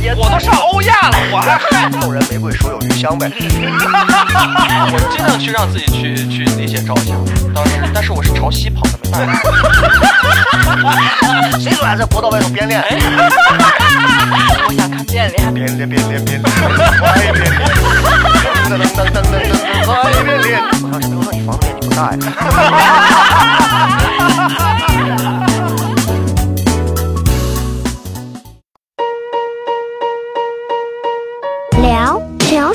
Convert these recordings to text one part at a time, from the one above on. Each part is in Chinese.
节奏我都上欧亚了，我还送人玫瑰，手有余香呗。 我是尽量去让自己去去理解照相，当时，但是我是朝西跑的嘛。 谁说俺在国道外头边哎练？我想看啊变脸。边练边练边练，我也边 练。噔噔噔噔噔噔，我也边练。我当时说你房子面积不大呀。聊聊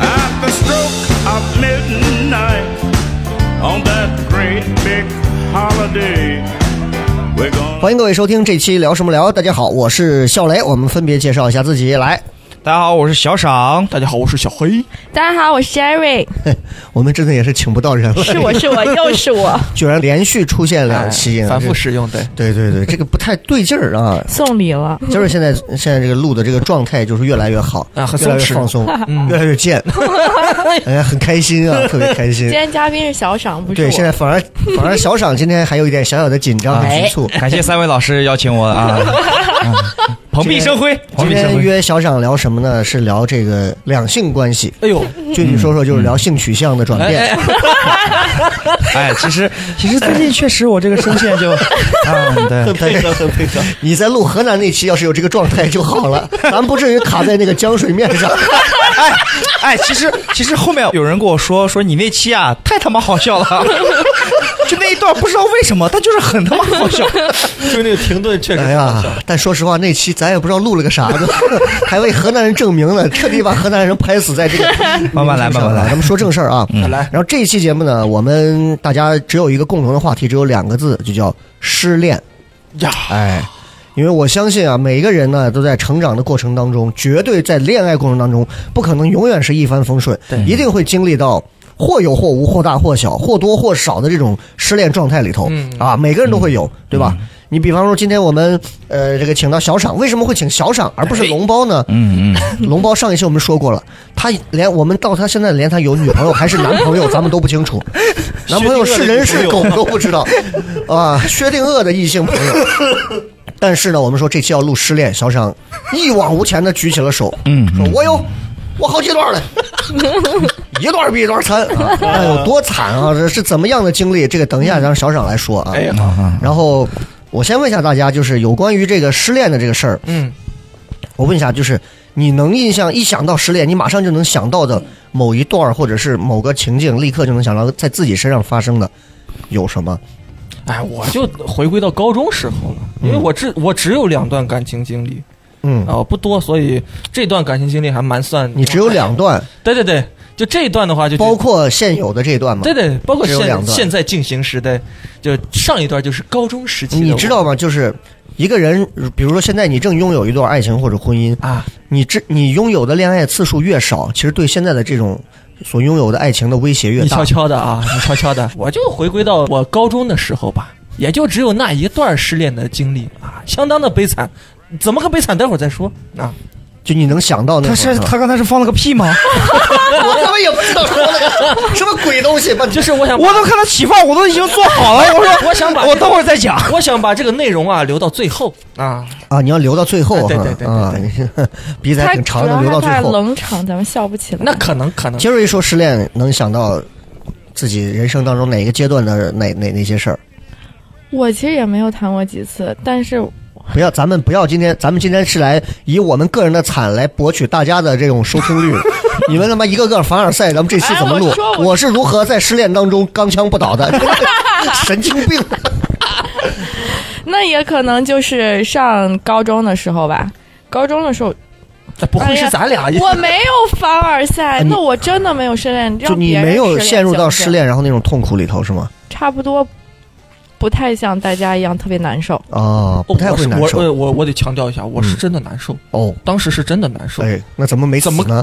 At the stroke of midnight on that great big holiday, we're gonna. 欢迎各位收听这期聊什么聊。大家好，我是笑雷，我们分别介绍一下自己。来，大家好，我是小赏。大家好，我是小黑。大家好，我是 Jerry，我们真的也是请不到人了，是我是我又是我， 居然连续出现两期，反复这使用，对，对对对，这个不太对劲儿 啊。 送礼了。就是现在，现在这个录的这个状态就是越来越好，啊很越来越松弛嗯放松，越来越 贱，哎呀，很开心啊，特别开心今。天嘉宾是小赏，不是对，现在我。反而反而小赏今天还有一点小小的紧张哎和局促。感谢三位老师邀请我啊，蓬荜生辉，蓬今荜生天辉。约小赏聊什么呢？是聊这个两性关系，哎呦，具体说说嗯就是聊性取向的转变。哎哎，其实其实最近确实我这个声线就，嗯，对，配合，很配合。你在录河南那期，要是有这个状态就好 了，咱不至于卡在那个江水面上。哎哎，其实其实后面有人跟我说说你那期啊太他妈好笑了，就那一段不知道为什么，但就是很他妈好笑。就那个停顿确哎呀，但说实话，那期咱也不知道录了个啥子， 还为河南人证明了，彻底把河南人拍死在这个慢慢 来慢慢来嗯咱们说正事儿啊。来，然后这一期节目呢，我们大家只有一个共同的话题，只有两个字，就叫失恋。呀，哎，因为我相信啊，每个人呢都在成长的过程当中，绝对在恋爱过程当中，不可能永远是一帆风顺，一定会经历到。或有或无，或大或小，或多或少的这种失恋状态里头、啊，每个人都会有，对吧？你比方说今天我们呃这个请到小赏，为什么会请小赏而不是龙包呢？嗯 嗯，龙包上一期我们说过了，他连我们到他现在连他有女朋友还是男朋友，咱们都不清 楚，男朋友是人是狗都不知道啊，薛定谔的异性朋友。但是呢，我们说这期要录失恋，小赏一往无前的举起了手，嗯，说我有，我好几段了，一段比一段惨啊， 哎有多惨啊！这是怎么样的经历？这个等一下让小赏来说啊。哎呀，然后我先问一下大家，就是有关于这个失恋的这个事儿，嗯，我问一下，就是你能印象一想到失恋，你马上就能想到的某一段儿或者是某个情境，立刻就能想到在自己身上发生的有什么？哎，我就回归到高中时候了，因为我只我只有两段感情经历嗯，啊，不多，所以这段感情经历还蛮算。你只有两， 段，对对对，就这一段的话就包。括现有的这一段吗？对对，包括只有两现段现在进行时代，就上一段就是高中时期的我，你知道吗？就是一个人，比如说现在你正拥有一段爱情或者婚姻，啊？你这你拥有的恋爱次数越少，其实对现在的这种所拥有的爱情的威胁越你大悄。悄的啊，你悄悄的，我就回归到我高中的时候吧，也就只有那一段失恋的经历啊，相当的悲惨。怎么个悲惨？待会儿再说啊。就你能想到那会他儿是吧他刚才是放了个屁吗？我他妈也不知道说那 个什么鬼东西吧，就就是我想，我都看他起范，我都已经做好了。我说我想把我等会儿再讲。我想把这个内容啊留到最后啊。啊，你要留到最后哈，哎对对对对啊，你 鼻子还挺长的，留到最他后。冷场，咱们笑不起来。那可能可能杰瑞说失恋能想到自己人生当中哪个阶段的哪哪哪些事儿？我其实也没有谈过几次，但是不要，咱们不要今天，咱们今天是来以我们个人的惨来博取大家的这种收听率。你们他妈一个个凡尔赛，咱们这期怎么录哎我说？我我是如何在失恋当中钢枪不倒 的？神经病！那也可能就是上高中的时候吧。高中的时 候，哎不会是咱俩我 没有凡尔啊赛，你那我真的没有失恋，就让你别人没有失恋陷入到行失不行，恋然后那种痛苦里头是吗？差不多不太像大家一样特别难受。啊，不太会难哦我受我我我得强调一下，我是真的难受，哦。当时是真的难受。哎，那怎么没死怎么呢？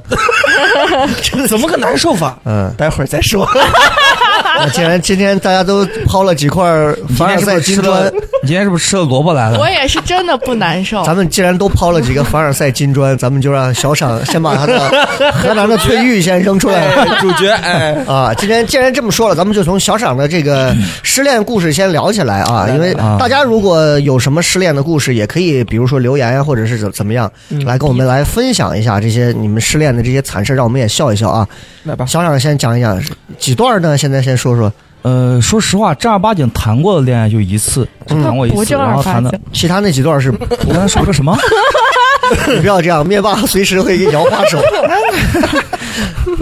怎么个难受法？ 嗯， 待会儿再说。啊既然今天大家都抛了几块凡尔赛金砖， 你今天是不是吃了萝卜来了我？也是真的不难受。嗯 咱们既然都抛了几个凡尔赛金砖，咱们就让小厂先把他的河南的翠玉先扔出来。主角 哎，啊，今天既然这么说了，咱们就从小厂的这个失恋故事先聊起来啊，因为啊大家如果有什么失恋的故事，也可以比如说留言啊，或者是怎怎么样，来跟我们来分享一下这些你们失恋的这些惨事，让我们也笑一笑啊。 来吧，小厂先讲一讲几段呢？现在先说说，呃，说实话，正儿八经谈过的恋爱就一次，只嗯谈过一不次，正然儿后八谈的经，，其他那几段是我刚才说了个什么？ 你不要这样，灭霸随时会给你摇把 手。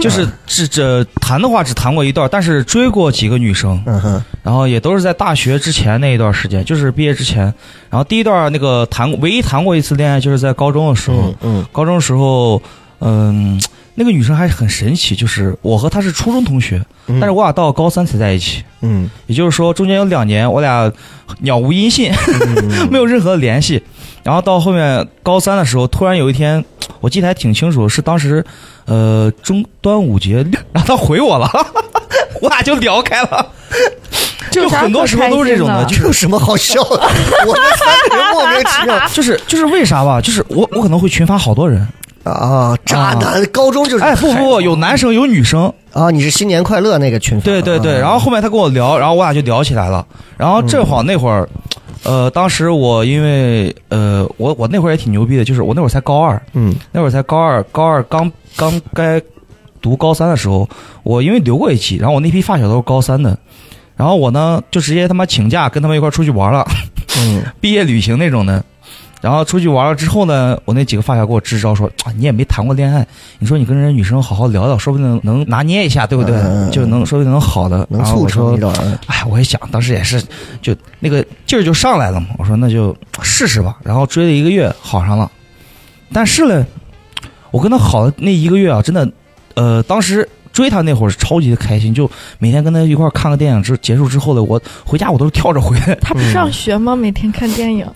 就是只只谈的话只谈过一段，但是追过几个女生，嗯哼，然后也都是在大学之前那一段时间，就是毕业之前。然后第一段那个谈唯一谈过一次恋爱，就是在高中的时候。嗯嗯高中的时候，嗯，那个女生还是很神奇，就是我和她是初中同学，嗯但是我俩到高三才在一起。嗯也就是说，中间有两年我俩鸟无音信， 没有任何联系。然后到后面高三的时候，突然有一天，我记得还挺清楚，是当时呃中端午节，然后她回我了， 我俩就聊开了。就就很多时候都是这种的的，这有什么好笑的？我们三个人莫名其 妙就是就是为啥吧？就是我我可能会群发好多人，啊！渣男，高中就是哎不不不，有男生有女生，啊！你是新年快乐那个群发，对对对。啊然后后面他跟我聊，然后我俩就聊起来了。然后正好那会儿，呃，当时我因为呃我我那会儿也挺牛逼的，就是我那会儿才高二，嗯那会儿才高二，高二刚刚该读高三的时候，我因为留过一期，然后我那批发小都是高三的，然后我呢就直接他妈请假跟他们一块儿出去玩了。嗯毕业旅行那种的。然后出去玩了之后呢，我那几个发小给我支招说：“啊，你也没谈过恋爱，你说你跟人家女生好好聊聊，说不定能拿捏一下，对不对？嗯嗯嗯就能说不定能好的。”能然后促我成嗯说一段儿，：“哎，我也想，当时也是，就那个劲儿就上来了嘛。”我说：“那就试试吧。”然后追了一个月，好上了。但是呢，我跟他好的那一个月啊，真的，呃，当时追他那会儿是超级的开心，就每天跟他一块儿看个电影之结束之后呢，我回家我都是跳着回来的。他不嗯上学吗？每天看电影，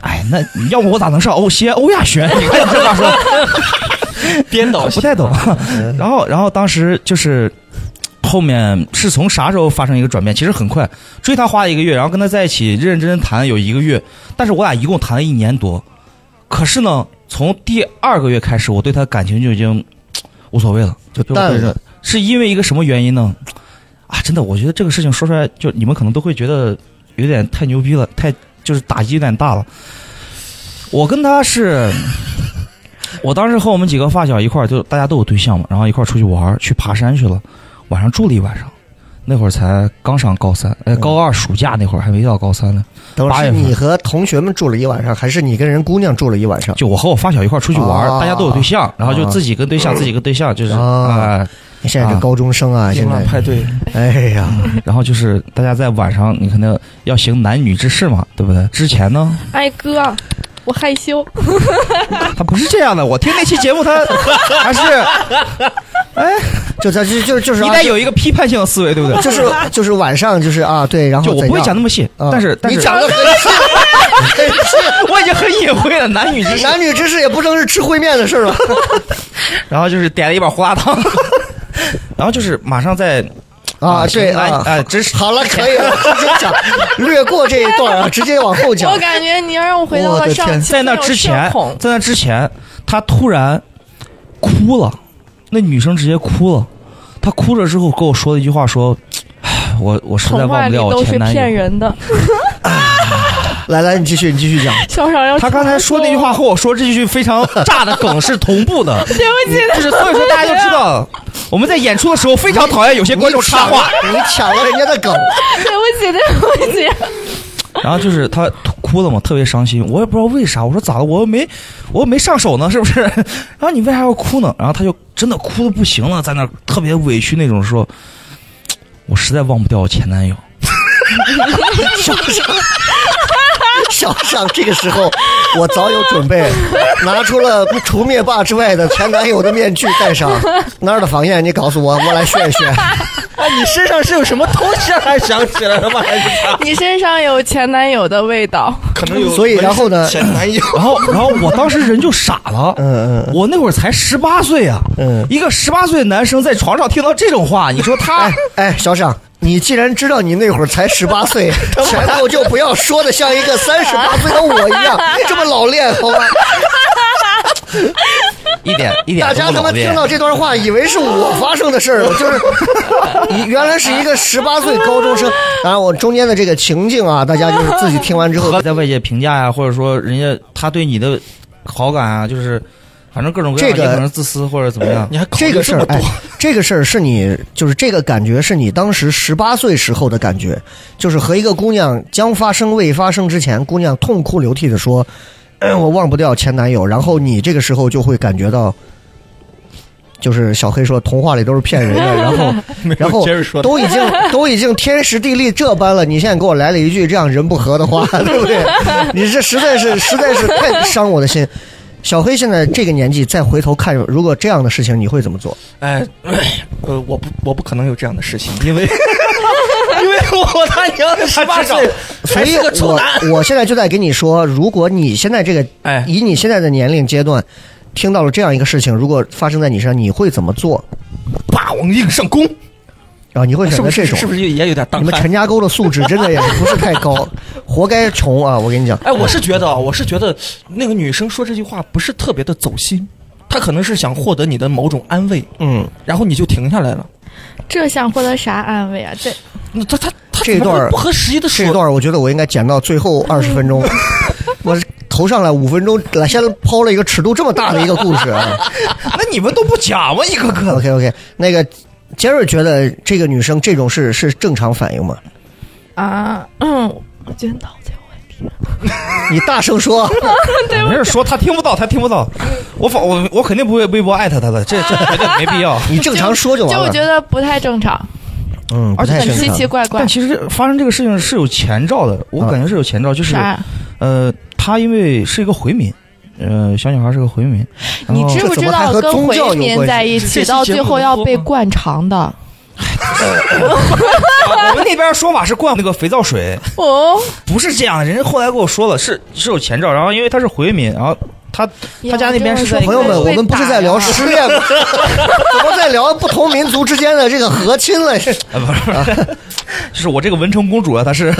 哎，那你要不我咋能上欧哦西安欧亚学？你看你这话说的，颠倒不太懂。 然后，然后当时就是后面是从啥时候发生一个转变？其实很快，追他花了一个月，然后跟他在一起认认真真谈有一个月，但是我俩一共谈了一年多。可是呢，从第二个月开始，我对他感情就已经无所谓了，就我淡对了这，是因为一个什么原因呢？啊，真的，我觉得这个事情说出来，就你们可能都会觉得有点太牛逼了，太就是打击有点大了。我跟他是，我当时和我们几个发小一块儿，就大家都有对象嘛，然后一块儿出去玩儿，去爬山去了，晚上住了一晚上。那会儿才刚上高三，哎，高二暑假那会儿还没到高三呢，等会八儿月是份你和同学们住了一晚上，还是你跟人姑娘住了一晚上？就我和我发小一块儿出去玩儿，啊大家都有对象，然后就啊自己跟对象，自己跟对象，就是啊啊你现在这啊高中生啊，情现浪在派对，哎 呀，然后就是大家在晚上，你可能要行男女之事嘛，对不对？之前呢，哎哥，我害羞，他不是这样的。我听那期节 目，他还是就咱就就就是你啊得有一个批判性的思维，对不对？就是 就是晚上就是啊，对，然就后我不会讲那么，么细，啊但是但你是讲的很细， 很细。 我已经很隐晦了，男女之事。男女之事也不正是吃烩面的事儿吗？然后就是点了一碗胡 辣汤，然后就是马上在啊，行对哎啊，哎，真是好了，可以了，直接讲，略过这一段啊，直接往后讲我。感觉你要让我回到我了的上天期在那种之社前恐，在那之前，他突然哭了，那女生直接哭了。她哭了之后跟我说了一句话，说：“唉我我实在童话忘不里了我都是前男友骗。”人的。来来，你继续，你继续讲。小爽要他刚才说那句话和我说这句非常炸的梗是同步的， 对不起，就是所以说大家就知道，我们在演出的时候非常讨厌有些观众插话。你抢了人家的梗， 对不起，对不起。然后就是他哭了嘛，特别伤心，我也不知道为啥。我说咋了？我又没我又没上手呢，是不是？ 然后你为啥要哭呢？然后他就真的哭的不行了，在那儿特别委屈那种说，我实在忘不掉我前男友。小尚，小尚，这个时候我早有准备，拿出了除灭霸之外的前男友的面具戴上。哪儿的方言？你告诉我，我来学一学。 哎，你身上是有什么东西让他想起来了吗？还是他你身上有前男友的味道，可能有所以然后呢前男友然后，然后我当时人就傻了，嗯嗯嗯我那会儿才十八岁啊，嗯一个十八岁的男生在床上听到这种话，你说他哎，小尚，你既然知道你那会儿才十八岁，前后就不要说的像一个三十八岁的我一样这么老练，好吗？一点一点大都家不他老妈练听。到这段话，以为是我发生的事儿，就是原来是一个十八岁高中生。当然，我中间的这个情境啊，大家就是自己听完之后 和在外界评价呀、或者说人家他对你的好感啊，就是反正各种各样，这个也可能自私或者怎么样。你还考虑这个事么儿，多哎，这个事儿是你就是这个感觉是你当时十八岁时候的感觉，就是和一个姑娘将发生未发生之前，姑娘痛哭流涕的说、哎我忘不掉前男友”，然后你这个时候就会感觉到，就是小黑说童话里都是骗人的，然后然后接着说都已经都已经天时地利这般了，你现在给我来了一句这样人不和的话，对不对？你这实在是实在是太伤我的心。小黑现在这个年纪再回头看，如果这样的事情，你会怎么做？哎，呃，我不，我不可能有这样的事情，因为 因为我他娘十八岁所还以是个处我男，我现在就在跟你说，如果你现在这个，哎以你现在的年龄阶段，听到了这样一个事情，如果发生在你身上，你会怎么做？霸王硬上弓，啊，你会是选不择这是？种？是不是也有点当你们汉陈？家沟的素质真的也不是太高，活该穷啊！我跟你讲，哎，我是觉得啊，我是觉得那个女生说这句话不是特别的走心，她可能是想获得你的某种安慰，嗯，然后你就停下来了。这想获得啥安慰啊？这那她她她这怎么会段儿不合时宜的说这，段我觉得我应该剪到最后二十分 钟，我头上来五分钟，来先抛了一个尺度这么大的一个故事啊。那你们都不讲吗？一个个 OK OK，那个杰瑞觉得这个女生这种是是正常反应吗？啊，嗯，我觉得脑子有问题。你大声 说，没事说他听不到，他听不到。我反我我肯定不会微博艾特他的，这这绝对没必要。你正常说就完就我了。觉得不太正常，嗯，不而且太很正奇常奇。怪怪但。其实这发生这个事情是有前兆的，我啊感觉是有前兆，就是啥？呃，他因为是一个回民，呃，小女孩是个回 民，然你后知不知道跟回民在一起，到最后要被灌肠的？我们那边说法是灌那个肥皂水，哦，不是这样的。人家后来跟我说了，是是有前兆，然后因为他是回民，然后他他家那边是在一个朋友们，我们不是在聊是失恋 吗？怎么在聊不同民族之间的这个和亲 了？是啊，不是，不是，就是我这个文成公主啊，她是，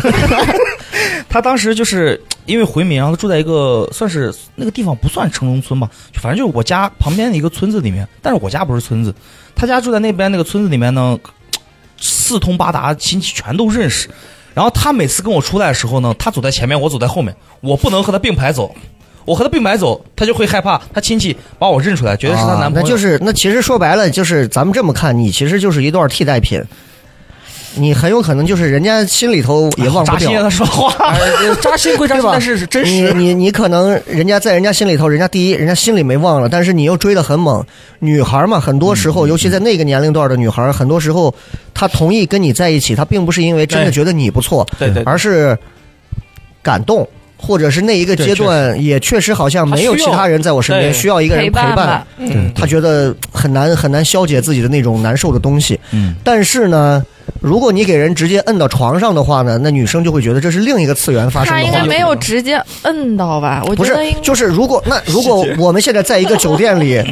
她当时就是因为回民，啊然后她住在一个算是那个地方不算城中村吧，就反正就是我家旁边的一个村子里面，但是我家不是村子，她家住在那边那个村子里面呢，四通八达，亲戚全都认识。然后她每次跟我出来的时候呢，她走在前面，我走在后面，我不能和她并排走。我和她并排走，她就会害怕，她亲戚把我认出来，觉得是她啊男那朋友。就是那其实说白了，就是咱们这么看，你其实就是一段替代品。你很有可能就是人家心里头也忘不扎心啊，掉，她说话。呃扎心归扎对心，吧但是是真你实。你你可能人家在人家心里头，人家第一，人家心里没忘了，但是你又追得很猛。女孩嘛，很多时嗯候，尤其在那个年龄段的女孩，很多时候她同意跟你在一起，她并不是因为真的对觉得你不错，对哎对，而是感动，或者是那一个阶段也确实好像没有其他人在我身边，对需要一个人陪陪伴吧伴，嗯，他觉得很难很难消解自己的那种难受的东西。嗯，但是呢，如果你给人直接摁到床上的话呢，那女生就会觉得这是另一个次元发生他的应话该。没有直接摁到吧？我不觉是得应，该就是如果那如果我们现在在一个酒店里，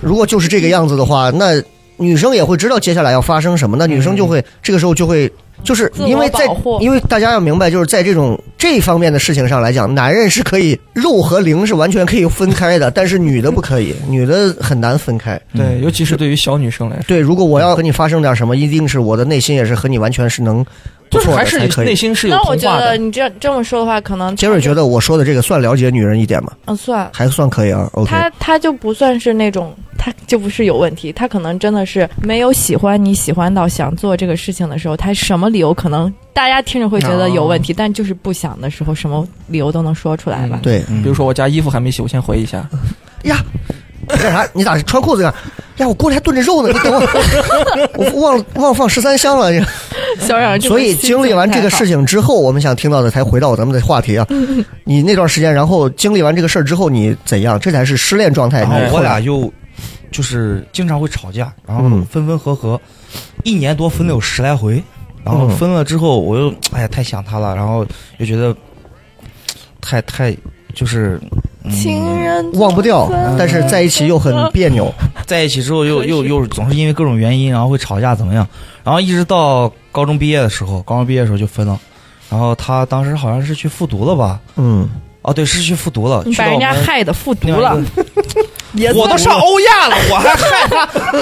如果就是这个样子的话，那女生也会知道接下来要发生什么，那女生就会、这个时候就会就是嗯自我因为在保护因为大家要明白，就是在这种这方面的事情上来讲，男人是可以肉和灵是完全可以分开的，但是女的不可以，女的很难分开。对，尤其是对于小女生来说，对，如果我要和你发生点什么，一定是我的内心也是和你完全是能不就是错还的才是可内以。心是有那我童觉话得的。你这这么说的话，可能杰瑞觉得得我说的这个算了解女人一点吗？嗯算还算可以啊，OK。 他他就不算是那种，他就不是有问题，他可能真的是没有喜欢你喜欢到想做这个事情的时候，他什么理由可能大家听着会觉得有问题，但就是不想的时候，什么理由都能说出来吧。嗯对，比如说我家衣服还没洗，我先回一下。呀，你干啥？你咋穿裤子干啥？呀，我锅里还炖着肉呢，你等我，我 忘了忘了放十三香了。 小冉这个所以经历完这个事心情之后，我们想听到的才回到咱们的话题啊。你那段时间，然后经历完这个事儿之后，你怎样？这才是失恋状态。然你后后 我来俩又就是经常会吵架，然后嗯分分合合，一年多分了有十来回。然后嗯分了之后，我又哎呀太想他了，然后又觉得太太就是情人忘不掉，但是在一起又很别扭。在一起之后又又又总是因为各种原因，然后会吵架怎么样？然后一直到高中毕业的时候，高中毕业的时候就分了。然后他当时好像是去复读了吧？嗯，哦，对，是去复读了，你去把到人家我们害的复读另外了一，也个。我都上欧亚了，我还害怕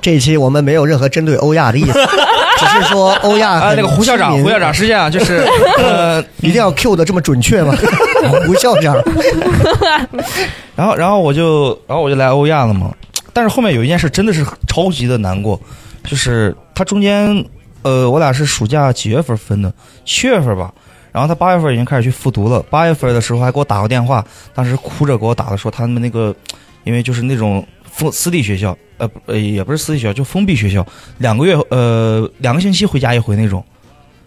这一期我们没有任何针对欧亚的意思，只是说欧亚啊！很那个胡校亲长，民胡校长是这样，就是呃，一定要 Q 的这么准确吗？胡校长，然后然后我就然后我就来欧亚了嘛。但是后面有一件事真的是超级的难过，就是他中间呃，我俩是暑假几月份分的？七月份吧。然后他八月份已经开始去复读了，八月份的时候还给我打过电话，当时哭着给我打的说他们那个，因为就是那种封私立学校，呃不呃也不是私立学校，就封闭学校，两个月呃两个星期回家一回那种，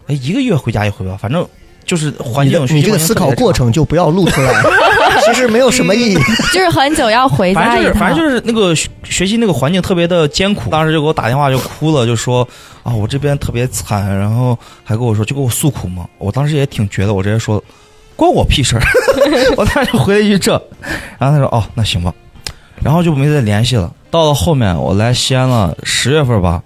哎一个月回家一回吧，反正就是环你境的你这个思考过程就不要录出来，其实没有什么意义。 就是很久要回反家正就一是趟，反正就是那个学学习那个环境特别的艰苦，当时就给我打电话就哭了，就说啊我这边特别惨，然后还跟我说就给我诉苦嘛。我当时也挺绝的，我直接说关我屁事儿， 我当时就回了一句这，然后他说哦那行吧，然后就没再联系了。到了后面我来西安了，十月份吧。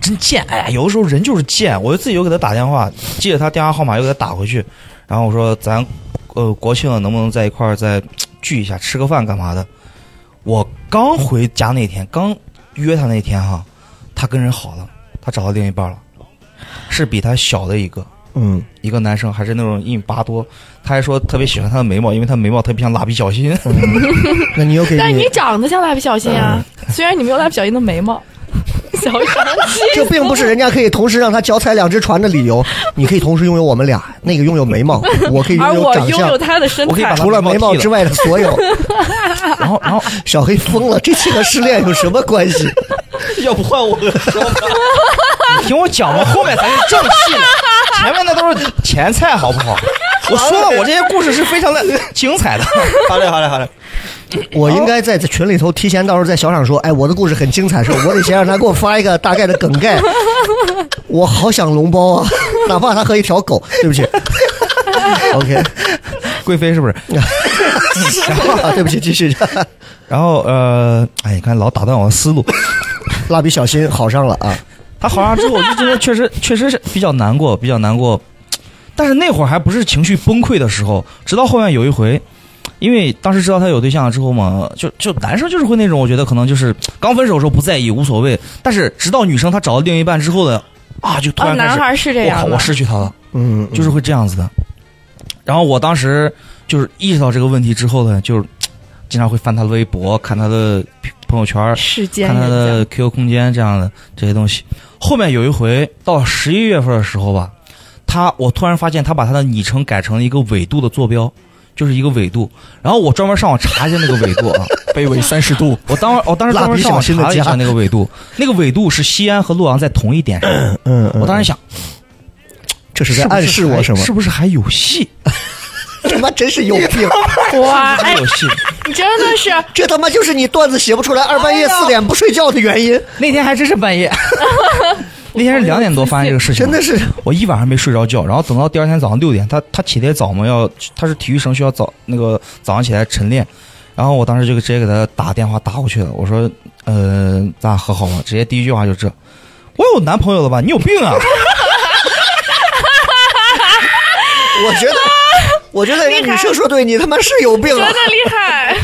真贱！哎呀，有的时候人就是贱。我就自己又给他打电话，记得他电话号码又给他打回去，然后我说咱，呃，国庆能不能在一块儿再聚一下，吃个饭干嘛的？我刚回家那天，刚约他那天哈、他跟人好了，他找到另一半了，是比他小的一个嗯一个男生，还是那种一米八多。他还说特别喜欢他的眉毛，因为他眉毛特别像蜡笔小新。 那你又给但你长得像蜡笔小新啊，虽然你没有蜡笔小新的眉毛， 小傻鸡，这并不是人家可以同时让他脚踩两只船的理由。你可以同时拥有我们俩，那个拥有眉毛，我可以拥而有我长拥有相，他的身我可以把材它。除了眉毛之外的所有。然后，然后小黑疯了，这期和失恋有什么关系？要不换我说吧？你听我讲嘛，后面才是正戏呢，前面那都是前菜，好不好？我说了，我这些故事是非常的精彩的。 好嘞，好嘞，好嘞。我哦应该在群里头提前，到时候在小厂说，哎，我的故事很精彩，是吧？我得先让他给我发一个大概的梗概。 我好想龙包啊，哪怕他和一条狗。对不起，OK， 贵妃是不是？啊对不起，继续。 然后呃，哎，你看老打断我的思路。蜡笔小新好上了啊，他好上之后，我就真的确实 确实是比较难过，比较难过。但是那会儿还不是情绪崩溃的时候，直到后面有一回，因为当时知道他有对象了之后嘛，就就男生就是会那种，我觉得可能就是刚分手的时候不在意无所谓，但是直到女生她找到另一半之后的啊，就突啊，然开男始，孩是这我靠，样的我，失去他了，嗯，就是会这样子的。然后我当时就是意识到这个问题之后呢，就是经常会翻他的微博，看他的朋友圈，世间看他人的 QQ 空间这样的这些东西。后面有一回到十一月份的时候吧，他我突然发现他把他的昵称改成了一个纬度的坐标，就是一个纬度。然后我专门上网查一下那个纬度啊，北纬三十度，我当我当时专门上网查了一下那个纬度，那个纬度是西安和洛阳在同一点上。嗯，嗯我当时想，这是是在不是暗示我还什么？是不是还有戏？ 他妈真是有病， 讲哇，还哎，有戏。你真的是 这他妈就是你段子写不出来，二半哎夜四点不睡觉的原 因，那天还真是半夜， 那天是两点多发现这个事情真的。的是我一晚上没睡着觉，然后等到第二天早上六点，他他起得也早嘛，要他是体育生，需要早那个早上起来晨练，然后我当时就直接给他打电话打过去了，我说，呃，咱俩和好吧，直接第一句话就这，我有男朋友了吧？你有病 啊！我觉得，我觉得 人家女生说对你他妈是有病真啊！的厉害，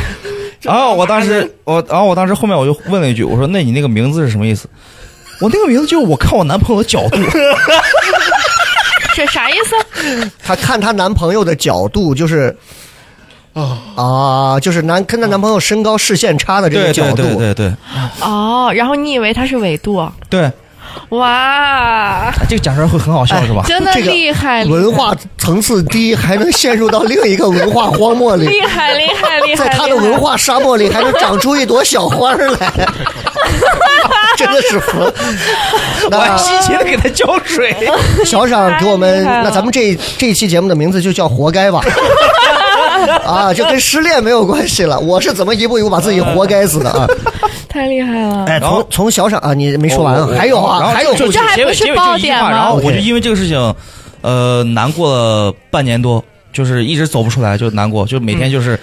然后我当时我，然后我当时后面我就问了一句，我说，那你那个名字是什么意思？我那个名字就是我看我男朋友的角度，这啥意思？她看她男朋友的角度就是。啊就是男跟她男朋友身高视线差的这 对个角对度，对对对哦，然后你以为他是纬度？对，哎哇，这个假设会很好笑是吧？真的这个厉害，厉害文化层次低，还能陷入到另一个文化荒漠里，厉害厉害厉害， 在她的厉害文化沙漠里还能长出一朵小花儿 来，真的是服了。我还那辛勤的给他浇 水。小赏给我们，太厉害了那咱们这这一期节目的名字就叫“活该” 吧。啊，就跟失恋没有关系了。我是怎么一步一步把自己活该死的啊？太厉害了。哎，然后从从小赏啊，你没说完啊哦我，我还有然啊，后还有就这还结尾不是结尾就爆一句点话吗然后我就 OK 因为这个事情，呃，难过了半年多，就是一直走不出来，就难过，就每嗯天就是，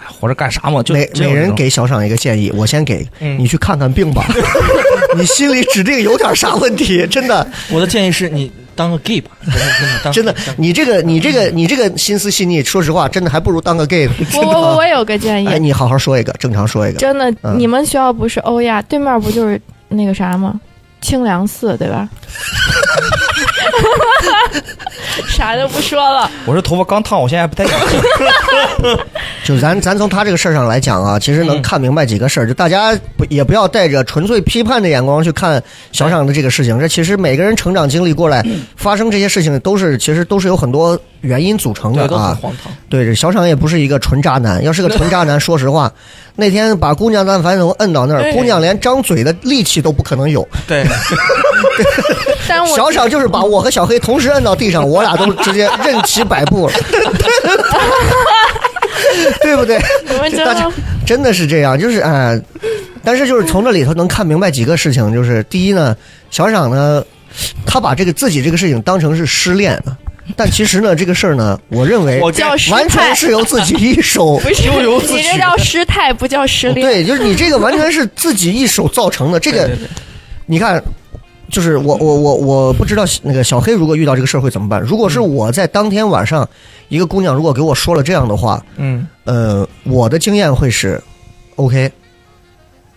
唉活着干啥嘛？就每只有每这人种给小赏一个建议，我先给嗯你去看看 病吧，你心里指定有点啥问题，真的，我的建议是你当个 gay 吧，真的当个真的 gay，当，个你这个你这个你这个心思细腻，说实话，真的还不如当个 gay 呢。我真的我我有个建哎，议，你好好说一个，正常说一个，真的，嗯你们学校不是欧亚对面不就是那个啥吗？清凉寺对吧？ 啥都不说了，我这头发刚烫，我现在还不太敢剃。就是咱咱从他这个事儿上来讲啊，其实能嗯看明白几个事儿，就大家不也不要带着纯粹批判的眼光去看小赏的这个事情。这其实每个人成长经历过来，发生这些事情都是其实都是有很多原因组成的对，都很啊。荒唐。对，这小赏也不是一个纯渣男，要是个纯渣男，说实话，那天把姑娘但凡能摁到那儿，对姑娘连张嘴的力气都不可 能有。对，但我小赏就是把我和小黑同时摁到地上，我俩都直接任其摆布了，对不 对？你们真大家的真的是这样，就是哎、但是就是从这里头能看明白几个事情，就是第一呢，小赏呢，他把这个自己这个事情当成是失恋了，但其实呢，这个事儿呢，我认为我叫失哦态，完全是由自己一手。 不是咎由自你这取叫失态，不叫失恋。哦对，就是你这个完全是自己一手造成的。这个 对对对你看，就是我我我我不知道那个小黑如果遇到这个事儿会怎么办。如果嗯是我在当天晚上，一个姑娘如果给我说了这样的话，嗯，呃，我的经验会是，OK，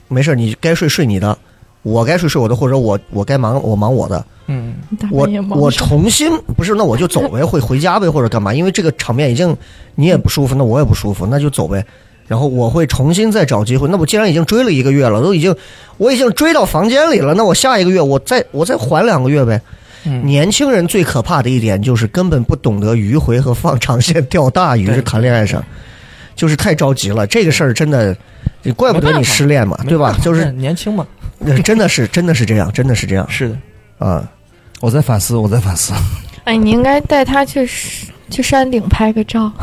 没事儿，你该睡睡你的，我该睡睡我的，或者我我该忙我忙我的，嗯，大 我半夜忙我什么重新不是，那我就走呗，会回家呗，或者干嘛？因为这个场面已经你也不舒服，那我也不舒服，那就走呗。然后我会重新再找机会。那我既然已经追了一个月了，都已经我已经追到房间里了，那我下一个月我再我再缓两个月呗。嗯年轻人最可怕的一点就是根本不懂得迂回和放长线钓大鱼，对是谈恋爱上就是太着急了。这个事儿真的，怪不没得办你法失恋嘛，对吧？就对是 年轻嘛，真的是真的是这样，真的是这样是的，啊。我在反思，我在反思。哎，你应该带他去去山顶拍个照。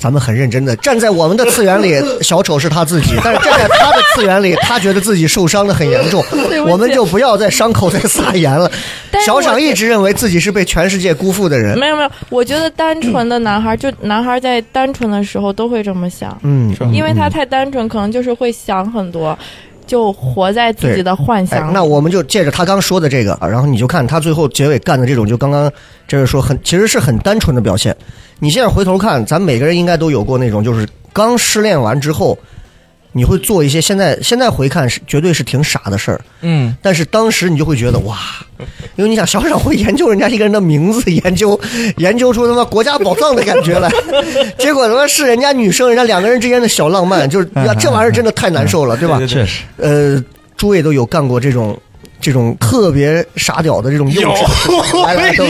咱们很认真的站在我们的次元 里，小丑是他自己；但是站在他的次元里，他觉得自己受伤的很严重 对。不起我们就不要在伤口再撒盐了。 但是小我赏一直认为自己是被全世界辜负的人。没有没有，我觉得单纯的男孩，就男孩在单纯的时候都会这么想，嗯，是吧因为他太单纯，可能就是会想很多，就活在自己的幻哎想，里。那我们就借着他刚说的这个，啊然后你就看他最后结尾干的这种，就刚刚这是说很，其实是很单纯的表现。你现在回头看，咱们每个人应该都有过那种，就是刚失恋完之后，你会做一些现在现在回看是绝对是挺傻的事儿。嗯，但是当时你就会觉得哇，因为你想小赏会研究人家一个人的名字，研究 研究出他妈国家宝藏的感 觉来，结果他妈是人家女生，人家两个人之间的小浪漫，就是呀，这玩意儿真的太难 受了，对吧？确实，呃，诸位都有干过这种这种特别傻屌的这种幼稚，来 来都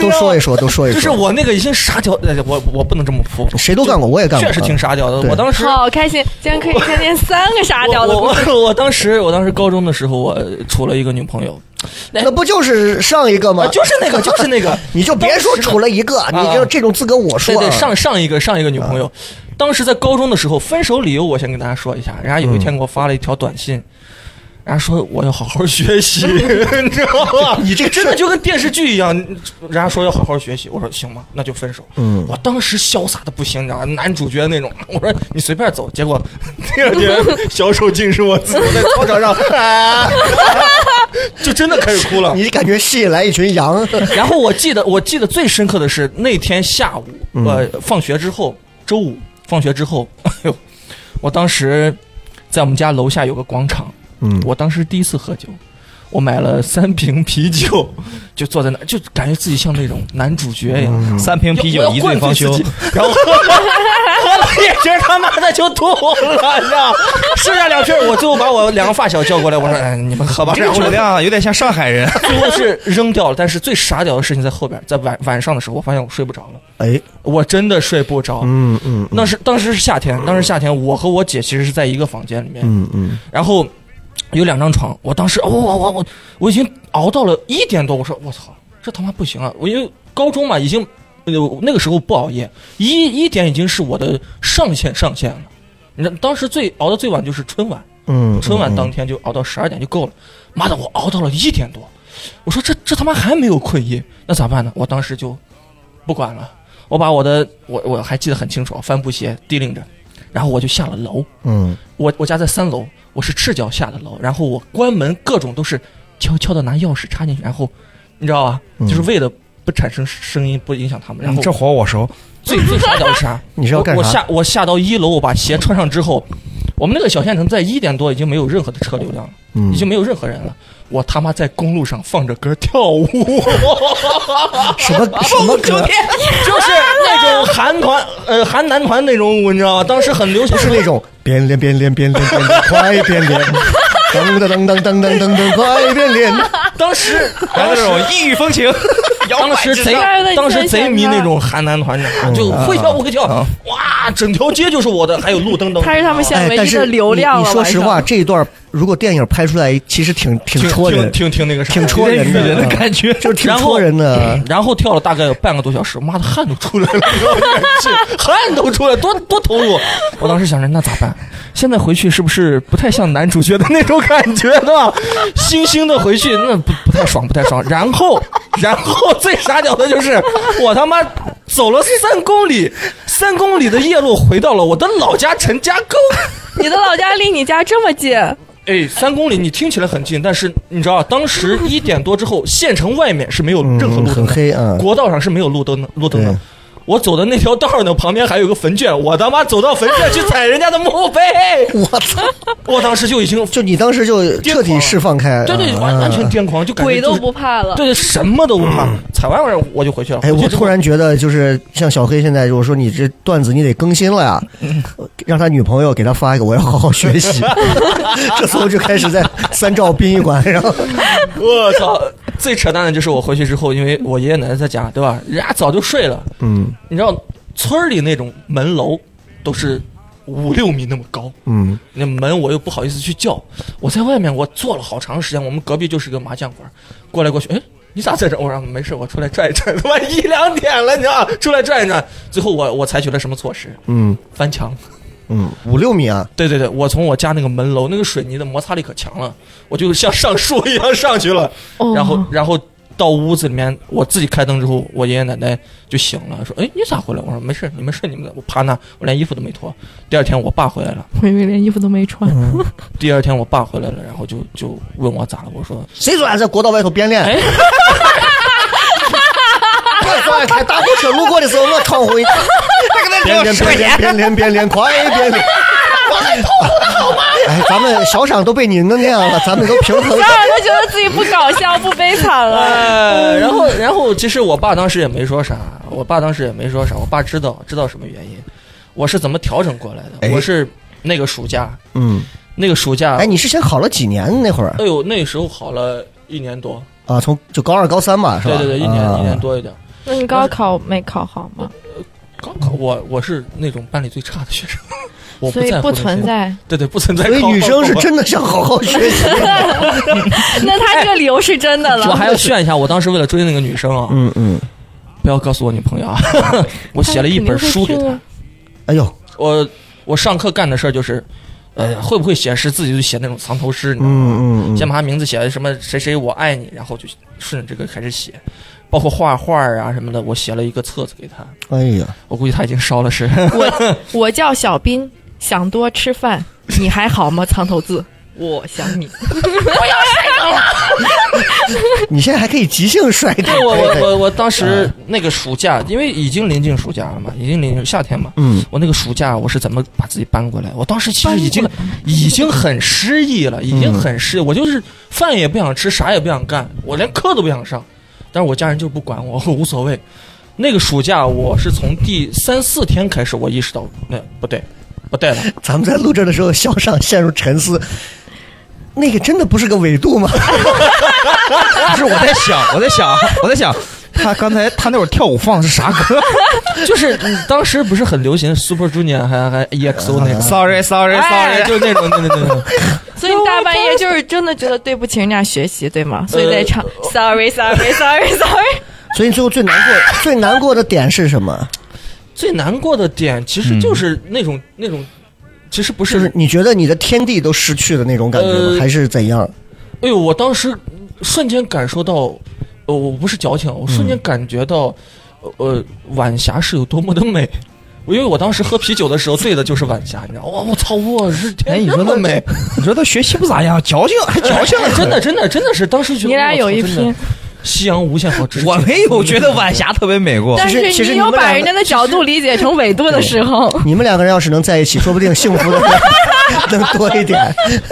都说一说，都说一就是说，我那个已经傻屌，哎我我不能这么铺，谁都干过，我也干过，啊确实挺傻屌的。对我当时好开心，今天可以看见三个傻屌的我故事。我我当时我当时高中的时候，我处了一个女朋友，那不就是上一个吗啊，？就是 那个，就是那个，你就别说处了一个，你就这种资格我对说啊啊对，上上一个上一个女朋友，当时在高中的时候，分手理由我先跟大家说一下。人家有一嗯天给我发了一条短信，人家说我要好好 学习，你知道吗？你这个真事的儿就跟电视剧一样，人家说要好好学习，我说行吧，那就分手。嗯我当时潇洒的不行，你知道吗？男主角那种， 我说你随便走。结果 第二天小手竟是我自己 在操场上，啊 就真的开始哭 了。你感觉吸引来一群 羊。然后我记得我记得最深刻的是那天下午，呃，放学之后，周五放学之后， 哎呦，我当时在我们家楼下有个广场，嗯我当时第一次喝酒，我买了三瓶啤酒， 就坐在那儿，就感觉自己像那种男主角一样。三瓶啤要酒一醉方休，， 然后喝了喝了一瓶，他妈的就吐了，你知道？剩下两瓶，我最后把我两个发小叫过来，我说：“哎，你们喝吧。”这然个后酒量啊有点像上海人。最后是扔掉了。但是最傻屌的事情在后边，在晚晚上的时候，我发现我睡不着了，哎，我真的睡不着。嗯嗯那是当时是夏天，当时夏天，我和我姐其实是在一个房间里面，嗯嗯，然后有两张床，我当时哦我我我我我已经熬到了一点多，我说我操，这他妈不行啊！我因为高中嘛，已经呃那个时候不熬夜，一一点已经是我的上限上限了。你知道当时最熬的最晚就是春晚，嗯，春晚当天就熬到十二点就够了。妈的，我熬到了一点多，我说这这他妈还没有困意，那咋办呢？我当时就不管了，我把我的我我还记得很清楚，帆布鞋提拎着，然后我就下了楼。嗯，我我家在三楼，我是赤脚下的楼，然后我关门，各种都是悄悄的拿钥匙插进去，然后你知道吧，嗯就是为了不产生声音，不影响他们。然嗯后这活我 熟，最最傻屌的是啥？ 你是要干我我啥？下我下到一楼，我把鞋穿上之后，我们那个小县城在一点多已经没有任何的车流量了，嗯已经没有任何人了。我他妈在公路上放着歌跳舞， 什么什么歌？就是那种韩团呃韩男团那种舞，你知道吗？当时很流行，不是那种变脸变脸变脸变 脸，快变脸！噔噔噔噔噔噔噔噔，快变脸！当时 来的这种异域风情，摇 当摆时之贼上。上当时贼迷那种韩男团，你知道嗯吗就会跳会跳，哇，整条街就是我的，还有路灯 灯。他是他们县哎，唯但一是的流你量了。你说实话，，这一段如果电影拍出来，其实挺挺挺戳人挺，挺挺那个啥，挺戳有点人雨人的的，啊感觉，就是挺然后戳人的。啊然后跳了大概有半个多小时，妈的汗都出来了，你知道吗是 汗都出来，多多投入。我当时想着那咋办？现在回去是不是不太像男主角的那种感觉，对吧？星星的回去那不不太爽，不太爽。然后，然后最傻屌的就是我他妈走了三公里，三公里的夜路回到了我的老家陈家沟。你的老家离你家这么近，哎，三公里你听起来很近，但是你知道，啊当时一点多之后，县城外面是没有嗯任何路灯的，很黑啊国道上是没有路灯的，路灯的对。我走的那条道呢，旁边还有个坟圈，我他妈走到坟圈去踩人家的墓碑， 我操！我当时就已经，就你当时就彻底释放开，对对，啊完完全。癫狂，就感觉鬼就都是不怕了。对对，什么都不怕，踩完玩意儿我就回去了。嗯哎，回去我之后突然觉得，就是像小黑现在，我说你这段子你得更新了呀，让他女朋友给他发一个，我要好好学 习。这时候就开始在三兆殡仪馆，然后我操！最扯淡的就是我回去之后，因为我爷爷奶奶在家，对吧？人家早就睡了。嗯你知道，村儿里那种门楼都是五六米那么高，嗯那门我又不好意思去叫。我在外面我坐了好长时间，我们隔壁就是个麻将馆，过来过去，哎，你咋在这儿？我说没事，我出来转一转。他妈一两点了，你知道，出来转一转。最后我我采取了什么措施？嗯翻墙。嗯，五六米啊，对对对，我从我家那个门楼，那个水泥的摩擦力可强了，我就像上树一样上去了。哦然后然后到屋子里面，我自己开灯之后，我爷爷奶奶就醒了，说：“哎，你咋回来？”我说：“没事，你们睡你们的。”我趴那，我连衣服都没脱。第二天我爸回来了，我以为连衣服都没穿，嗯第二天我爸回来了，然后就就问我咋了，我说谁说俺在国道外头编练？ 哎快快开大货车路过的时候，我闯红灯，边练边练边练边练，快边 练。哎，咱们小赏都被你弄那样了，咱们都平 衡当。 然他觉得自己不搞笑、不悲惨：“了。哎。”然后然后其实我爸当时也没说啥，我爸当时也没说啥，我爸知道知道什么原因，我是怎么调整过来哎的，我是那个暑假嗯，那个暑假哎，，你是先考了几年那会儿哎呦那时候好了一年多，啊？从就高二高三吧，是吧？对对对，一年啊一年。多一点。 那你高考没考好吗？高考我我是那种班里最差的学生， 我所以在乎不那些存，在。对对，不存在所高考。以女生是真的想好好学 习。 那他这个理由是真的我。我了。还要 炫一下，我当时为了追那个女生啊，嗯嗯。不要告诉我女朋友啊， 我写了一本书给他肯定会听她啊。哎呦，我我上课干的事儿就是，呃，会不会写诗，自己就写那种藏头诗，你知道吗？嗯嗯先嗯，把她名字写什么谁谁我爱你，然后就顺着这个开始写，包括画画啊什么的，我写了一个册子给她，哎呀，我估计她已经烧了 是。我我叫小斌，想多吃饭，你还好吗？藏头字，我想你。你现在还可以即兴甩掉。对 我我我我当时那个暑假，因为已经临近暑假了嘛，已经临近夏天嘛。嗯，我那个暑假我是怎么把自己搬过来？我当时其实已经已经很失意了，已经很失意，我就是饭也不想吃，啥也不想干，我连课都不想上。但是我家人就不管我，我 无所谓。那个暑假我是从第三四天开始，我意识到那不对，不对了。咱们在录制的时候，肖尚陷入沉思。那个真的不是个纬 度吗？不是我在想，我在想，我在想，他刚才他那会儿跳舞放的是啥歌 就是嗯当时不是很流行 Super Junior 还还 EXO 那个， ？Sorry Sorry 哎， Sorry，就那种那种那种。所以你大半夜就是真的觉得对不起人家学习，对吗？所以在唱 Sorry Sorry Sorry Sorry。所以最后最难过、 最难过的点是什嗯么？最难过的点其实嗯就是那种、那种，其实不是，就是你觉得你的天地都失去的那种感觉吗？呃还是怎样？哎呦，我嗯当时瞬间感受到，呃，我不是矫情，我瞬间感觉到，呃晚霞是有多么的美。因为我当时喝啤酒的时候醉的就是晚霞，你知道吗？哇我操，我日哎，天你这说么那美，， 你说他学习不咋样，矫情还矫 情，啊真的真的真的是当时觉得你俩有一拼拼，，夕阳无限好，只是我没有觉得晚霞特别美过。但其实其实是你有们俩把人家的角度理解成纬度的时候， 你们两个人要是能在 一起，说不定幸福的 能多一点。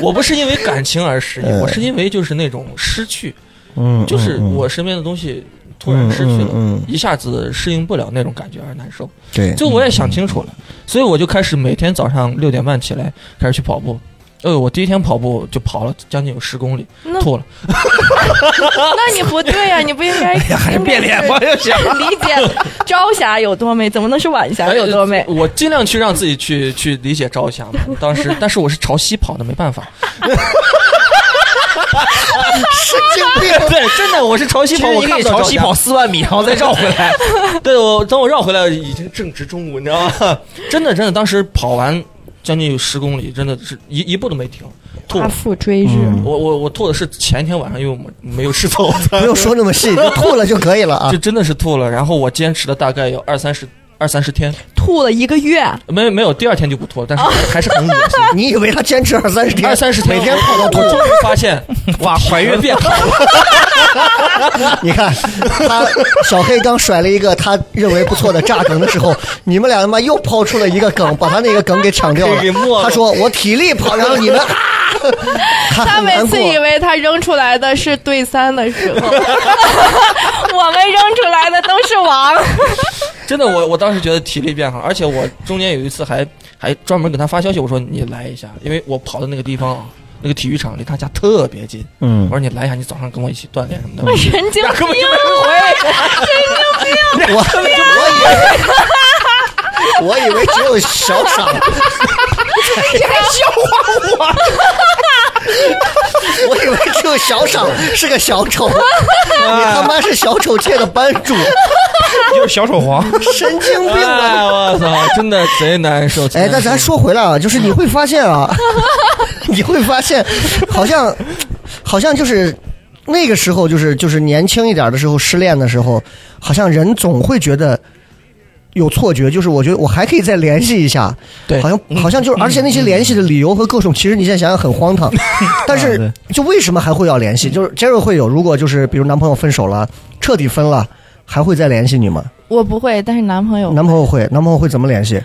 我不是因为感情而失忆，嗯我是因为就是那种失去，嗯，就是嗯嗯我身边的东西突然失去嗯嗯了嗯，一下子适应不了那种感觉而难受。对，嗯就我也想清楚了，所以我就开始每天早上六点半起来开始去跑步。呃，我第一天跑步就跑了将近有十公里，那吐了。那你不对呀、啊你不应该哎还是变脸吧，就行。 理解朝霞有多美，怎么能是晚霞有多美？哎我尽量去让自己去去理解朝霞嘛。当时，但是我是朝西跑的，没办法。 神经病。对，真的，我是朝西跑，我看不到霞。四万米，然后再绕回 来。对我，等我绕回来已经正值中午，你知道吗？ 真的，真的，当时跑完将近有十公里，真的是一一步都没停，吐夸啊了。父追日，我我我吐的是前一天晚上，因为我没有 吃早餐，不用说那么细，就吐了就可以了啊 就！真的是吐了。然后我坚持了大概有二三十二三十天，吐了一个 月，没没有第二天就不吐了，但是还是很恶 心。你以为他坚啊持二三十天？二三十天哦每天泡到吐我，终于 发现哇，怀孕变好了， 你看他小黑刚甩了一个他认为不错的炸梗的时候，你们俩他妈又抛出了一个梗，把他那个梗给抢掉了给没。了他说我体力跑，然后 你们啊，他他很每难次过。以为他扔出来的是对三的时候， 我们扔出来的都是王。真的，我我当时觉得体力变好，而且我中间有一次还还专门给他发消息，我说你来一下，因为我跑的那个地方啊，那个体育场离他家特别近，嗯我说你来一下，你早上跟我一起锻炼什么的。神经那根本就没人我我以为我以为只有小傻， 我以为只有小傻是个小丑，你他妈是小丑界的班主，就是小丑黄，神经病吧！哎，我操，真的贼难受。嗯贼 哎，难那受咱说回来啊，就是你会发现啊，你会发现，好像，好像就是那个时候，就是就是年轻一点的时候，失恋的时候，好像人总会觉得有错觉，就是我觉得我还可以再联系一下，对好像好像就是，而且那些联系的理由和各种，其实你现在想想很荒唐，但啊是对就为什么还会要联系？就是接着会有，如果就是比如男朋友分手了，彻底分了，还会再联系你吗？我不会，但是男朋友男朋友会，男朋友会怎么联系？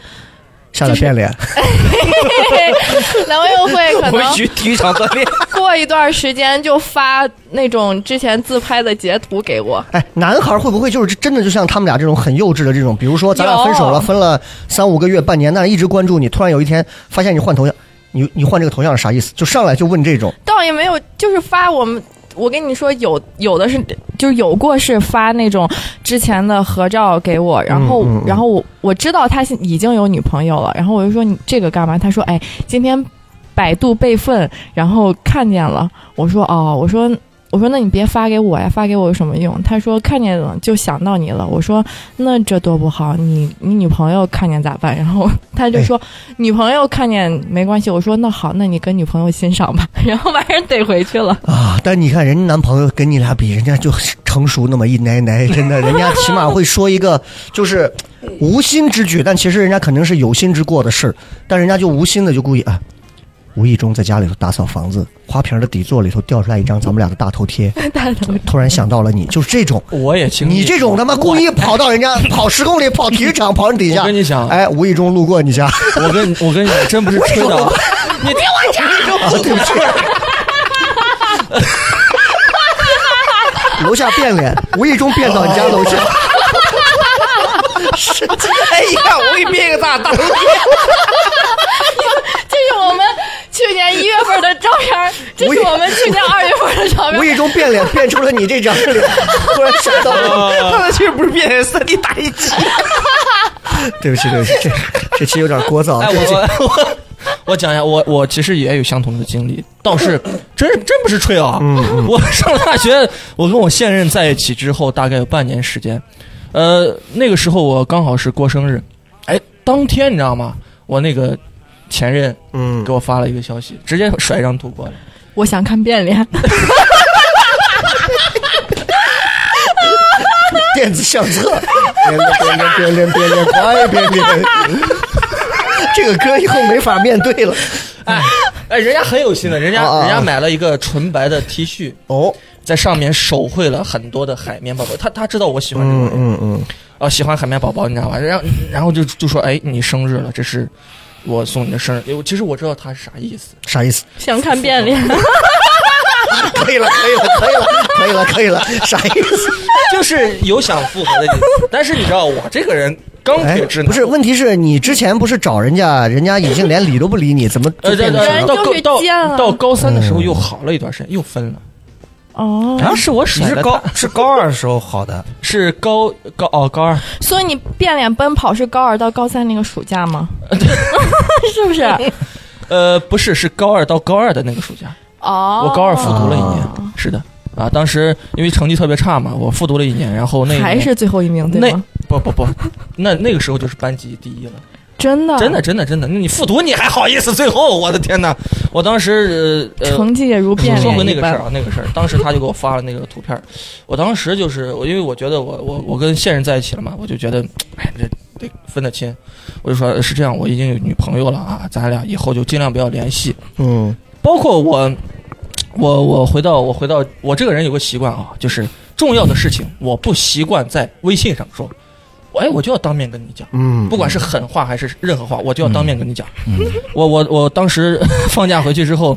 下来哦就是变脸。 男朋友会可回能去体育场锻炼。过一段时间就发那种之前自拍的截图给我。哎，男孩会不会就是真的就像他们俩这种很幼稚的这种？比如说咱俩分手了，有分了三五个月、半年，但是一直关注你，突然有一天发现你换头像，你你换这个头像是啥意思？就上来就问这种，倒也没有，就是发我们。我跟你说，有有的是，就是有过是发那种之前的合照给我，然后、嗯嗯然后我我知道他现已经有女朋友了，然后我就说你这个干嘛？他说哎，今天百度备份，然后看见了。我说哦，我说我说那你别发给我呀，发给我有什么用？他说看见了就想到你了。我说那这多不好，你你女朋友看见咋办？然后他哎就说、女朋友看见没关系，我说那好，那你跟女朋友欣赏吧， 然后把人怼回去了。啊，但你看人家男朋友跟你俩比，人家就成熟那么一奶奶，真的，人家起码会说一个就是无心之举，但其实人家肯定是有心之过的事儿，但人家就无心的就故意啊，无意中在家里头打扫房子，花瓶的底座里头掉出来一张咱们俩的大头贴， 大头突然想到了你，就是这种。我也经历过你这种他妈故意跑到 人家跑十公里跑体育场跑人底下，我跟你讲哎，无意中路过你家，我跟我跟你讲，真不是吹的 啊，你别往家，对不起，啊楼下变脸，无意中变到你家楼下， 哎呀，我给你变一个大大头贴。这是我们去年一月份的照片儿，这是我们去年二月份的照片无儿。意中变脸变出了你这张脸，突然想到哦了，他的其实不是变三 D 打印机， 对不起，对不起，这这期有点聒噪哎，，对不起我我我 我讲一下，我我其实也有相同的经历，倒是真真不是吹啊。嗯我上了大学，我跟我现任在一起之后，大概有半年时间，呃，那个时候我刚好是过生日，哎，当天你知道吗？我那个前任嗯给，我发了一个消息，直接甩一张图过来。我想看变脸，电子相册，边边边边边边快边边， 这个歌以后没法面对了。哎哎，人家很有心的，人家啊啊啊人家买了一个纯白的 T 恤，哦，在上面手绘了很多的海绵宝宝。他他知道我喜欢这个嗯东西，嗯嗯，啊，喜欢海绵宝宝，你知道吧？然后然后就就说，哎，你生日了，这是我送你的生日。哎我其实我知道他是啥 意思，啥意思？ 想看变脸，可以了，可以了，可以了，可以了，可以了，啥意思？就是有想复合的意思。但是你知道我这个人钢哎铁直，男，不是，问题是你之前不是找人家，人家已经连理都不理你，怎么就呃，对变成对，人到就高是到贱了到高三的时嗯候又好了一段时间，又分了。 哦，啊，是我甩的是高是高二时候好的，是高高哦高二，所以你变脸奔跑是高二到高三那个暑假吗？ 是不是？呃，不是，是高二到高二的那个暑假，哦，我高二复读了一哦年，是的，啊，当时因为成绩特别差嘛，我复读了一年，然后那一还年是最后一名，对那吗？不不不，那那个时候就是班级第一了，真的， 真的，真的真的，你复读你还好意思？最后我的天哪，我当时呃呃成绩也如变说回脸那一个事儿般。啊，那个事儿，当时他就给我发了那个图片儿，我当时就是我，因为我觉得我我我跟现任在一起了嘛，我就觉得，哎，这得分得清，我就说是这样，我已经有女朋友了啊，咱俩以后就尽量不要联系。嗯包括我，我我回到我回到我这个人有个习惯啊，就是重要的事情我不习惯在微信上说，哎，我就要当面跟你讲。嗯，不管是狠话还是任何话，我就要当面跟你讲。嗯 我我我当时 放假回去之后，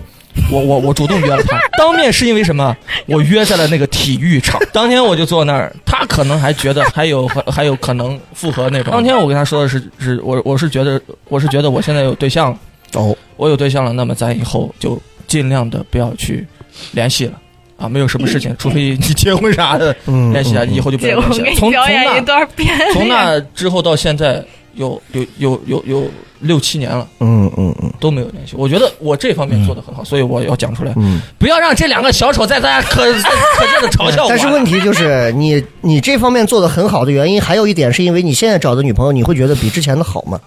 我我我主动约了他，当面是因为什么？我约在了那个体育场，当天我就坐那儿，他可能还觉得还有还有可能复合那种。当天我跟他说的是，是我我是觉得我是觉得我现在有对象了，哦，我有对象了，那么咱以后就尽量的不要去联系了。啊，没有什么事 情，除非你结婚啥的，嗯联系啊，以后就不要呃联系了。从从那段变 从那之后到现在，有有有有有六七年了，嗯嗯嗯都没有联系。我觉得我这方面做得很好，所以我要讲出来，嗯。不要让这两个小丑在大家可 可劲的嘲笑我。啊但是问，题就是，你你这方面做的很好的原因，还有一点是因为你现在找的女朋友，你会觉得比之前的好吗？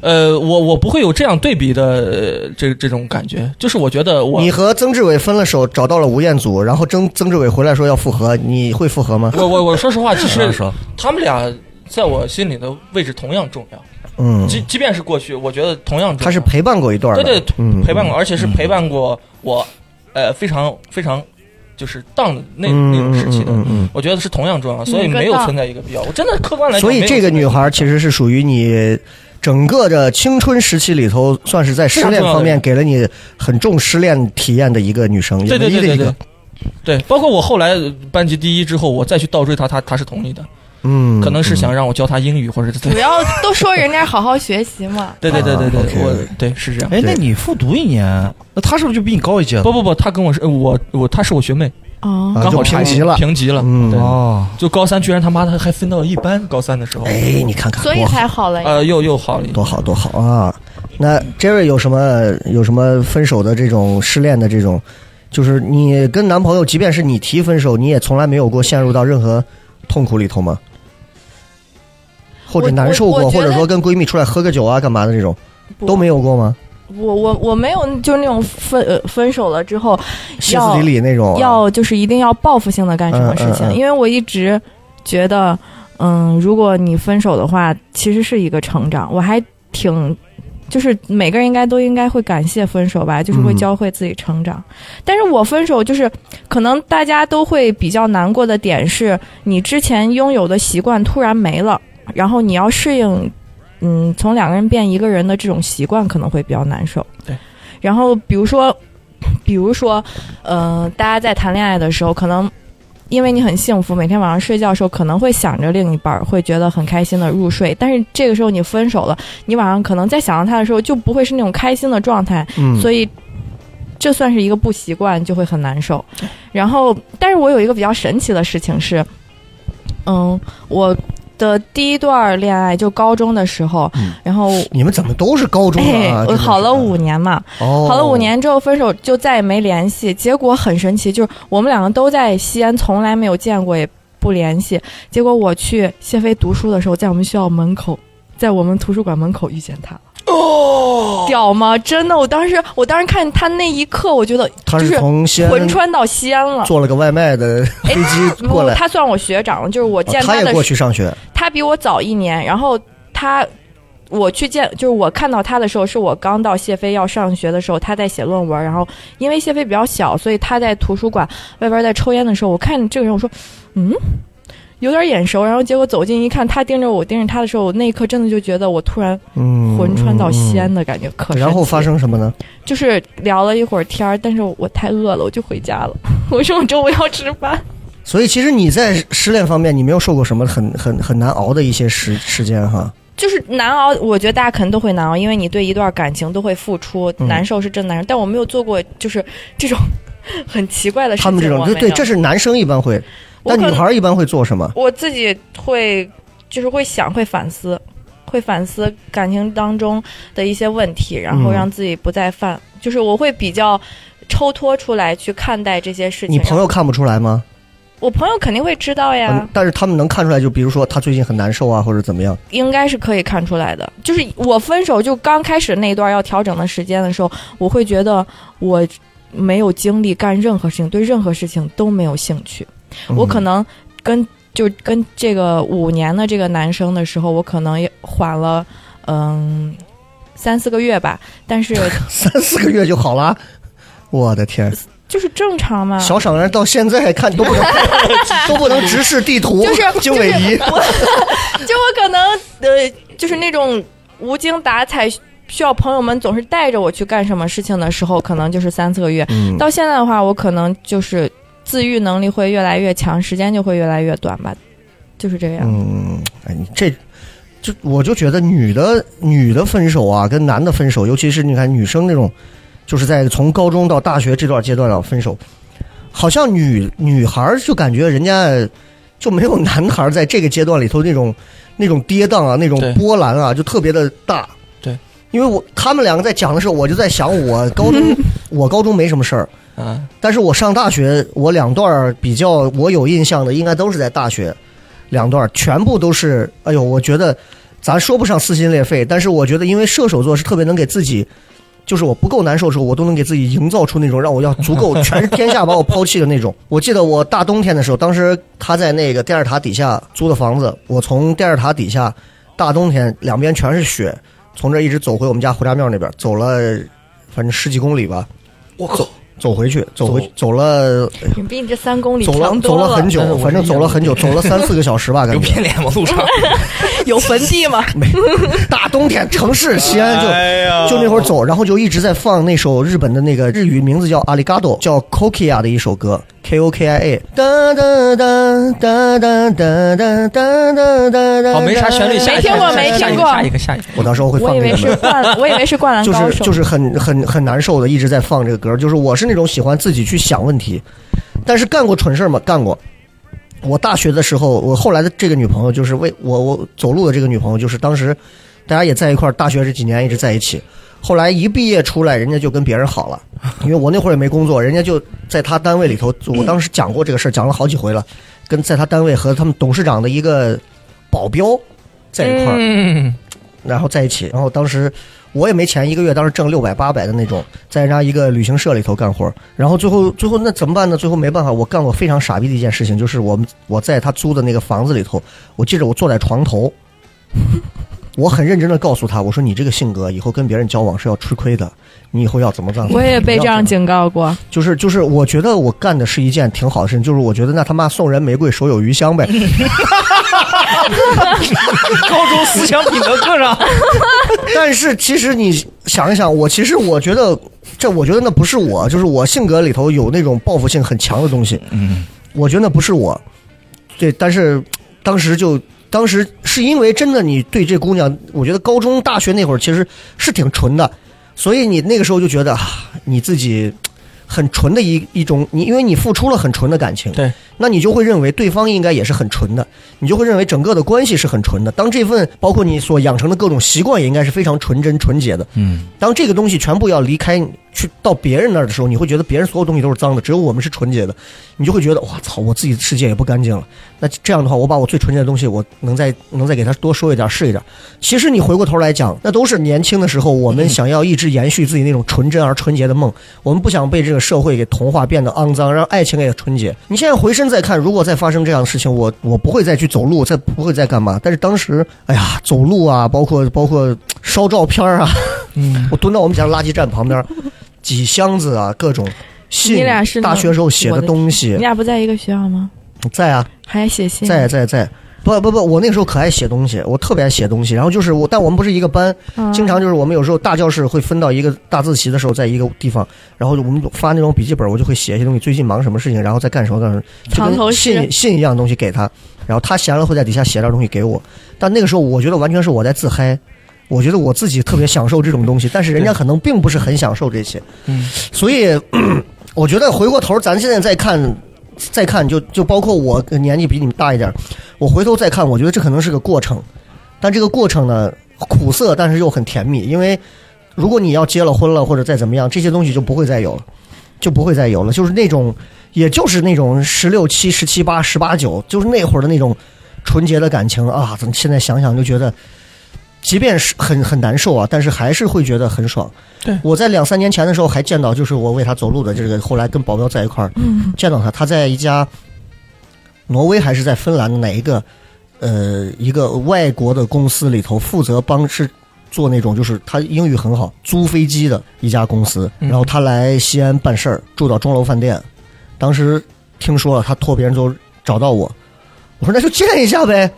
呃，我我不会有这样对比的呃这这种感觉，就是我觉得我你和曾志伟分了手，找到了吴彦祖，然后曾曾志伟回来说要复合，你会复合吗？我我我说实话，其 是实嗯说他们俩在我心里的位置同样重要，嗯，即即便是过去，我觉得同样重要。他是陪伴过一段对的，对嗯，陪伴过，而且是陪伴过我，呃，非常非常就是当的那嗯那种时期的嗯嗯嗯嗯，我觉得是同样重要，所以嗯没有跟当存在一个必要。我真的客观来讲，所以没有这个存在女孩其实是属于你整个的青春时期里头，算是在失恋方面给了你很重失恋体验的一个女生，也对对唯一对的对一个嗯对。，对，包括我后来班级第一之后，我再去倒追她，她她是同意的，嗯，可能是想让我教她英语或者 是。主要都说人家好好学习嘛对对对对啊对， ，OK 我对是这样。哎，那你复读一年，那他是不是就比你高一届了？不不不，她跟我是呃我我她是我学妹，哦，啊刚好就平差一级了平级了，嗯对，哦，就高三居然他妈的还分到了一班，高三的时候，哎，你看看，所以多好才好了呀。呃，又又好了一点多。好多好啊！那 Jerry 有什么有什么分手的这种失恋的这种，就是你跟男朋友，即便是你提分手，你也从来没有过陷入到任何痛苦里头吗？或者我难受我过，我觉或得者说跟闺蜜出来喝个酒啊，干嘛的这种不都没有过吗？我我我没有，就是那种分呃分手了之后歇斯要底里那种啊，要就是一定要报复性的干什么事嗯嗯情，嗯因为我一直觉得，嗯，如果你分手的话，其实是一个成长。我还挺，就是每个人应该都应该会感谢分手吧，就是会嗯教会自己成长。但是我分手就是，可能大家都会比较难过的点是，你之前拥有的习惯突然没了，然后你要适应，嗯，从两个人变一个人的这种习惯可能会比较难受。对，然后比如说，比如说，呃，大家在谈恋爱的时候，可能因为你很幸福，每天晚上睡觉的时候可能会想着另一半儿，会觉得很开心的入睡。但是这个时候你分手了，你晚上可能在想到他的时候就不会是那种开心的状态，嗯，所以这算是一个不习惯，就会很难受。然后，但是我有一个比较神奇的事情是，嗯，我的第一段恋爱就高中的时候，然后。你们怎么都是高嗯中哎啊？，我真的是好了五，年嘛，哦，好了五年之后分手，就再也没联系。结果很神奇，就是我们两个都在西安，从来没有见过，也不联系。结果我去谢飞读书的时候，在我们学校门口，在我们图书馆门口遇见他了。哦，屌吗？真的，我当时我当时看他那一刻，我觉得他就是是从西安魂穿到西安了。坐了个外卖的飞机过不，来，他算我学长了，就是我啊见他他也的过去上学，他比我早一年，然后他我去见，就是我看到他的时候，是我刚到谢飞要上学的时候，他在写论文，然后因为谢飞比较小，所以他在图书馆外边在抽烟的时候，我看这个人，我说嗯。有点眼熟，然后结果走近一看，他盯着我，盯着他的时候，我那一刻真的就觉得我突然嗯，魂穿到西安嗯。的感觉，可嗯然后神奇发生什么呢？就是聊了一会儿天儿，但是我太饿了，我就回家了。 我说我中午要吃饭，所以其实你在失恋方面，你没有受过什么很很很难熬的一些时时间哈。就是难熬，我觉得大家可能都会难熬，因为你对一段感情都会付出，嗯难受是真难受。但我没有做过就是这种 很奇怪的事他情，们这种我就没有对，这是男生一般会，我但可女能孩一般会做什么？我自己会就是会想，会反思，会反思感情当中的一些问题，然后嗯让自己不再犯。就是我会比较抽脱出来去看待这些事情。你朋然后友看不出来吗？我朋友肯定会知道呀。嗯但是他们能看出来，就比如说他最近很难受啊，或者怎么样。应该是可以看出来的。就是我分手就刚开始那一段要调整的时间的时候，我会觉得我没有精力干任何事情，对任何事情都没有兴趣。我可能能跟就跟这个五年的这个男生的时候，我可能也缓了嗯三四个月吧，但是 三四个月就好了。我的天，就是正常嘛。小厂人到现在看都不能 都不能直视地图，就是经纬仪。就我可能呃，就是那种无精打采，需要朋友们总是带着我去干什么事情的时候，可能就是三四个月。嗯到现在的话，我可能就是自愈能力会越来越强，时间就会越来越短吧，就是这样。嗯，哎，你这就我就觉得女的女的分手啊，跟男的分手，尤其是你看女生那种，就是在从高中到大学这段阶段啊分手，好像女女孩儿就感觉人家就没有男孩儿在这个阶段里头那种那种跌宕啊，那种对波澜啊，就特别的大。对，因为我他们两个在讲的时候，我就在想我高 中我高中没什么事儿，啊，但是我上大学，我两段儿比较我有印象的，应该都是在大学，两段儿全部都是，哎呦，我觉得咱说不上撕心裂肺，但是我觉得因为射手座是特别能给自己，就是我不够难受的时候，我都能给自己营造出那种让我要足够全天下把我抛弃的那种。我记得我大冬天的时候，当时他在那个电视塔底下租的房子，我从电视塔底下大冬天两边全是雪，从这一直走回我们家胡家庙那边，走了反正十几公里吧。我靠，走回去，走回走了你比你这三公里嗯走强了多走了很但是久，嗯我反正是走了很久，走了三四个小 时吧，感牛觉变脸往 路上， 有坟地 吗？大冬天城市 西安就。哎呀就那会儿走，然后就一直在放那首日本的那个日语名字叫《阿里嘎多》，叫 Kokia 的一首歌，K O K I A。哒哒哒哒哒哒哒哒哒哒哒。好，没啥旋律，下一个没听过没下一个听过下一个下一个，下一我个到时候会我放以给为你是们。灌， 我以为是灌篮就高是手。就是很很很难受的，一直在放这个歌。就是我是那种喜欢自己去想问题，但是干过蠢事儿吗？干过。我大学的时候，我后来的这个女朋友就是为我我走路的这个女朋友，就是当时大家也在一块儿，大学这几年一直在一起。后来一毕业出来，人家就跟别人好了，因为我那会儿也没工作，人家就在他单位里头。我当时讲过这个事儿，讲了好几回了，跟在他单位和他们董事长的一个保镖在一块儿。嗯，然后在一起。然后当时我也没钱，一个月当时挣六百八百的那种，在人家一个旅行社里头干活。然后最后最后那怎么办呢？最后没办法，我干过非常傻逼的一件事情，就是我们我在他租的那个房子里头，我记着我坐在床头， 我很认真的告诉他，我说你这个性格以后跟别人交往是要吃亏的，你以后要怎么干？我也被这样警告过，就是就是，我觉得我干的是一件挺好的事情，就是我觉得那他妈送人玫瑰手有余香呗，高中思想品德课上，但是其实你想一想，我其实我觉得这，我觉得那不是我，就是我性格里头有那种报复性很强的东西。嗯，我觉得那不是我。对，但是当时就当时是因为真的，你对这姑娘，我觉得高中、大学那会儿其实是挺纯的，所以你那个时候就觉得啊你自己很纯的一一种，你因为你付出了很纯的感情，对，那你就会认为对方应该也是很纯的，你就会认为整个的关系是很纯的。当这份包括你所养成的各种习惯也应该是非常纯真纯洁的，嗯，当这个东西全部要离开去到别人那儿的时候，你会觉得别人所有东西都是脏的，只有我们是纯洁的，你就会觉得哇操，我自己的世界也不干净了。那这样的话，我把我最纯洁的东西，我能再 能再给他多说一点是一点。其实你回过头来讲，那都是年轻的时候，我们想要一直延续自己那种纯真而纯洁的梦，我们不想被这个社会给同化，变得肮脏，让爱情也纯洁。你现在回身再看，如果再发生这样的事情，我我不会再去走路，再不会再干嘛。但是当时，哎呀，走路啊，包括包括烧照片啊，嗯，我蹲到我们家垃圾站旁 边，几箱子啊，各种信，你俩是那大学时候写我的东你西，俩不在一个学校吗？在啊，还写信？在在在。不不不，我那个时候可爱写东西，我特别爱写东西。然后就是我，但我们不是一个班，嗯经常就是我们有时候大教室会分到一个大自习的时候，在一个地方，然后我们发那种笔记本，我就会写一些东西，最近忙什么事情，然后在干什么干什么，就藏头跟诗信信一样的东西给他，然后他闲了会在底下写点东西给我。但那个时候我觉得完全是我在自嗨，我觉得我自己特别享受这种东西，但是人家可能并不是很享受这些。嗯，所以 咳我觉得回过头，咱现在再看。再看就就包括我呃年纪比你们大一点儿，我回头再看，我觉得这可能是个过程，但这个过程呢，苦涩，但是又很甜蜜。因为如果你要结了婚了，或者再怎么样，这些东西就不会再有了，就不会再有了。就是那种，也就是那种十六七、十七八、十八九，就是那会儿的那种纯洁的感情啊。怎么现在想想就觉得，即便是很很难受啊，但是还是会觉得很爽。对我在两三年前的时候还见到，就是我为他走路的这个，后来跟保镖在一块儿、嗯见到他，他在一家挪威还是在芬兰的哪一个呃一个外国的公司里头负责帮是做那种就是他英语很好，租飞机的一家公司，嗯然后他来西安办事儿，住到钟楼饭店。当时听说了，他托别人就找到我，我说那就见一下呗。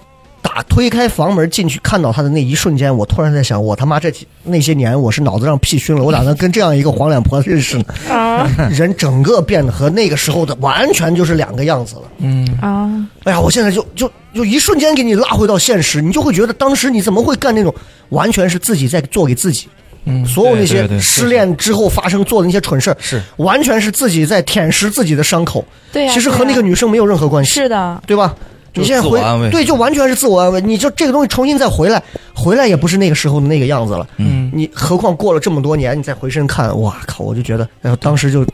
打推开房门进去，看到他的那一瞬间，我突然在想，我他妈这几那些年我是脑子让屁熏了，我咋能跟这样一个黄脸婆认识呢？啊人整个变得和那个时候的完全就是两个样子了。嗯，啊！哎呀，我现在就就就一瞬间给你拉回到现实，你就会觉得当时你怎么会干那种完全是自己在做给自己，嗯所有那对对些对失恋之后发生做的那些蠢事儿，是完全是自己在舔舐自己的伤口，对呀、啊其实和对呀那个女生没有任何关系，是的，对吧？就你现在自我回安慰对，就完全是自我安慰，你就这个东西重新再回来，回来也不是那个时候的那个样子了。嗯，你何况过了这么多年，你再回身看，哇靠！我就觉得，哎呦，当时就，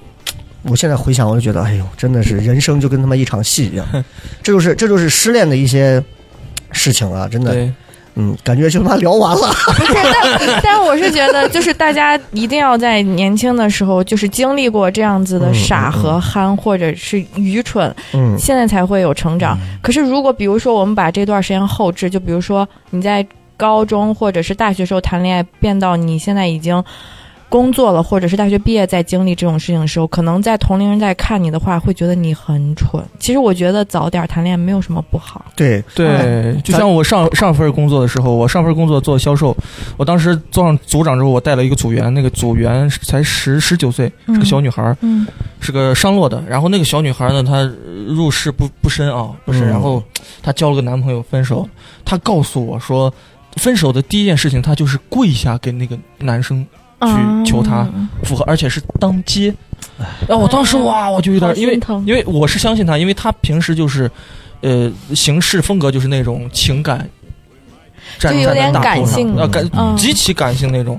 我现在回想，我就觉得，哎呦，真的是人生就跟他妈一场戏一样， 这就是这就是失恋的一些事情啊，真的，对，嗯，感觉就他妈聊完 了，不是，但但我是觉得，就是大家一定要在年轻的时候，就是经历过这样子的傻和憨，或者是愚蠢，嗯现在才会有成长。可是如果比如说我们把这段时间后置，就比如说你在高中或者是大学时候谈恋爱，变到你现在已经。工作了，或者是大学毕业，在经历这种事情的时候，可能在同龄人在看你的话，会觉得你很蠢。其实我觉得早点谈恋爱没有什么不好。对，对，就像我上上份工作的时候，我上份工作做销售，我当时做上组长之后，我带了一个组员，那个组员才十十九岁，是个小女孩儿，嗯是个商洛的。然后那个小女孩呢，她呃入世不不深啊，不深。嗯然后她交了个男朋友，分手。她告诉我说，分手的第一件事情，她就是跪下给那个男生嗯去求他复合，而且是当街。然后我当时哇，我就有点好因为心疼因为我是相信他，因为他平时就是，呃，行事风格就是那种情感，站就有站在点大感头上性呃，感嗯极其感性那种，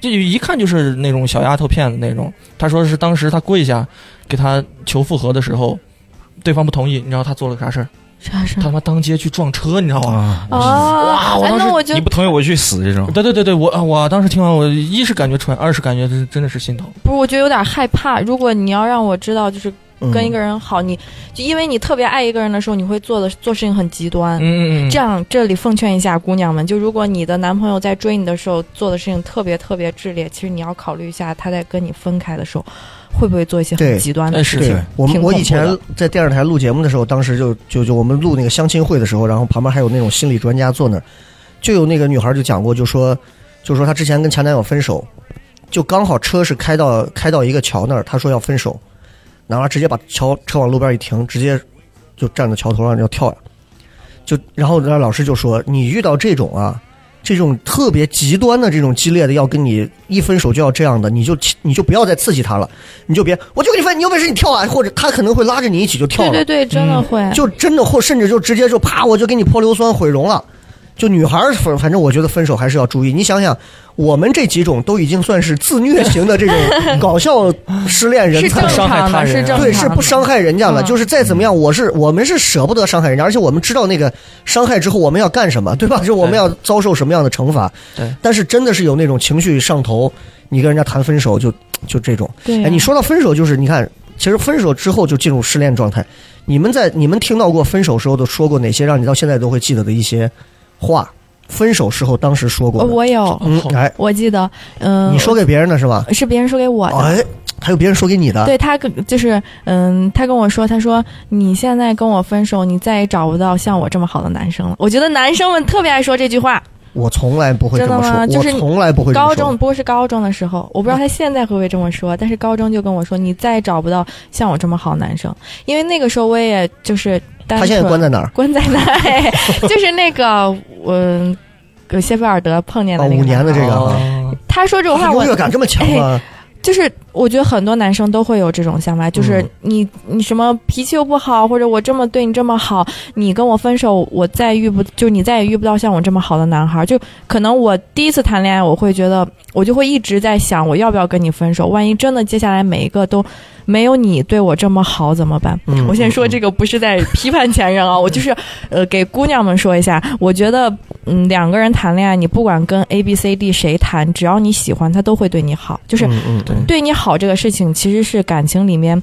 就一看就是那种小丫头片子那种。他说是当时他跪下给他求复合的时候，对方不同意，你知道他做了个啥事儿？啥事他他妈当街去撞车，你知道吗？啊，啊？哇我哎当时那我就你不同意我去死这种，对对对对，我啊我当时听完，我一是感觉蠢，二是感觉真真的是心疼。不是，我觉得有点害怕。如果你要让我知道，就是嗯跟一个人好，你就因为你特别爱一个人的时候，你会做的做事情很极端。嗯嗯嗯，这样，这里奉劝一下姑娘们，就如果你的男朋友在追你的时候做的事情特别特别炽烈，其实你要考虑一下，他在跟你分开的时候，会不会做一些对很极端的哎事是情对？我们挺我以恐怖的前在电视台录节目的时候，当时就就就我们录那个相亲会的时候，然后旁边还有那种心理专家坐那儿，就有那个女孩就讲过，就说就说她之前跟前男友分手，就刚好车是开到开到一个桥那儿，她说要分手，然后她直接把桥车往路边一停，直接就站在桥头上要跳呀，就然后那老师就说你遇到这种啊。这种特别极端的、这种激烈的，要跟你一分手就要这样的，你就你就不要再刺激他了。你就别，我就给你分，你有本事你跳啊，或者他可能会拉着你一起就跳对了，嗯对对，真的会。就真的或甚至就直接就啪，我就给你泼硫酸毁容了。就女孩儿反反正我觉得分手还是要注意。你想想，我们这几种都已经算是自虐型的这 种搞笑失恋人是才正了。常伤害他的，人是正常的，对，是不伤害人家了。嗯就是再怎么样，我是我们是舍不得伤害人家，而且我们知道那个伤害之后我们要干什么，对吧？就我们要遭受什么样的惩罚。对。但是真的是有那种情绪上头，你跟人家谈分手就就这种。对呀、哎，你说到分手，就是你看，其实分手之后就进入失恋状态。你们在你们听到过分手时候都说过哪些让你到现在都会记得的一些话？分手时候当时说过呃的，我有，嗯，哎，我记得，嗯、你说给别人的是吧？是别人说给我的。哎，还有别人说给你的，对他跟就是嗯，他跟我说，他说你现在跟我分手，你再也找不到像我这么好的男生了。我觉得男生们特别爱说这句话。我从来不会这么真的说，吗就是我从来不会这么高说。中不过是高中的时候，我不知道他现在会不会这么说，但是高中就跟我说，你再也找不到像我这么好的男生，因为那个时候我也就是单他现在纯关在哪儿？关在那儿， 哎就是那个我。呃谢菲尔德碰见啊，的那个、五年的这个，啊，哦他哦说这种话，他我哎优越感这么强吗？就是我觉得很多男生都会有这种想法，就是嗯你、你什么脾气又不好，或者我这么对你这么好，你跟我分手，我再遇不就你再也遇不到像我这么好的男孩儿。就可能我第一次谈恋爱，我会觉得我就会一直在想，我要不要跟你分手？万一真的接下来每一个都没有你对我这么好怎么办？嗯我先说这个不是在批判 前任啊，我就是呃给姑娘们说一下，我觉得嗯两个人谈恋爱，你不管跟 A B C D 谁谈，只要你喜欢，他都会对你好，就是嗯嗯嗯，对你好这个事情，其实是感情里面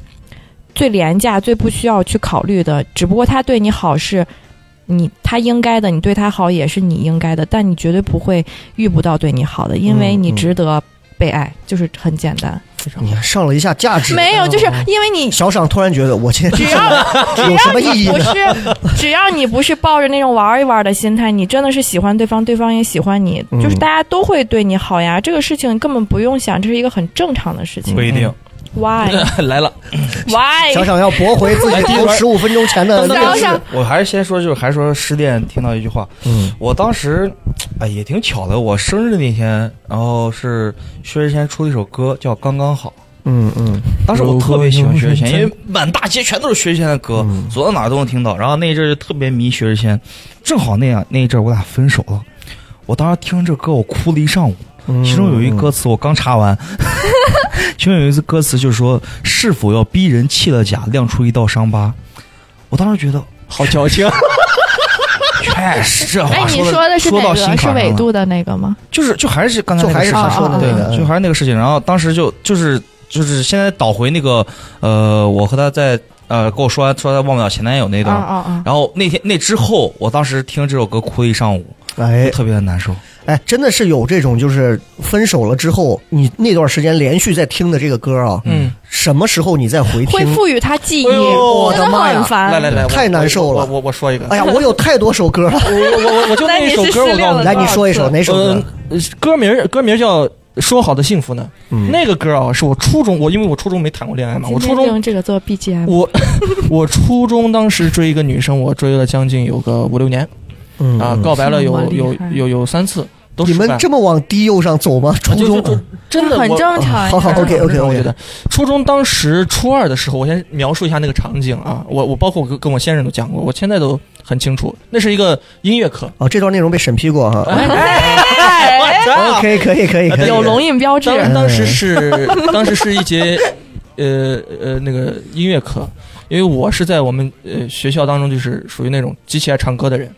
最廉价、最不需要去考虑的。只不过他对你好是你他应该的，你对他好也是你应该的，但你绝对不会遇不到对你好的，因为嗯你嗯值得被爱，就是很简单。你看上了一下价值，没有，就是哎呦因为你小赏突然觉得我今天 只 要有什么你意义不呢？是，只要你不是抱着那种玩一玩的心态，你真的是喜欢对方，对方也喜欢你，嗯就是大家都会对你好呀。这个事情根本不用想，这是一个很正常的事情不。一定。 Why 来了， why？小赏要驳回自己头十五分钟前的那哎小个赏事，我还是先说，就是还说失恋，听到一句话，嗯，我当时，哎，也挺巧的，我生日那天，然后是薛之谦出了一首歌叫《刚刚好》，嗯嗯，当时我特别喜欢薛之谦，因为满大街全都是薛之谦的歌，走到哪儿都能听到。然后那一阵儿就特别迷薛之谦，正好那样那一阵儿我俩分手了，我当时听着这歌我哭了一上午，嗯其中有一歌词我刚查完， 其中有一次歌词就是说是否要逼人弃了甲，亮出一道伤疤。我当时觉得，好矫情。确实这哎话，你说说的是说哪到个？心是坎儿纬上了。度的那个吗？就是就还是刚才就那个还是事情他说的啊那啊个，就还是那个事情。然后当时就就是就是现在倒回那个呃，我和他在呃跟我说说他忘不了前男友那啊段。啊啊！然后那天那之后，我当时听这首歌哭了一上午，哎特别的难受。哎，真的是有这种，就是分手了之后，你那段时间连续在听的这个歌啊，嗯，什么时候你再回会听？赋予他记忆，哎呦我真的妈呀很烦。 来来来，我 太难受了我我我说一个，哎呀，我有太多首歌了，我我我我 就那你那一是首歌，失我恋告诉了你，来你说一首哪首歌嗯？，呃歌名儿歌名儿叫《说好的幸福》呢。嗯那个歌啊，是我初中，我因为我初中没谈过恋爱嘛，我今初天中用这个做 BGM，我我初中当时追一个女生，我追了将近有个五六年嗯啊，告白了有这么厉有害有有三次，都你失败啊们这么往低幼上走吗？初就就就中啊真的很我正常呀。好好，OK 我 OK 我觉 OK，得初中当时初二的时候，我先描述一下那个场景啊，我我包括我跟跟我先生都讲过，我现在都很清楚，那是一个音乐课。哦，这段内容被审批过哈。嗯哎我 OK，可以可以可以，有龙印标志，当当嗯时是当时是一节，呃呃那个音乐课，因为我是在我们呃学校当中就是属于那种极其爱唱歌的人。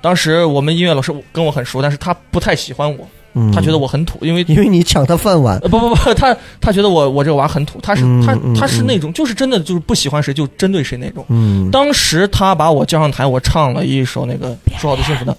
当时我们音乐老师跟我很熟，但是他不太喜欢我，嗯他觉得我很土，因为因为你抢他饭碗，呃不不不，他他觉得我我这个娃很土，他是嗯他嗯他是嗯那种就是真的就是不喜欢谁就针对谁那种。嗯，当时他把我叫上台，我唱了一首那个《说好的幸福》的，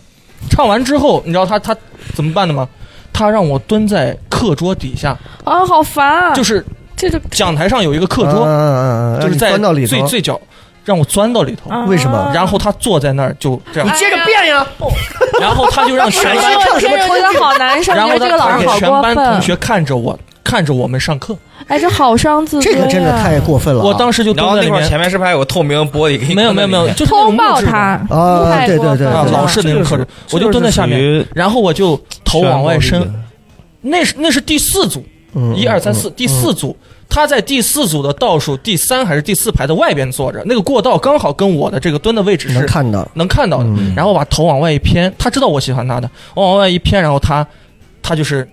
唱完之后，你知道他他怎么办的吗？他让我蹲在课桌底下，啊，好烦啊！就是是这就讲台上有一个课嗯桌，嗯嗯嗯，就是在钻到里最头，最啊角，让我钻到里头。啊为什么然后他坐在那儿就这样，接着变呀！ 然后他就让哎 全呦班，我听着觉得好难受，然觉后得这个老他师给好全过班同分，学看着我，看着我们上课。哎，这好伤自尊这呀。个真的太过分了啊。我当时就然蹲后在那里块儿面，前面是不是还有个透明玻璃？可以没有看没到有没有里，面就是那种通木报质的他啊太对对过对分啊，了对老式那种课桌，我就蹲在下面，，然后我就头往外伸。那是那是第四组，嗯一二三四，第四组他在第四组的倒数第三还是第四排的外边坐着，那个过道刚好跟我的这个蹲的位置能是看哦到，能看到的。嗯然后把头往外一偏，他知道我喜欢他的，我往外一偏，然后他他就是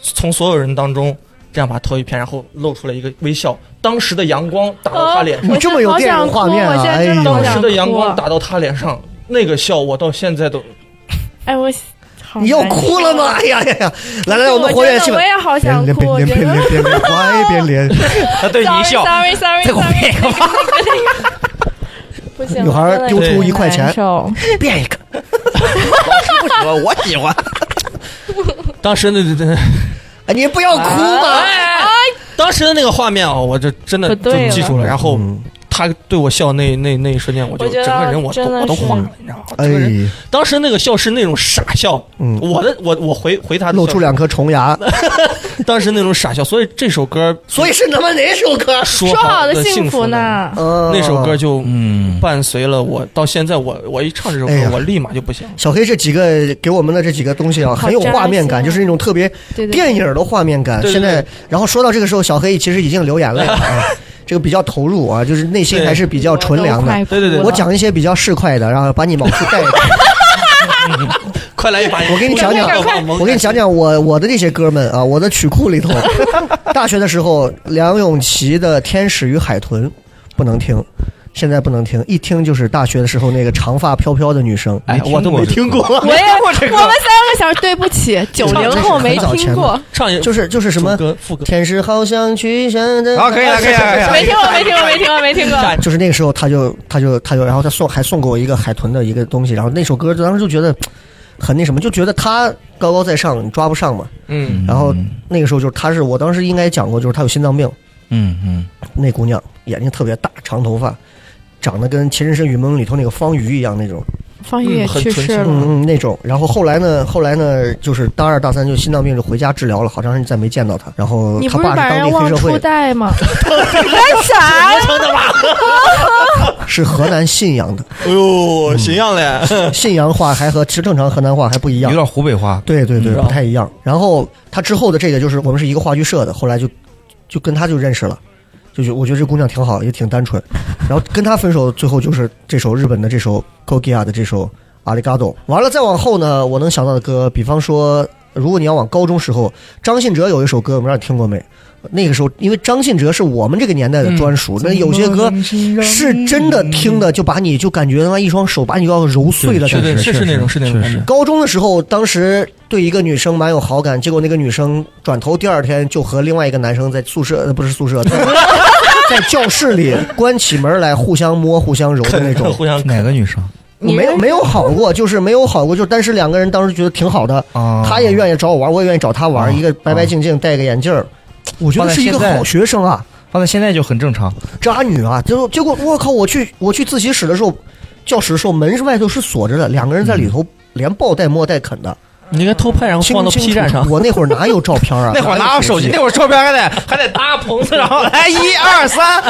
从所有人当中这样把头一偏，然后露出了一个微笑。当时的阳光打哦到他脸上，你这么有电影画面啊我现在真的好当哎呀时想哭的阳光打到他脸上，那个笑我到现在都哎，我好你要哭了吗？哎呀呀呀！来来，我们活跃气我氛。也好别想别哭，我别觉别得。别别别，怀边连。 他对你一笑， ，sorry sorry 这个 sorry，屁吧？ 不行，女孩真的丢出有点一块钱难受变一个，不喜欢，我喜欢。当时那 那那哎你不要哭啊嘛！当时的那个画面啊，我这真的不对就记住了。了然后他对我笑那那那一瞬间，我就我觉整得个人我都真的我都是慌了，你知道吗？哎整个，人当时那个笑是那种傻笑，嗯我的我我回回他的哎笑露出两颗虫 牙，当时那种傻笑，所以这首歌所以是他妈哪首歌？说说好的的幸福福？呢？呃 那首歌就嗯，伴随了我到现在，我我一唱这首歌哎呀，我立马就不行了。小黑这几个给我们的这几个东西啊，好很有画面感，就扎心啊是那种特别对对对电影的画面感。对对现在对，然后说到这个时候，小黑其实已经流眼泪了 啊，这个比较投入啊，就是内心还是比较纯良的。对对对我我讲一些比较市侩的，然后把你往出 带。快来一把！我给你讲讲，我给你讲讲我我的这些哥们啊，我的曲库里 头，大学的时候梁咏琪的《天使与海豚》不能听，现在不能听，一听就是大学的时候那个长发飘飘的女生。哎，我都没听过。我也我们三个小时，对不起，九零后没听过，唱一就是就是什么主歌副歌。天使好想去向的，啊，可以了，可以了，可以了。没听过，没听过，没听过，没听过。就是那个时候他就他就他就，然后他送还送给我一个海豚的一个东西，然后那首歌当时就觉得很那什么，就觉得他高高在上，你抓不上嘛。嗯，然后那个时候就是他是我当时应该讲过，就是他有心脏病，嗯嗯，那姑娘眼睛特别大，长头发。长得跟《情深深雨蒙》里头那个方瑜一样那种，方玉也去世了，嗯嗯那种。然后后来呢，后来呢，就是大二大三就心脏病就回家治疗了，好长时间再没见到他。然后你他不是爸把当人地黑忘社初会，代吗？干啥呀？是河南信阳的，哎呦，形象嘞！信阳话还和其实正常河南话还不一有样，点湖北话。对对对，嗯不太一样。然后他之后的这个就是我们是一个话剧社的，后来就就跟他就认识了，就就我觉得这姑娘挺好，也挺单纯。然后跟他分手，最后就是这首日本的这首 Kogia 的这首《阿里嘎多》。完了再往后呢，我能想到的歌，比方说，如果你要往高中时候，张信哲有一首歌，我不知道你听过没？那个时候，因为张信哲是我们这个年代的专嗯属，那有些歌是真的听的，就把你就感觉他妈一双手把你要揉碎了对感觉对，。是是那种，是那种感觉。高中的时候，当时对一个女生蛮有好感，结果那个女生转头第二天就和另外一个男生在宿舍，呃、不是宿舍，在 在教室里关起门来互相摸、互相揉的那种。互相哪个女生我没有没有好过，就是没有好过，就但是两个人当时觉得挺好的，啊？他也愿意找我玩，我也愿意找他玩，啊一个白白净净，戴个眼镜儿，我觉得是一个放在现在好学生啊，放在现在就很正常。渣女啊，结果结果我靠，我去我去自习室的时候，教室的时候门是外头是锁着的，两个人在里头连抱带摸带啃的。你应该偷拍，然后清放到清 P 站楚上 哎楚。我那会儿哪有照片啊 ？那会儿哪有手机？那会儿照片还得还得搭棚子，然后来一二三，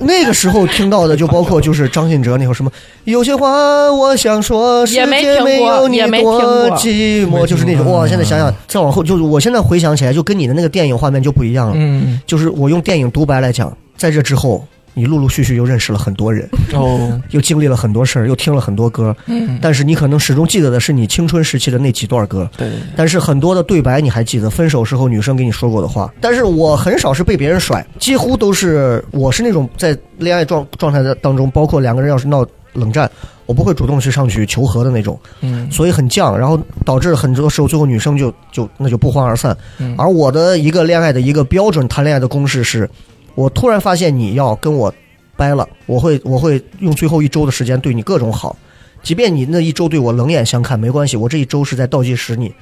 那个时候听到的就包括就是张信哲那会儿什么，有些话我想说，世也没界听过没有你也没听多过寂寞，就是那嗯种哇！现在想想，再往后就是我现在回想起来，就跟你的那个电影画面就不一样了。嗯，就是我用电影独白来讲，在这之后。你陆陆续续又认识了很多人，哦，又经历了很多事儿，又听了很多歌，嗯，但是你可能始终记得的是你青春时期的那几段歌，对对但是很多的对白你还记得，分手时候女生给你说过的话。但是我很少是被别人甩，几乎都是我是那种在恋爱状状态的当中，包括两个人要是闹冷战，我不会主动去上去求和的那种，嗯所以很犟，然后导致很多时候最后女生就就那就不欢而散。嗯而我的一个恋爱的一个标准谈恋爱的公式是，我突然发现你要跟我掰了，我会我会用最后一周的时间对你各种好，即便你那一周对我冷眼相看没关系，我这一周是在倒计时你。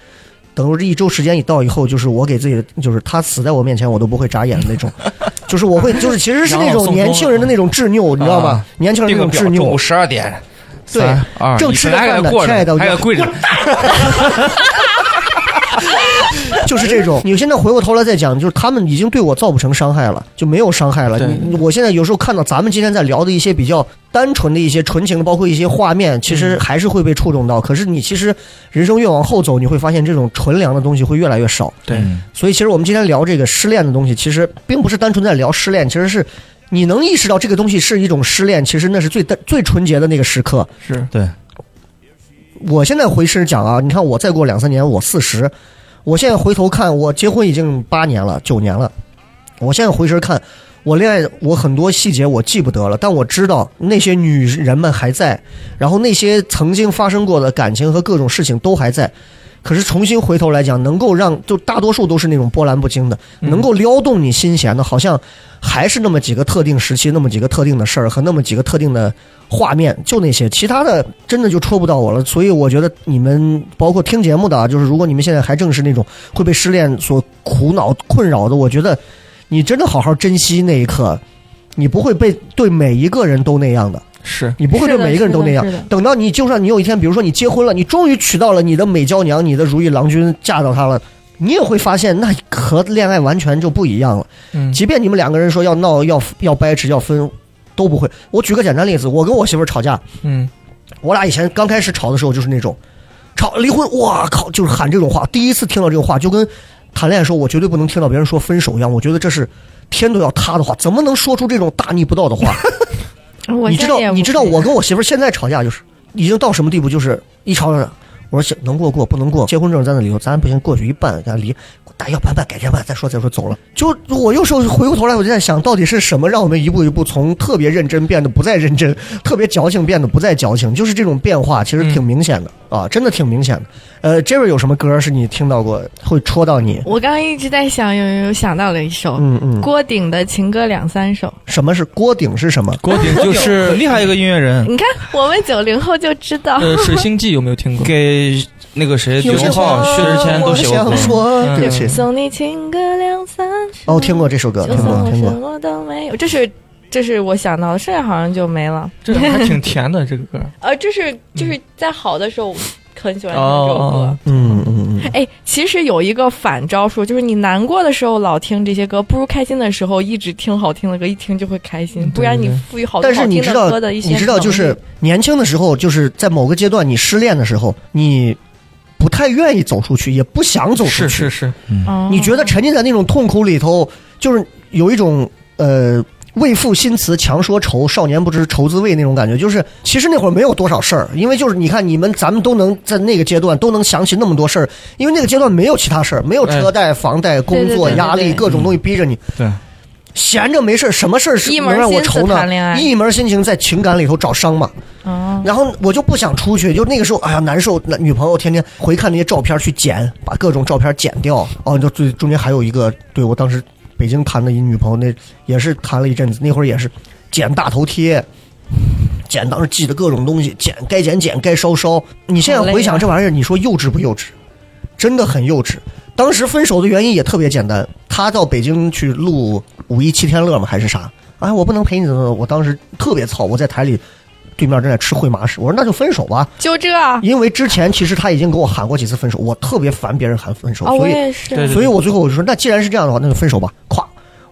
等我这一周时间一到以后，就是我给自己的，就是他死在我面前，我都不会眨眼的那 种，就是我会，就是其实是那然后送种终年轻人的那种执拗，你知道吗啊？年轻人定那种个表，执中拗午，十二点，对三二，正一吃着还饭得呢过亲爱的着，还得跪着， 就是这种。你现在回过头来再讲，就是他们已经对我造不成伤害了，就没有伤害了。对你我现在有时候看到咱们今天在聊的一些比较单纯的一些纯情的，包括一些画面，其实还是会被触动到。可是你其实人生越往后走，你会发现这种纯良的东西会越来越少。对嗯所以其实我们今天聊这个失恋的东西，其实并不是单纯在聊失恋，其实是你能意识到这个东西是一种失恋，其实那是最单最纯洁的那个时刻。是对，我现在回身讲啊，你看我再过两三年我四十，我现在回头看，我结婚已经八年了，九年了，我现在回身看。我恋爱，我很多细节我记不得了，但我知道那些女人们还在，然后那些曾经发生过的感情和各种事情都还在。可是重新回头来讲，能够让就大多数都是那种波澜不惊的，能够撩动你心弦的，好像还是那么几个特定时期、那么几个特定的事儿和那么几个特定的画面，就那些，其他的真的就戳不到我了。所以我觉得你们包括听节目的啊，就是如果你们现在还正是那种会被失恋所苦恼困扰的，我觉得你真的好好珍惜那一刻，你不会被对每一个人都那样的。是，你不会对每一个人都那样是的是的是。等到你，就算你有一天，比如说你结婚了，你终于娶到了你的美娇娘，你的如意郎君，嫁到她了，你也会发现，那和恋爱完全就不一样了。嗯，即便你们两个人说要闹、要要掰扯、要分，都不会。我举个简单例子，我跟我媳妇儿吵架，嗯，我俩以前刚开始吵的时候就是那种，吵离婚，哇靠，就是喊这种话。第一次听到这种话，就跟谈恋爱的时候我绝对不能听到别人说分手一样，我觉得这是天都要塌的话，怎么能说出这种大逆不道的话？我你知现在也道，不你知道会我跟我媳妇儿现在吵架就是已经到什么地步，就是一吵吵，我说行能过过，不能过，结婚证在那里头，咱不行过去一办，咱离，大要办办，改天办，再说再说走了。就我有时候回过头来，我就在想到底是什么让我们一步一步从特别认真变得不再认真，特别矫情变得不再矫情，就是这种变化其实挺明显的、啊，真的挺明显的。呃，Jerry 有什么歌是你听到过会戳到你？我刚刚一直在想，有有有想到了一首、嗯嗯，郭顶的情歌两三首。什么是锅顶是什么？郭顶就是很厉害一个音乐嗯人，你看，我们九零后就 知道， 呃，《水星记》有没有听过？给那个谁有刘些文浩、话薛之谦都我写过想歌。说，嗯对不起。送你情歌两三首。哦，听过这首歌，就听算过我听什过。么都没有，这是这是我想到的，剩下好像就没了。这还挺甜的这个歌。呃，这是就是在好的时候，我很喜欢听这首歌。哦，嗯嗯嗯。哎，其实有一个反招数，就是你难过的时候老听这些歌，不如开心的时时候一直听好听的歌，一听就会开嗯心。不然你赋予好多但好是你听知的道，歌的一些，你知道，就是年轻的时候，就是在某个阶段，你失恋的时候，你不太愿意走出去，也不想走出是去。嗯是是，哦你觉得沉浸在那种痛苦里头，就是有一种呃。为赋新词强说愁，少年不知愁滋味那种感觉，就是其实那会儿没有多少事儿，因为就是你看你们咱们都能在那个阶段都能想起那么多事儿，因为那个阶段没有其他事儿，没有车贷、房贷、工作、对对对压力对各种东西逼着你，对，闲着没事儿，什么事儿是一能门让我心思愁呢谈恋？爱一门心情在情感里头找伤嘛。哦，然后我就不想出去，就那个时候，哎呀难受。那女朋友天天回看那些照片去剪，把各种照片剪掉。哦，就最中间还有一个，对我当时北京谈的一女朋友，那也是谈了一阵子，那会儿也是剪大头贴，剪当时记得各种东西，剪该剪剪，该烧烧。你现在回想这玩意儿，你说幼稚不幼稚？真的很幼稚。当时分手的原因也特别简单，他到北京去录五一七天乐嘛，还是啥？哎，我不能陪你，怎么？我当时特别操，我在台里对面正在吃烩麻食，我说那就分手吧，就这啊啊因为之前其实他已经给我喊过几次分手，我特别烦别人喊分手，哦，我所以也是，啊对所以我最后我就说，那既然是这样的话，那就分手吧，咵，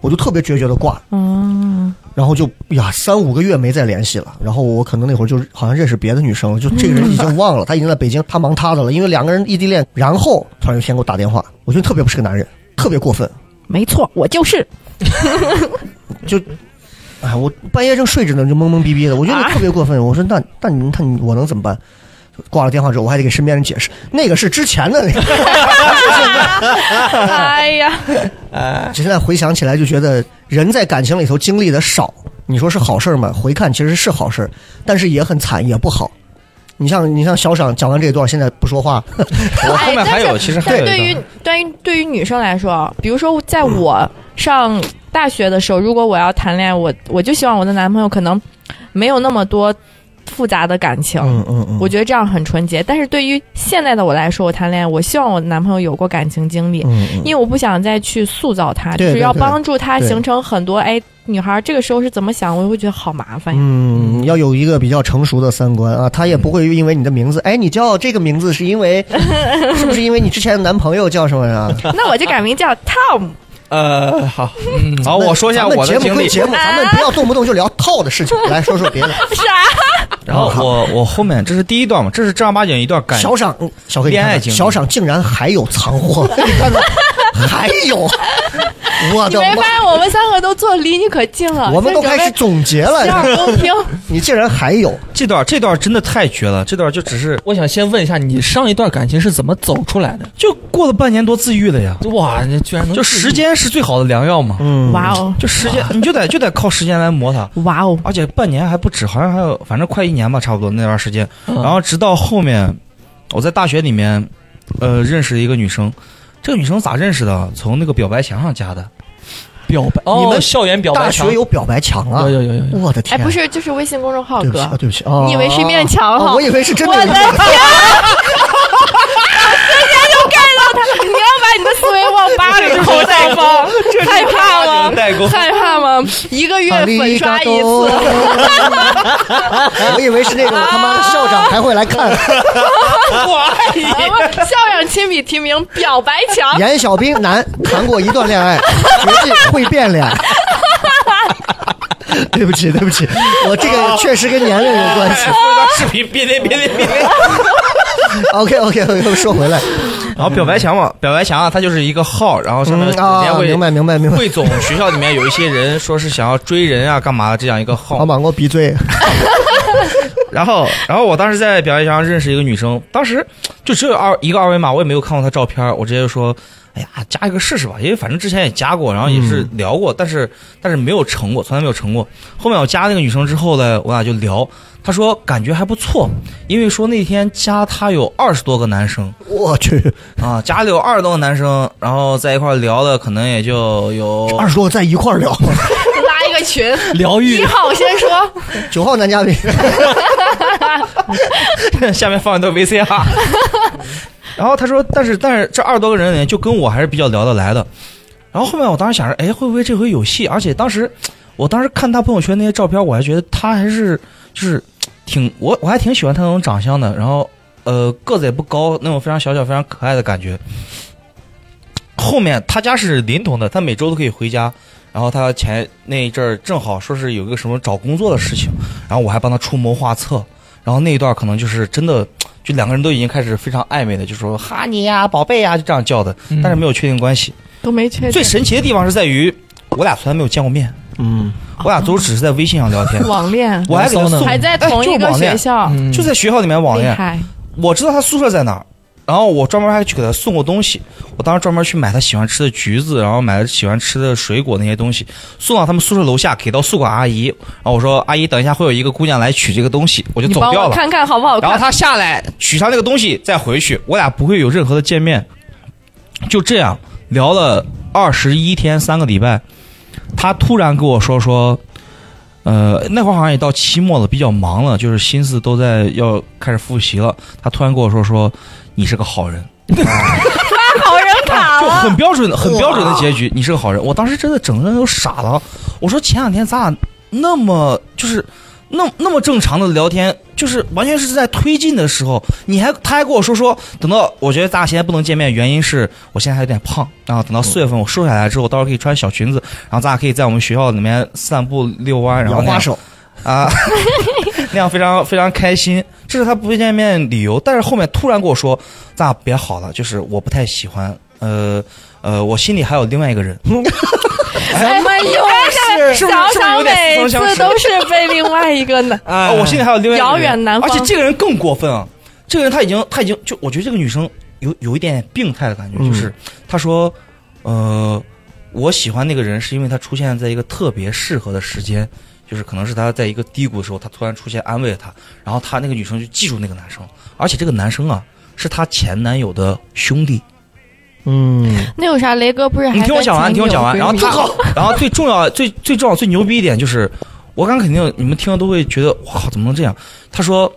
我就特别决绝的挂了，嗯，然后就哎呀三五个月没再联系了，然后我可能那会儿就是好像认识别的女生了，就这个人已经忘了，他已经在北京，他忙他的了，因为两个人异地恋，然后突然有一天给我打电话，我觉得特别不是个男人，特别过分，没错，我就是。哎，我半夜正睡着呢，就懵懵逼逼的，我觉得特别过分。我说那那你那你我能怎么办？挂了电话之后，我还得给身边人解释，那个是之前的那个。 哎呀，现在回想起来就觉得，人在感情里头经历的少，你说是好事儿吗？回看其实是好事儿，但是也很惨，也不好。你像你像小赏讲完这一段，现在不说话，我后面还有，其实还哎有但对一于个，对于对于女生来说，比如说在我上大学的时候，如果我要谈恋爱，我我就希望我的男朋友可能没有那么多复杂的感情。嗯嗯嗯，我觉得这样很纯洁，但是对于现在的我来说，我谈恋爱，我希望我男朋友有过感情经历，嗯嗯因为我不想再去塑造他，对就是对要对帮助他对形成很多哎女孩这个时候是怎么想，我会觉得好 麻烦呀。嗯，要有一个比较成熟的三观啊，他也不会因为你的名字，哎，你叫这个名字是因为是不是因为你之前的男朋友叫什么呀？那我就改名叫 Tom，呃，好，嗯，好，好我说一下我的节目经归历。节目，咱哎们不要动不动就聊套的 事情，来说说别 的。啥？然后我我后面这是第一段嘛，这是正儿八经一段感小赏，嗯小黑，你恋看爱看经历小赏竟然还有藏货， 你看看，还有， 我你的没妈发！现我们三个都坐离你可近了？我们都开始总结洗了，耳恭听。 你竟然还有，这段这段真的太绝了，这段就只是我想先问一下，你上一段感情是怎么走出来的？就过了半年多自愈的呀，哇，你居然能就时间是最好的良药嘛，嗯，哇哦，就时间你就得就得靠时间来磨它，哇哦，而且半年还不止，好像还有反正快一年吧，差不多那段时间。嗯然后直到后面，我在大学里面，呃，认识一个女生，这个女生咋认识的？从那个表白墙上加的。表白，你哦，们校园表白大墙学有表白墙啊有，有有有有，我的天，啊哎，不是，就是微信公众号对不起，啊哥，对不起，哦你以为是面墙哦哈？我以为是真的我有的面天！墙我瞬间就 get 到他， 你要把你的思维往八零后带吗？害怕吗？害怕吗？一个月粉刷一次，我以为是那种他妈的校长还会来 看咱们校长亲笔提名表白 墙，严小兵男谈过一段恋爱，绝对会变脸。 对不起，对不起，我这哦个确实跟年龄有关系。视频啊别别别别别！ OK OK OK，说回来， 然后表白墙嘛，表白墙啊，它就是一个号，然后上面嗯人家啊，会明白明白明白。汇总学校里面有一些人说是想要追人啊，干嘛的这样一个号老。板给我闭嘴！然后，然后我当时在表演上认识一个女生，当时就只有二一个二维码，我也没有看过她照片，我直接就说，哎呀，加一个试试吧，因为反正之前也加过，然后也是聊过，但是但是没有成过，从来没有成过。后面我加那个女生之后呢，我俩就聊，她说感觉还不错，因为说那天加她有二十多个男生我去，啊，家里有二十多个男生，然后在一块儿聊的可能也就有二十多个在一块儿聊，拉一个群。疗愈一号先说，九号男嘉宾， 下面放一段 VCR。然后他说，但是但是这二十多个人里面，就跟我还是比较聊得来的。然后后面我当时想着，哎，会不会这回有戏？而且当时，我当时看他朋友圈那些照片，我还觉得他还是就是挺我我还挺喜欢他那种长相的。然后呃，个子也不高，那种非常小巧、非常可爱的感觉。后面他家是临潼的，他每周都可以回家。然后他前那一阵儿正好说是有一个什么找工作的事情，然后我还帮他出谋划策。然后那一段可能就是真的，就两个人都已经开始非常暧昧的，就说哈你呀、宝贝啊呀，就这样叫的，嗯但是没有确定关系。都没确最神奇的地方是在于，我俩从来没有见过面，嗯，我俩都只是在微信上聊天。网恋，我还给他送，还在同哎一就是个网学恋校，嗯就在学校里面网厉恋。害。我知道他宿舍在哪儿，然后我专门还去给他送过东西。我当时专门去买他喜欢吃的橘子，然后买他喜欢吃的水果那些东西，送到他们宿舍楼下，给到宿管阿姨。然后我说：“阿姨，等一下会有一个姑娘来取这个东西。”我就你走帮掉我了。看看好不好然后看？他下来取上那个东西再回去，我俩不会有任何的见面。就这样聊了二十一天三个礼拜，他突然跟我说说，呃，那会儿好像也到期末了，比较忙了，就是心思都在要开始复习了。他突然跟我说说，你是个好人，发好人卡就很了，标准的、很标准的结局。你是个好人，我当时真的整个人都傻了。我说前两天咱俩那么就是那那么正常的聊天，就是完全是在推进的时候，你还他还跟我说说，等到我觉得咱俩现在不能见面，原因是我现在还有点胖，然后等到四月份我瘦下来之后，到时候可以穿小裙子，然后咱俩可以在我们学校里面散步遛弯，然摇后那花样手，啊， 那样非常非常开心，这是他不见面的理由。但是后面突然跟我说，咱俩别好了，就是我不太喜欢，呃呃，我心里还有另外一个人。 咱们又是是不是小是不是哎小有点似曾每相次识都是被另外一个男，啊哦，我心里还有另外一个人遥远南方而且这个人更过分啊，这个人他已经他已经就我觉得这个女生有有一点病态的感觉，嗯就是她说，呃，我喜欢那个人是因为他出现在一个特别适合的时间，就是可能是他在一个低谷的时候，他突然出现安慰了他，然后他那个女生就记住那个男生，而且这个男生啊是她前男友的兄弟。嗯，那有啥？雷哥不是还你听我讲完，在你听我讲完。前然后女友闺蜜他， 然后最重要、最最重要、最牛逼一点就是，我刚肯定你们听了都会觉得，哇，怎么能这样？他说，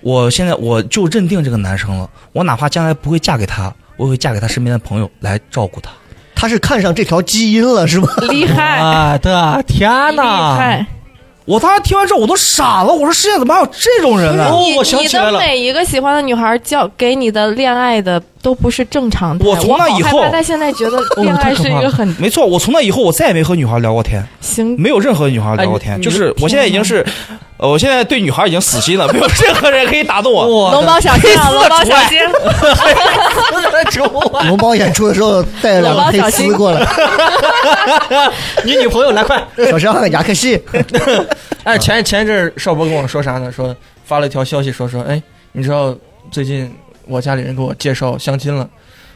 我现在我就认定这个男生了，我哪怕将来不会嫁给他，我也会嫁给他身边的朋友来照顾他。他是看上这条基因了是吗？厉害，我啊的天厉哪！害！我当时听完之后我都傻了，我说世界怎么还有这种人呢？ 哦你我想你起来的了每一个喜欢的女孩叫给你的恋爱的都不是正常的。我从那以后我好害怕他现在觉得恋爱是一个很没错，我从那以后我再也没和女孩聊过天，行。没有任何女孩聊过天，哎你就是我现在已经是，呃，我现在对女孩已经死心了，没有任何人可以打动 我。我 龙的猫小心啊，黑丝龙猫除小外心！ 龙包演出的时候带了两个黑丝过来，你女朋友来快！小张雅克西，哎，前前一阵儿邵博跟我说啥呢？说发了一条消息说说，哎，你知道最近我家里人给我介绍相亲了。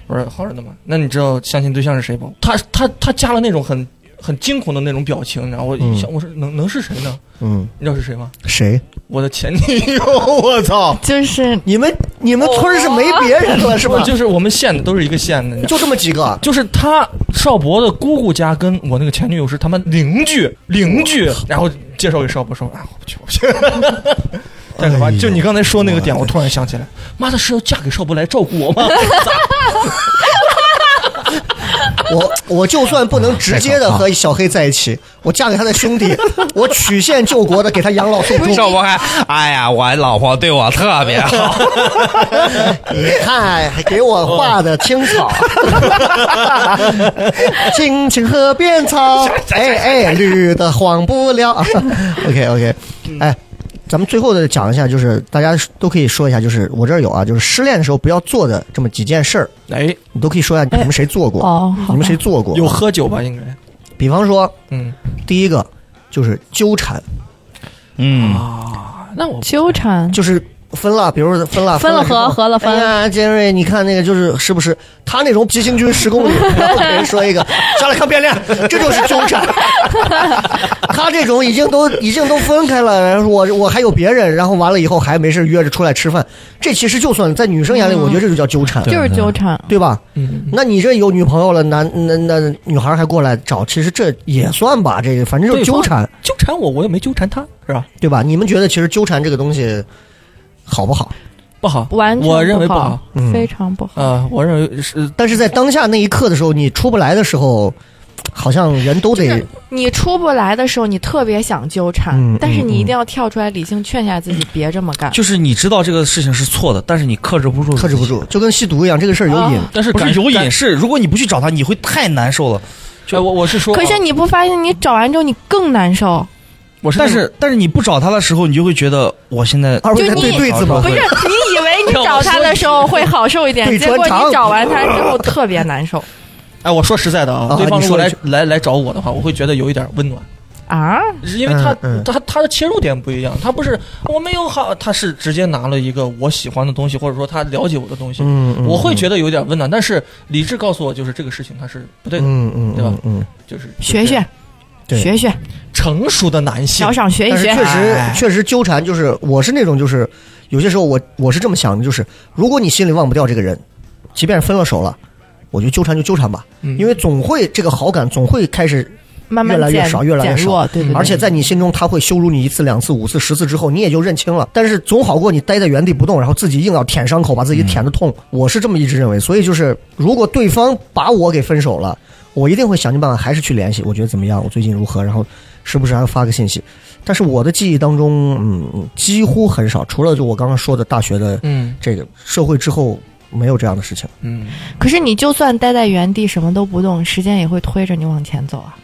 我说好着呢嘛，那你知道相亲对象是谁不？他他他加了那种很很惊恐的那种表情，你知道我一想，我说能能是谁呢？嗯，你知道是谁吗？谁？我的前女友，我操！ 就是你们你们村儿是没别人了是哦吧？就是我们县的都是一个县的，你知道就这么几个，啊就是他邵博的姑姑家跟我那个前女友是他们邻居，邻居，然后介绍给邵博说啊，我不去，我不去。 但是吧，哎呦就你刚才说那个点，我我突然想起来，妈的是要嫁给邵博来照顾我 吗？我我就算不能直接的和小黑在一起，我嫁给他的兄弟，我曲线救国的给他养老送终。邵博还，哎呀，我老婆对我特别好，你看，还给我画的青草， 青青河边草，哎哎，绿的忘不了。OK OK，哎，咱们最后的讲一下，就是大家都可以说一下，就是我这儿有啊，就是失恋的时候不要做的这么几件事儿，哎，你都可以说一下你们谁做过，哦，好你们吧谁做过？有喝酒吧？应该，比方说嗯第一个就是纠缠，嗯，啊，那我纠缠？就是分了，比如说分了，分了了之后合合了分哎呀，杰瑞，你看那个就是是不是他那种急行军十公里， 然后给人说一个 上来看变量，这就是纠缠。 他这种已经都已经都分开了，然后我我还有别人，然后完了以后还没事约着出来吃饭，这其实就算在女生眼里，我觉得这就叫纠缠，就是纠缠。对吧？嗯，那你这有女朋友了，男那那女孩还过来找，其实这也算吧，这个反正就是纠缠，纠缠我，我也没纠缠他，是吧？对吧？你们觉得其实纠缠这个东西好不好？不好，完全我认为不不好好。嗯非常不好。啊，我认为是但是在当下那一刻的时候，你出不来的时候，好像人都得你出不来的时候，你特别想纠缠，嗯但是你嗯一定要跳出来，理性劝下自己，别这么干。就是你知道这个事情是错的，但是你克制不住，克制不住，就跟吸毒一样，这个事儿有瘾。啊但是不是感有感瘾，是如果你不去找他，你会太难受了。哎，我我是说啊，可是你不发现你找完之后你更难受？我是那但是但是你不找他的时候，你就会觉得我现在二位在就对你对子吗不？是，你以为你找他的时候会好受一点，对结果穿肠你找完他之后特别 难受哎，我说实在的啊啊，对方你如说果一来句来来找我的话，我会觉得有一点温暖。啊！是因为他、嗯嗯他他的切入点不一样，他不是我没有好，他是直接拿了一个我喜欢的东西，或者说他了解我的东西，嗯，嗯我会觉得有点温暖。但是理智告诉我，就是这个事情它是不对的，嗯嗯，对吧嗯？嗯，就是学学，对学学，成熟的男性小，赏学一但是学确。啊实哎确实纠缠，就是我是那种就是有些时候我我是这么想的，就是如果你心里忘不掉这个人，即便是分了手了。我就纠缠就纠缠吧，嗯因为总会这个好感总会开始，慢慢越来越减少越来越减弱，对对对。而且在你心中他会羞辱你一次、两次、五次、十次之后，你也就认清了。但是总好过你待在原地不动，然后自己硬要舔伤口，把自己舔的痛。我是这么一直认为，所以就是如果对方把我给分手了，我一定会想尽办法还是去联系，我觉得怎么样，我最近如何，然后时不时还发个信息。但是我的记忆当中，嗯，几乎很少，除了就我刚刚说的大学的嗯这个社会之后，没有这样的事情。嗯，可是你就算待在原地什么都不动，时间也会推着你往前走啊。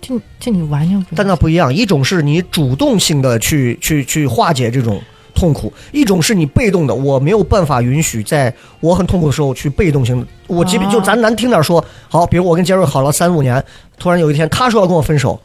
这你这你完全不用但那不一样，一种是你主动性的去去去化解这种痛苦，一种是你被动的，我没有办法允许在我很痛苦的时候去被动性的。我即便啊就咱难听点说，好，比如我跟杰瑞好了三五年，突然有一天他说要跟我分手，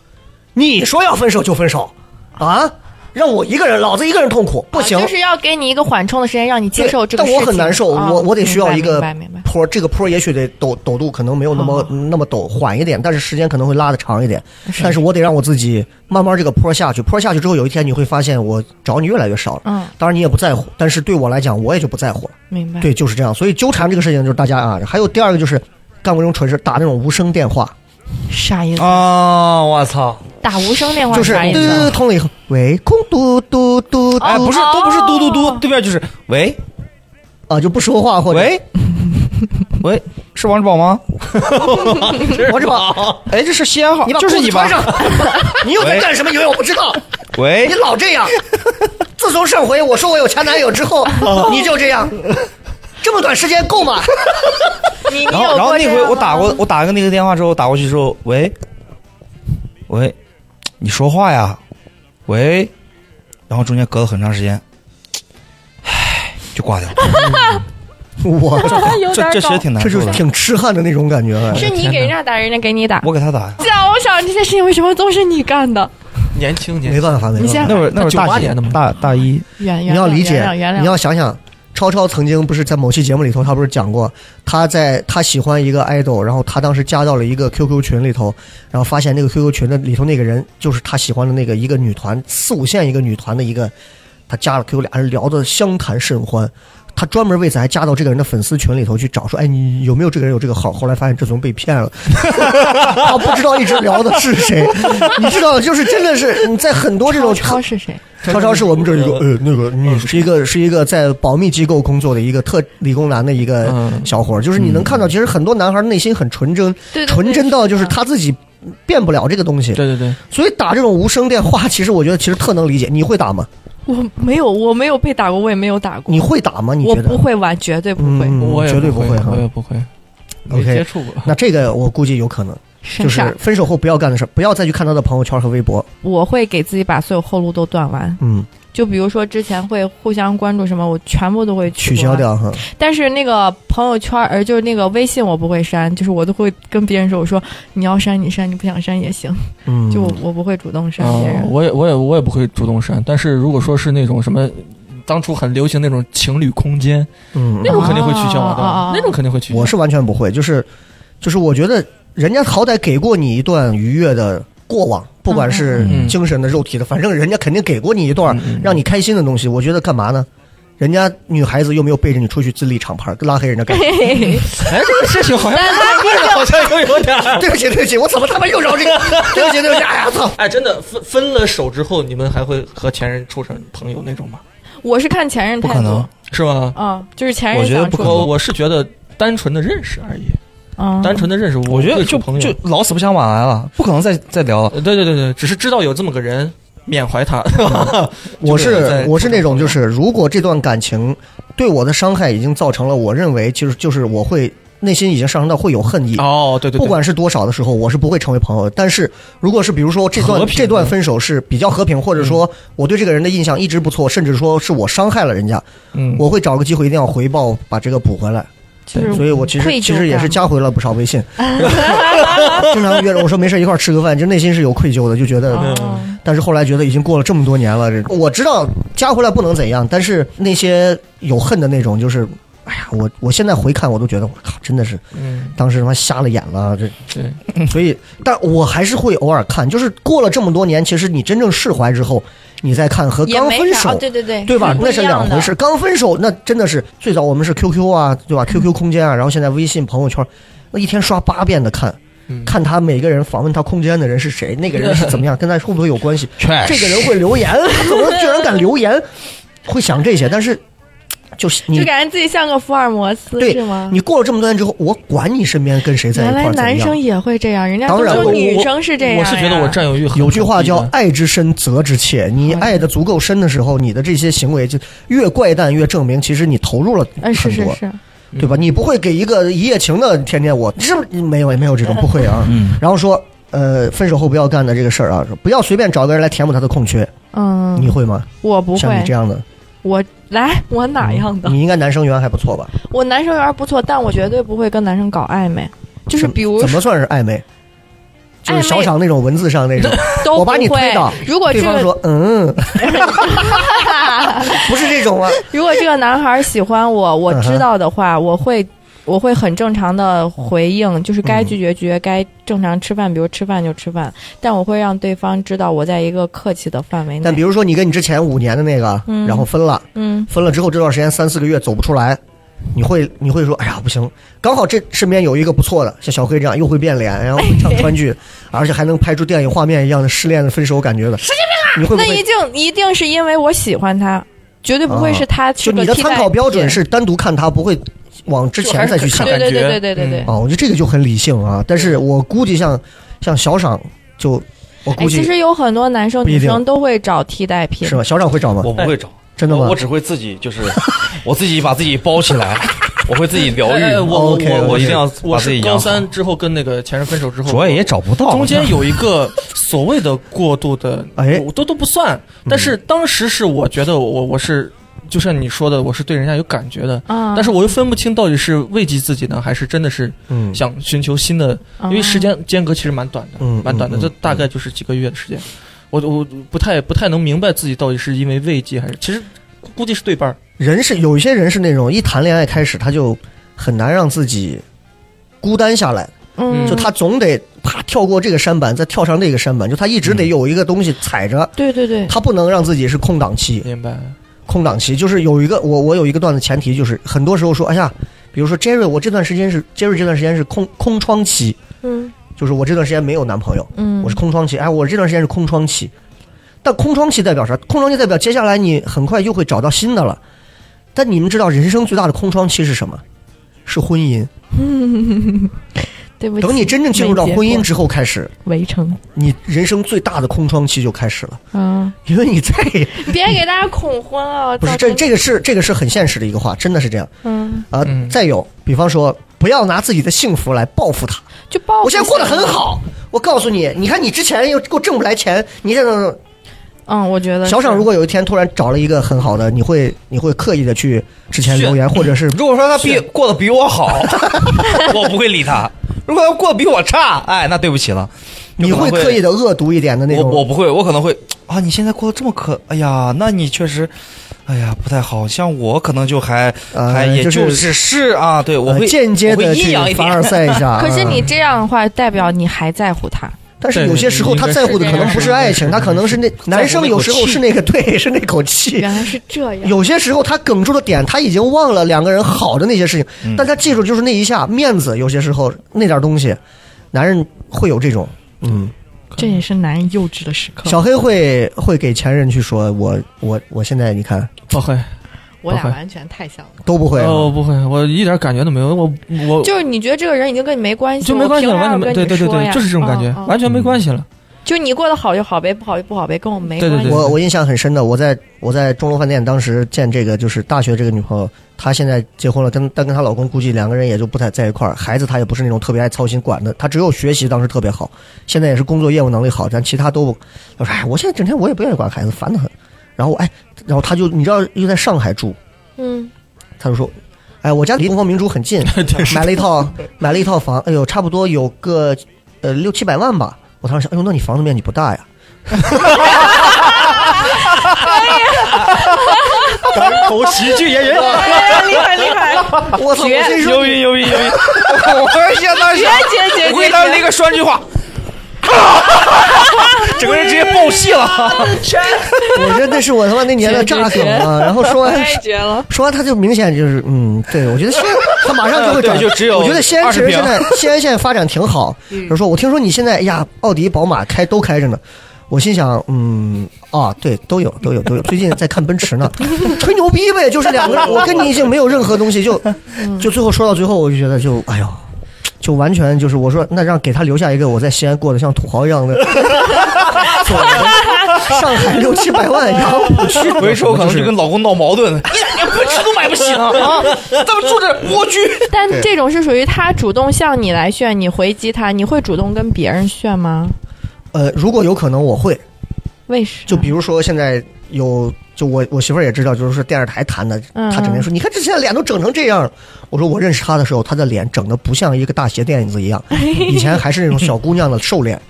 你说要分手就分手啊，让我一个人，老子一个人痛苦，不行。啊就是要给你一个缓冲的时间，让你接受这个对但事情。我很难受，啊我我得需要一明个白明白明白坡，这个坡也许得陡陡度可能没有那么、哦那么陡，缓一点，但是时间可能会拉的长一点。但是我得让我自己慢慢这个坡下去，坡下去之后，有一天你会发现我找你越来越少了。嗯，当然你也不在乎，但是对我来讲，我也就不在乎了。明白。对，就是这样。所以纠缠这个事情，就是大家啊，还有第二个就是干过这种蠢事，打那种无声电话，啥意思？啊，我操！打无声电话就是啥意嘟思？啊哦嘟通了以后，喂，空嘟嘟嘟嘟，哎，不是，都不是嘟嘟嘟，对面就是喂 啊，就不说话或者喂，喂，是王志宝吗？我这把，哎，这是西安号，你把就是裤子你穿上吧？， 你又在干什么？以为我不知道？喂你，老这样。自从上回我说我有前男友之后，哦你就这样，这么短时间够吗？你你有然后然后过那这回样我吗打过我打个那个电话之后打过去之后，喂，喂，你说话呀，喂，然后中间隔了很长时间，唉，就挂掉了。我 有点这搞这其实挺难这就受是的。挺痴汉的那种感觉。是你给人家打，人家给 你打。我给他打呀，讲，啊我想这些事情为什么都是你干的？年轻年没轻，办法，没你办先法。嗯那会儿那会儿大98几年的嘛大大一，原你原要谅理解原谅原，谅你要想想，超超曾经不是在某期节目里头，他不是讲过，他在他喜欢一个 idol，然后他当时加到了一个 QQ 群里头，然后发现那个 QQ 群的里头那个人就是他喜欢的那个一个女团四五线一个女团的一个，他加了 QQ，俩人聊得相谈甚欢。他专门为此还加到这个人的粉丝群里头去找，说：“哎，你有没有这个人有这个号？”后来发现这怂被骗了， 他不知道一直聊的是谁。你知道，就是真的是你在很多这种超是谁？超超是我们这儿一个呃那个嗯女是一个是一个在保密机构工作的一个特理工男的一个嗯呃小伙儿，就是你能看到，其实很多男孩内心很纯真，对对对纯真到就是是的他自己变不了这个东西，对对对，所以打这种无声电话，其实我觉得其实特能理解。你会打吗？我没有，我没有被打过，我也没有打过。你会打吗？你我觉不得？会玩，绝对不会。嗯我也绝对不不会哈我也不会， 没 OK 接触过。那这个我估计有可能，是就是啥？分手后不要干的事儿，不要再去看他的朋友圈和微博。我会给自己把所有后路都断完。嗯，就比如说之前会互相关注什么，我全部都会取消关。掉哈。但是那个朋友圈，呃，就是那个微信，我不会删，就是我都会跟别人说，我说你要删你删，你不想删也行，嗯，哦就我不会主动删别啊，人。我也我也我也不会主动删，但是如果说是那种什么，当初很流行那种情侣空间，嗯，那种肯定会取消啊啊啊啊的，那种肯定会取消。我是完全不会，就是就是我觉得人家好歹给过你一段愉悦的过往，不管是嗯嗯精神的、肉体的，反正人家肯定给过你一段嗯嗯让你开心的东西。我觉得干嘛呢？人家女孩子又没有背着你出去自立厂牌，拉黑人家 干嘛？ 哎，这个事情好像 好像又有点儿。对不起，对不起，我怎么他妈又绕这个？对不起，对不起，哎呀，操！ 哎，真的分分了手之后，你们还会和前任处成朋友那种吗？ 我是看前任不态可能度，。是吗？嗯，就是前任我觉得想不可处我我是觉得单纯的认识而已，嗯，单纯的认识，我觉会得处就朋友就老死不相往来了，不可能 再再聊了。呃对对对对，只是知道有这么个人，缅怀他。我就是在我是那种就是，如果这段感情对我的伤害已经造成了，我认为就是就是我会内心已经上升到会有恨意，哦，对对，对不管是多少的时候，我是不会成为朋友的。但是如果是比如说这和段平的这段分手是比较和平，或者说我对这个人的印象一直不错，甚至说是我伤害了人家，嗯，我会找个机会一定要回报，把这个补回来。就是所以我其实愧疚其实也是感加回了不少微 信，嗯 经常约着我说没事一块儿吃个饭，就内心是有愧疚的，就觉得。嗯哦但是后来觉得已经过了这么多年了，这我知道加回来不能怎样，但是那些有恨的那种，就是，哎呀，我我现在回看我都觉得，我靠，真的是嗯，当时他妈瞎了眼了，这对，所以，但我还是会偶尔看，就是过了这么多年，其实你真正释怀之后，你再看和也刚没分啥手哦，对对对，对吧？不那一是样两的回事。。刚分手那真的是最早我们是 QQ 啊，对吧？QQ 空间啊，然后现在微信朋友圈，那一天刷八遍的看，嗯看他每个人访问他空间的人是谁，那个人是怎么样，跟他会不会有关系？哎确这个人会 留言，他怎么居然敢留言？会想这些，但是就是你就感觉自己像个福尔摩斯，对是吗？你过了这么多年之后，我管你身边跟谁在一原块来儿怎么男样生。也会这样，人家当都然说我女生是这样呀。我是觉得我占有欲很有句话叫很低“爱之深，责之切”。你爱的足够深的时候，你的这些行为就越怪诞，越证明其实你投入了嗯，是很是多，是，对吧？你不会给一个一夜情的天天我是不是没有没有这种不会啊。嗯，然后说，呃，分手后不要干的这个事儿啊，说不要随便找个人来填补他的空缺，你嗯，会吗？我不像你会嗯这，样的，我来，我哪样的？你应该男生缘还不错吧？我男生缘不错，但我绝对不会跟男生搞暧昧，就是比如怎么说算是暧昧？就是暧小昧厂那种文字上那 种，都我把你不会推倒如果对这方个说 嗯， 不是这种啊，如果这个男孩喜欢 我，我知道的话，嗯我会我会很正常的回应，就是该拒绝拒绝，该正常吃饭，比如吃饭就吃饭，但我会让对方知道我在一个客气的范围内。但比如说你跟你之前五年的那个，嗯然后分了。嗯，分了之后这段时间三四个月走不出来，你会你会说，哎呀不行，刚好这身边有一个不错的，像小黑这样又会变脸，然后会唱川 剧，而且还能拍出电影画面一样的失恋的分手感觉 的，神经病啊！你会不那一会？定一定是因为我喜欢他，绝对不会是他啊就是你个的替代参考标准品是单独看他，不会往之前再去想对感对觉对对对对对。啊。我觉得这个就很理性啊，但是我估计像像小赏就我哎，估其计实有很多男生不一女定生都会找替代品是，吧？小赏会找吗？我不会找， 真的我吗我？只会自己就是，我自己把自己包起来，我会自己疗愈。哎哎我哦我 OK，我我一定要我把自是己高养好。三之后跟那个前任分手之后，主要也找不到，中间有一个所谓的过度的，哎嗯我都都不算。但是当时是我觉得我我是，就像你说的，我是对人家有感觉的，啊，但是我又分不清到底是慰藉自己呢，还是真的是嗯，想寻求新的，啊因为时间间隔其实蛮短的嗯，蛮短的，嗯嗯这大概就是几个月的时间。我我不太不太能明白自己到底是因为慰藉还是，其实估计是对半儿。人是有一些人是那种一谈恋爱开始他就很难让自己孤单下来，嗯，就他总得啪跳过这个山板，再跳上那个山板，就他一直得有一个东西踩着，对对对，他不能让自己是空档期。明白？空档期就是有一个我我有一个段子，前提就是很多时候说，哎呀，比如说 Jerry，我这段时间是 Jerry 这段时间是空空窗期，嗯就是我这段时间没有男朋友，嗯，我是空窗期，哎，我这段时间是空窗期。但空窗期代表啥？空窗期代表接下来你很快又会找到新的了。但你们知道人生最大的空窗期是什么？是婚姻。对不起，等你真正进入到没婚结姻果之后开始，围城你人生最大的空窗期就开始了，啊，因为你 在别给大家恐婚啊！不是造这成这个是这个是很现实的一个话，真的是这样嗯，啊、嗯再有，比方说，不要拿自己的幸福来报复他。就报我现在过得很。好，我告诉你，你看你之前又给我挣不来钱，你这种嗯，我觉得小赏赏，如果有一天突然找了一个很好的，你会你会刻意的去之前留言，或 者是如果说他比过得比我 好，我不会理他；如果他过得比我差，哎，那对不起了。你会刻意的恶毒一点的那我种。我不会，我可能会啊，你现在过得这么可，哎呀，那你确实，哎呀，不太好。像我可能就还、呃还也就是是是啊，对我呃会、间接我的会阴去阳一凡点尔。赛一下。 可是嗯你这样的话，代表你还在乎他。但是有些时候他在乎的可能不是爱情，他可能 是那男生有时候是那个 对，是那口气。原来是这样，有些时候他哽住的点，他已经忘了两个人好的那些事嗯情，但他记住就是那一下面子。有些时候那点东西，男人会有这种。嗯， 这也是男人幼稚的时刻。小黑会会给前任去说，我我我现在你看不会，啊我俩不会完全太像了。都不会啊，哦，不会，我一点感觉都没有。我我就是你觉得这个人已经跟你没关系，就没关系了，我凭完啥要跟全你没对对对说呀对，就是这种感觉嗯，嗯完全没关系了。就你过得好就好呗，不好就不好呗，跟我没对关对系。对我我印象很深的，我在我在钟楼饭店当时见这个就是大学这个女朋友，她现在结婚了，跟但跟她老公估计两个人也就不太在一块儿，孩子她也不是那种特别爱操心管的，她只有学习当时特别好，现在也是工作业务能力好，但其他都不，她说哎，我现在整天我也不愿意管孩子，烦得很。然后哎，然后她就你知道又在上海住，嗯，她就说。哎，我家离东方明珠很近，买了一套，买了一套房，哎呦，差不多有个呃六七百万吧。我当时想，哎呦，那你房子面积不大呀？口喜剧演 员，厉害厉害，我操！我绝哎心说牛逼牛逼牛逼！我现在是，姐姐我给他那个说句 话，整个人直接爆戏了。我觉得那是我他妈那年的炸梗啊！然后说完太绝 了。说完，他就明显就是嗯，对我 觉得西安他马上就会转，对就只有我觉得西安其实20 现在西安现在发展挺好。嗯他说我听说你现在哎呀，奥迪、宝马开都开着呢。我心想，嗯，啊，对，都有，都有，都有。最近在看奔 驰呢，吹牛逼呗，就是两个人，我跟你已经没有任何东西，就嗯就最后说到最后，我就觉得就，哎呦，就完全就是我说，那让给他留下一个我在西安过得像土豪一 样的做人，上海六七百万，然后不去，回去我可能就跟老公闹矛盾，了。连奔驰都买不起啊！咱们住这蜗 居，但这种是属于他主动向你来炫，你回击他，你会主动跟别人炫吗？呃，如果有可能，我会。为啥？就比如说现在有，就我我媳妇儿也知道，就是说电视台谈的，嗯她整天说，你看这现在脸都整成这样了。我说我认识她的时候，她的脸整的不像一个大鞋垫子一样，以前还是那种小姑娘的瘦脸。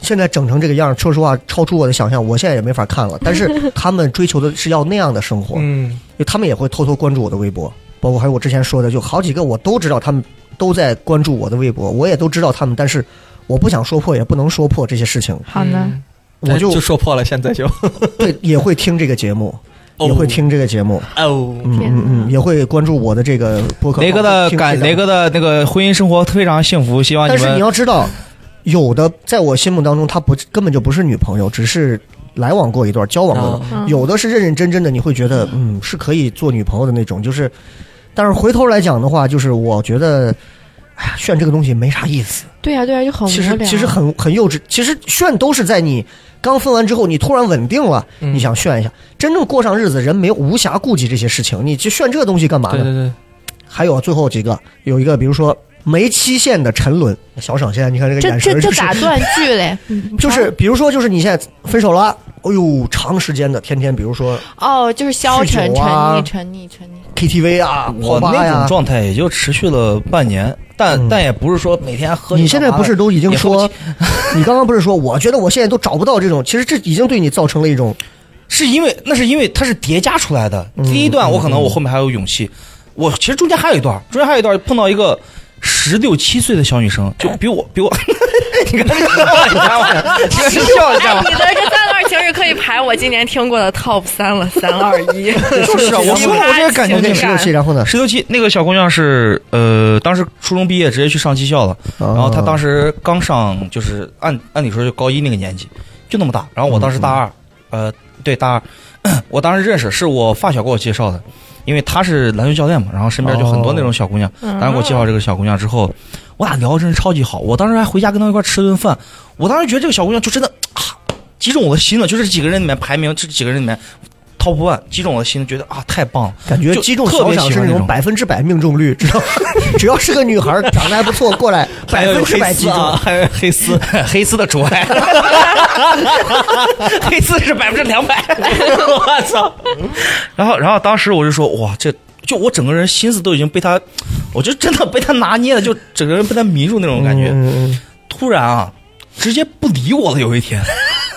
现在整成这个样儿，说实话，超出我的想象，我现在也没法看了。但是他们追求的是要那样的生活，因嗯，为他们也会偷偷关注我的微博，包括还有我之前说的，就好几个我都知道他们都在关注我的微博，我也都知道他们，但是我不想说破，也不能说破这些事情，好呢，我哎就就说破了，现在就对，也会听这个节目，哦也会听这个节目， 哦，嗯天哪嗯嗯，也会关注我的这个播客。雷哥的感，听这雷个，哥的那个婚姻生活非常幸福，希望但你是们你要知道，有的在我心目当中，他不根本就不是女朋友，只是来往过一啊段，交往过一段。嗯有的是认认真真的，你会觉得嗯是可以做女朋友的那种，就是。但是回头来讲的话，就是我觉得，哎呀，炫这个东西没啥意思。对啊呀、对呀、就很其无实聊。啊其实很很幼稚，其实炫都是在你刚分完之后，你突然稳定了，嗯你想炫一下。真正过上日子，人没有无暇顾及这些事情，你去炫这个东西干嘛对呢？对对，还有最后几个，有一个比如说没期限的沉沦，小省现在你看这个这眼神这儿这就是咋断啊 句嘞？就是比如说就是你现在分手了，哎呦，长时间的天天比如说哦，就是消沉、酗酒沉啊溺、沉溺、沉溺。 KTV 啊，我网吧那呀种。状态也就持续了半年，但、嗯但也不是说每天喝酒干嘛的。你现在不是都已经也喝不说起，你刚刚不是说，我觉得我现在都找不到这种，其实这已经对你造成了一种是因为那是因为它是叠加出来的。嗯第一段我可能我后面还有勇气，我其实中间还有一段，中间还有一段碰到一个十六七岁的小女生，就比我比我， 你看这个 笑一下吗？你看这笑一下吗？哎，你的这三段情侣可以排我今年听过的 top 三了，三二 一。 就是啊，我说我这个感觉 对那个就是十六期，然后呢？十六七那个小姑娘是呃，当时初中毕业直接去上技校了，然然后她当时刚上就是按按理说就高一那个年纪，就那么大。然后我当时大二，呃，对大二， 我当时认识是我发小给我介绍的，因为他是篮球教练嘛，然后身边就很多那种小姑娘。当时给我介绍这个小姑娘之后，我俩聊得真是超级好。我当时还回家跟她一块吃了顿饭，我当时觉得这个小姑娘就真的啊，击中我的心了，就是这几个人里面排名，这几个人里面 top one，击中我的心，觉得啊太棒了。感觉就击中特小别赏喜是欢那那种种百分之百命中 率，知道吗？只要是个女孩儿长得还不错，过来百分之百击中。啊还有黑丝，黑丝的除外， 黑丝是百分之两百，我操！然后，然后当时我就说，哇，这就我整个人心思都已经被他，我就真的被他拿捏了，就整个人被他迷住那种感觉。嗯，突然啊，直接不理我了，有一天，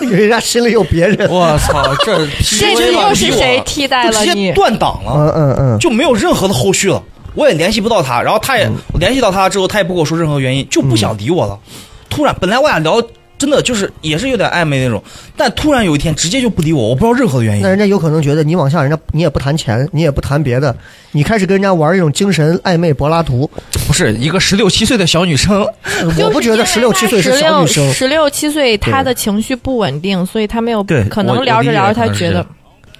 嗯人家心里有别人。 我操，这这直接是把又我是逼我谁了替代就了直接你？断档嗯了，嗯嗯，就没有任何的后续了。我也联系不到他，然后他也嗯我联系到他之后，他也不跟我说任何原因，就不想理我了。突然，本来我俩聊真的就是也是有点暧昧那种，但突然有一天直接就不理我，我不知道任何的原因那。人家有可能觉得你往下，人家你也不谈钱，你也不谈别的，你开始跟人家玩一种精神暧昧柏拉图。不是一个十六七岁的小女生，我不觉得十六七岁是小女生。十六七岁她的情绪不稳定，所以她没有对可我能我聊着理解聊着可她能是这觉得样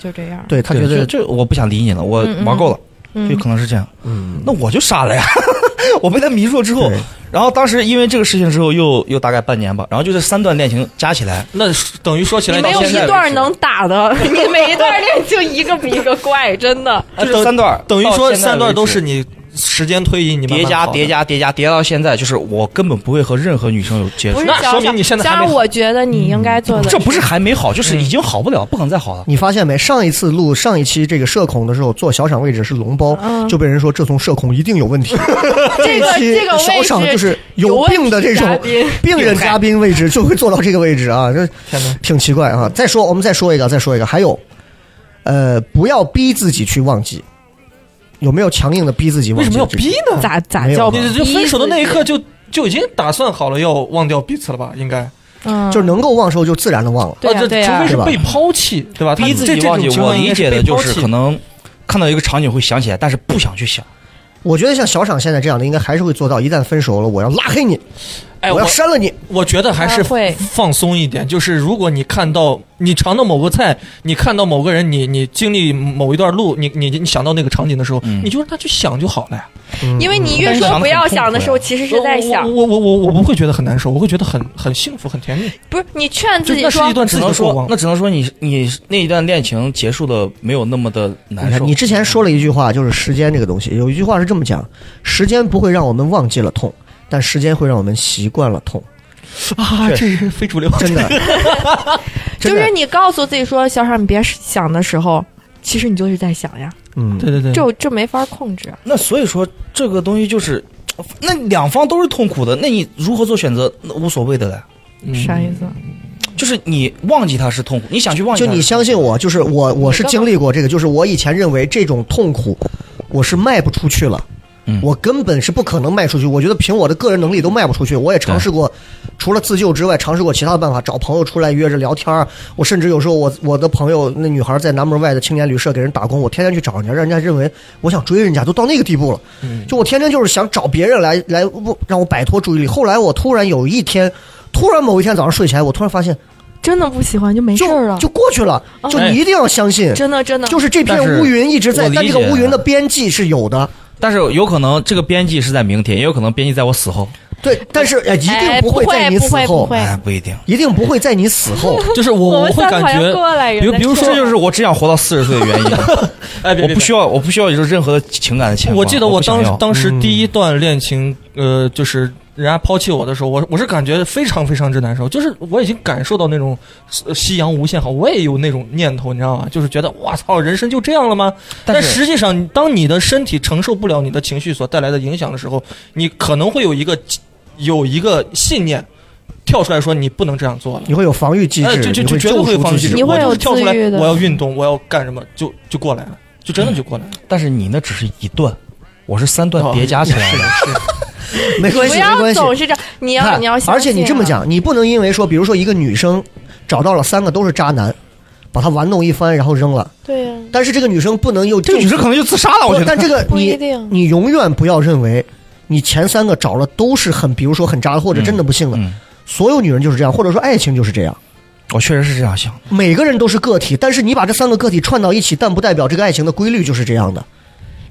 就这样。对他觉对得，就就我不想理你了，我嗯嗯玩够了，嗯就可能是这样。嗯，那我就傻了呀， 我被他迷住了之后对，然后当时因为这个事情之后又又大概半年吧，然后就这三段恋情加起来，那等于说起来你没有到一现在为止段能打 的，你每一段恋就一个比一个怪，真的。啊就等是三段，等于到说现在三段都为止是你时间推移，你慢慢叠加跑的叠。加叠加叠到现在，就是我根本不会和任何女生有接触不是。那小说明小你现在还小没我觉得你应该嗯做的，这不是还没好，嗯就是已经好不了，不可能再好了。你发现没？上一次录上一期这个社恐的时候，坐小赏位置是龙包，嗯就被人说这从社恐一定有问题。 这个期这个小赏位置就是有病的这有种问 题嘉宾病人嘉宾位置就会坐到这个位置啊，这天哪！挺奇怪啊。再说，我们再说一个，再说一个，还有，呃，不要逼自己去忘记，有没有强硬的逼自己忘为记？什么要逼？呢？咋咋没有啊叫吧你逼这分手的自那一己刻就就已经打算好了要忘掉彼此了吧？应该，嗯，就是能够忘的时候就自然的忘了。对呀啊这对除呀非是对吧被抛弃，对吧？他逼自这己忘记，这种情我况应理该解的被就抛是弃可能看到一个场景会想起来，但是不想去想。我觉得像小赏现在这样的，应该还是会做到，一旦分手了，我要拉黑你，哎，我我要删了你。我觉得还是啊会放松一点，就是如果你看到你尝到某个菜，你看到某个人，你你经历某一段路，你你你想到那个场景的时候，嗯你就让他去想就好了呀。因为你越但是说想得不很要痛苦想的时候，呀其实是在想，我我我我我不会觉得很难受，我会觉得很很幸福，很甜蜜。不是你劝就自己那是说一，段只自己的能过说往，。那只能说你你那一段恋情结束的没有那么的你哎难看，受。你之前说了一句话，就是时间这个东西，有一句话是这么讲：时间不会让我们忘记了痛，但时间会让我们习惯了痛。啊，确这是非主流，真的，就真的是你告诉自己说，小傻，你别想的时候，其实你就是在想呀，嗯， 对对对，这这没法控制。那所以说这个东西就是，那两方都是痛苦的，那你如何做选择那无所谓的了呀。嗯啥意思？就是你忘记他是痛苦，你想去忘记就他你是相信我，就是我，我是经历过这个，就是我以前认为这种痛苦，我是卖不出去了。嗯我根本是不可能卖出去，我觉得凭我的个人能力都卖不出去。我也尝试过，除了自救之外，尝试过其他的办法，找朋友出来约着聊天儿。我甚至有时候我我的朋友那女孩在南门外的青年旅社给人打工，我天天去找人家，让人家认为我想追人家，都到那个地步了。就我天天就是想找别人来来不让我摆脱注意力。后来我突然有一天，突然某一天早上睡起来，我突然发现真的不喜欢就没事就儿了，啊哦哎就过去了，就哎你一定要相信。 真的真的就是这片但是乌云一直在，我理但这个解啊乌云的边际是有的。但是有可能这个编辑是在明天，也有可能编辑在我死后，对，但是哎，一定哎不会在你死不会不后会，哎，不一定。一定不会在你死 后。就是我们会三个感好像觉，过来人比如在比如说这就是我只想活到四十岁的原 因。哎，别我别不需要，我不需要有任何的情感的牵挂。我记得我我不想当要当时第一段恋情，呃，就是人家抛弃我的时候，我我是感觉非常非常之难受，就是我已经感受到那种呃夕阳无限好，我也有那种念头，你知道吗？就是觉得哇操，人生就这样了吗？但但是实际上，当你的身体承受不了你的情绪所带来的影响的时候，你可能会有一个有一个信念跳出来说你不能这样做了。你会有防御机呃哎，制，就就你会就绝对救会赎放自弃，己你我会就有是跳出来自愈，的我要运动，我要干什么，就就过来了，就真的就过来了。但是你那只是一段，我是三段叠加起哦来的。没关不系，没要关系。总是这样，你要看你要相信啊，而且你这么讲，你不能因为说，比如说一个女生找到了三个都是渣男，把他玩弄一番然后扔了，对啊呀，但是这个女生不能又这个女生可能就自杀了，我不觉得但。这个不一你定你永远不要认为你前三个找了都是很，比如说很渣的或者真的不幸的，嗯，所有女人就是这样，或者说爱情就是这样，我确实是这样想。每个人都是个体，但是你把这三个个体串到一起，但不代表这个爱情的规律就是这样的。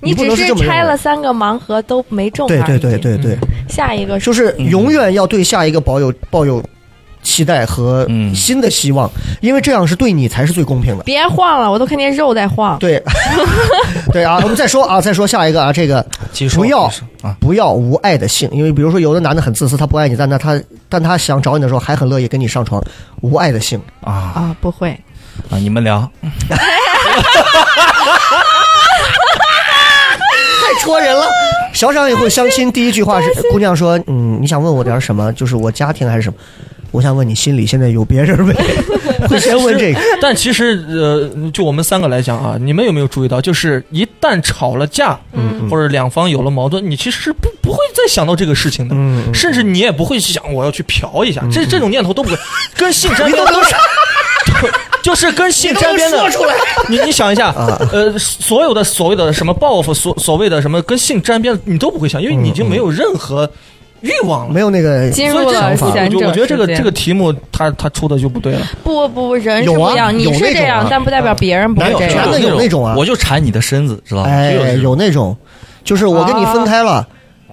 你不只能是是这么认为拆了三个盲盒都没中，啊对对对，对对，嗯下一个是就是永远要对下一个抱有抱有期待和嗯新的希望，因为这样是对你才是最公平的。别晃了，我都看见肉在晃。对， 对啊，我们再说啊，再说下一个啊，这个继续说不要继续说啊，不要无爱的性，因为比如说有的男的很自私，他不爱你，但他他但他想找你的时候还很乐意跟你上床，无爱的性。啊啊，不会，啊！你们聊，太戳人了。小冉以后相亲第一句话是：姑娘说，嗯，你想问我点什么？就是我家庭还是什么？我想问你心里现在有别人没？会先问这个。但其实，呃，就我们三个来讲啊，你们有没有注意到，就是一旦吵了架，嗯，或者两方有了矛盾，你其实是不不会再想到这个事情的，嗯嗯甚至你也不会想我要去嫖一下，这这种念头都 不会，跟性沾边都是。 就是跟性沾边的，你你想一下，啊呃，所有的所谓的什么报复，所所谓的什么跟性沾边，你都不会想，因为你已经没有任何欲望嗯了。没有那个，进所以入这了个贤我者就我觉得这个时间这个题目，它它出的就不对了。不不不，人是有不啊一样，你有是那这种样啊，但不代表别人不男会有这男样的。有那种啊我就馋你的身子，知道吗？哎就有这，种有那种，就是我跟你分开了，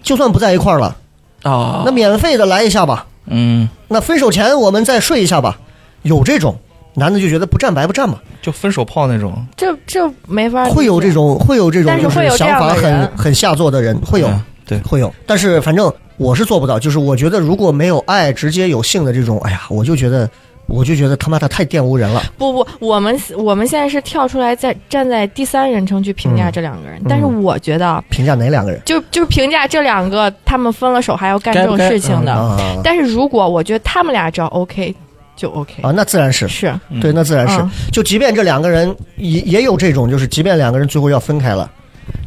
就算不在一块儿了，啊，那免费的来一下吧，嗯，那分手前我们再睡一下吧，有这种。男的就觉得不占白不占嘛，就分手炮那种。这这没法理解会有这种会有这种但是就会有这想样法的很人很下作的人会有，嗯对，会有，但是反正我是做不到。就是我觉得如果没有爱，直接有性的这种，哎呀，我就觉得，我就觉得他妈的太玷污人了。不不，我们我们现在是跳出来在站在第三人称去评价嗯这两个人，但是我觉得啊评价哪两个人？就就评价这两个他们分了手还要干该这不种该事情的，啊但是如果我觉得他们俩只要 OK 就 OK，啊，那自然是是对，那自然是嗯。就即便这两个人也也有这种，就是即便两个人最后要分开了，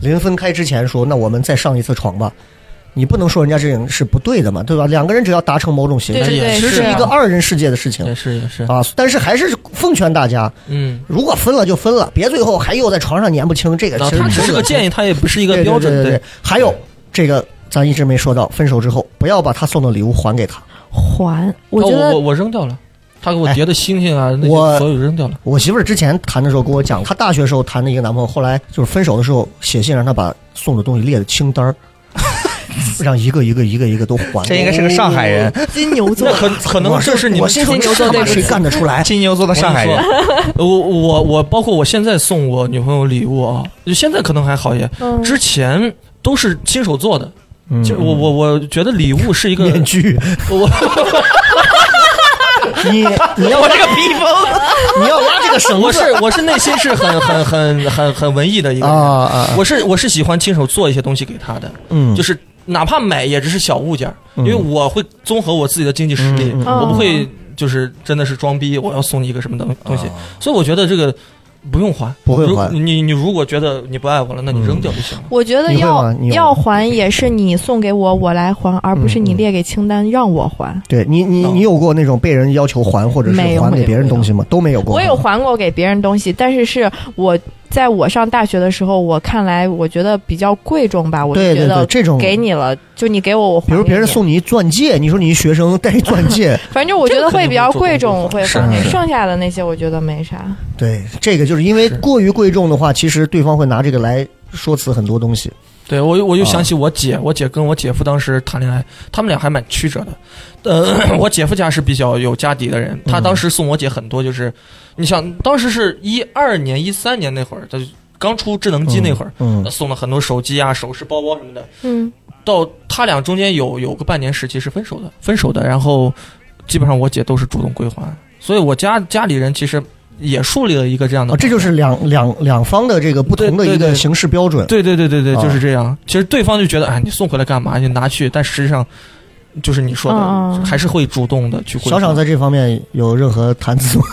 临分开之前说，那我们再上一次床吧。你不能说人家这种是不对的嘛，对吧？两个人只要达成某种协对议，对对，也这是是一个二人世界的事情也是也是，啊。但是还是奉劝大家，嗯。如果分了就分了，别最后还又在床上年不清。这个啊，其实它只是这个建议，它也不是一个对对标准。对对对，还有这个咱一直没说到，分手之后不要把他送的礼物还给他。还，我哦觉我得我我扔掉了，他给我叠的星星啊，那哎我些所有扔掉了。我媳妇儿之前谈的时候跟我讲，她大学时候谈的一个男朋友，后来就是分手的时候写信让他把送的东西列的清 单儿，让一个一个一个一个都还。这应该是个上海人，金牛座那可 可能我就是你我们心说金牛座这他妈对不谁起干得出来？金牛座的上海人。呃我我我包括我现在送我女朋友礼物啊，就现在可能还好一点，嗯之前都是亲手做的。就我我我觉得礼物是一个，嗯面 具， 我你你要我这个披风，你要拉这个绳我子是我是内心是很很很很很文艺的一个啊人，啊！我是我是喜欢亲手做一些东西给他的，嗯，就是哪怕买也只是小物件儿，因为我会综合我自己的经济实力，嗯嗯嗯我不会就是真的是装逼，我要送你一个什么东东西，所以我觉得这个不用还，哦不会如还嗯你你如果觉得你不爱我了，那你扔掉就行了。我觉得你会要吗你有嗯要还也是你送给我，我来还，而不是你列给清单让我还。对你你哦你有过那种被人要求还或者是没有还没给有别人没有东西吗？都没有过。我有还过给别人东西，但是是我在我上大学的时候，我看来我觉得比较贵重吧，我就对觉对对，得这种给你了，就你给我，我还比如给别人你，送你一钻戒，你说你一学生戴一钻 戒，反正我觉得会比较贵重，这我个肯会定是还。是剩下的那些我觉得没啥。对，这个就是因为过于贵重的话，其实对方会拿这个来说辞很多东西。对我又我又啊想起我姐，我姐跟我姐夫当时谈恋爱，他们俩还蛮曲折的。呃， 我姐夫家是比较有家底的人，嗯他当时送我姐很多，就是、你想当时是一二年、一三年那会儿，他刚出智能机那会儿，嗯，送了很多手机啊、首饰、包包什么的。嗯， 到他俩中间有有个半年时期是分手的，分手的，然后基本上我姐都是主动归还，所以我家家里人其实也树立了一个这样的、啊，这就是两两两方的这个不同的对对一个对形式标准。对对对对对，啊就是这样。其实对方就觉得，哎，你送回来干嘛？你拿去，但实际上就是你说的，嗯嗯还是会主动的去规划。哦小厂在这方面有任何谈资吗？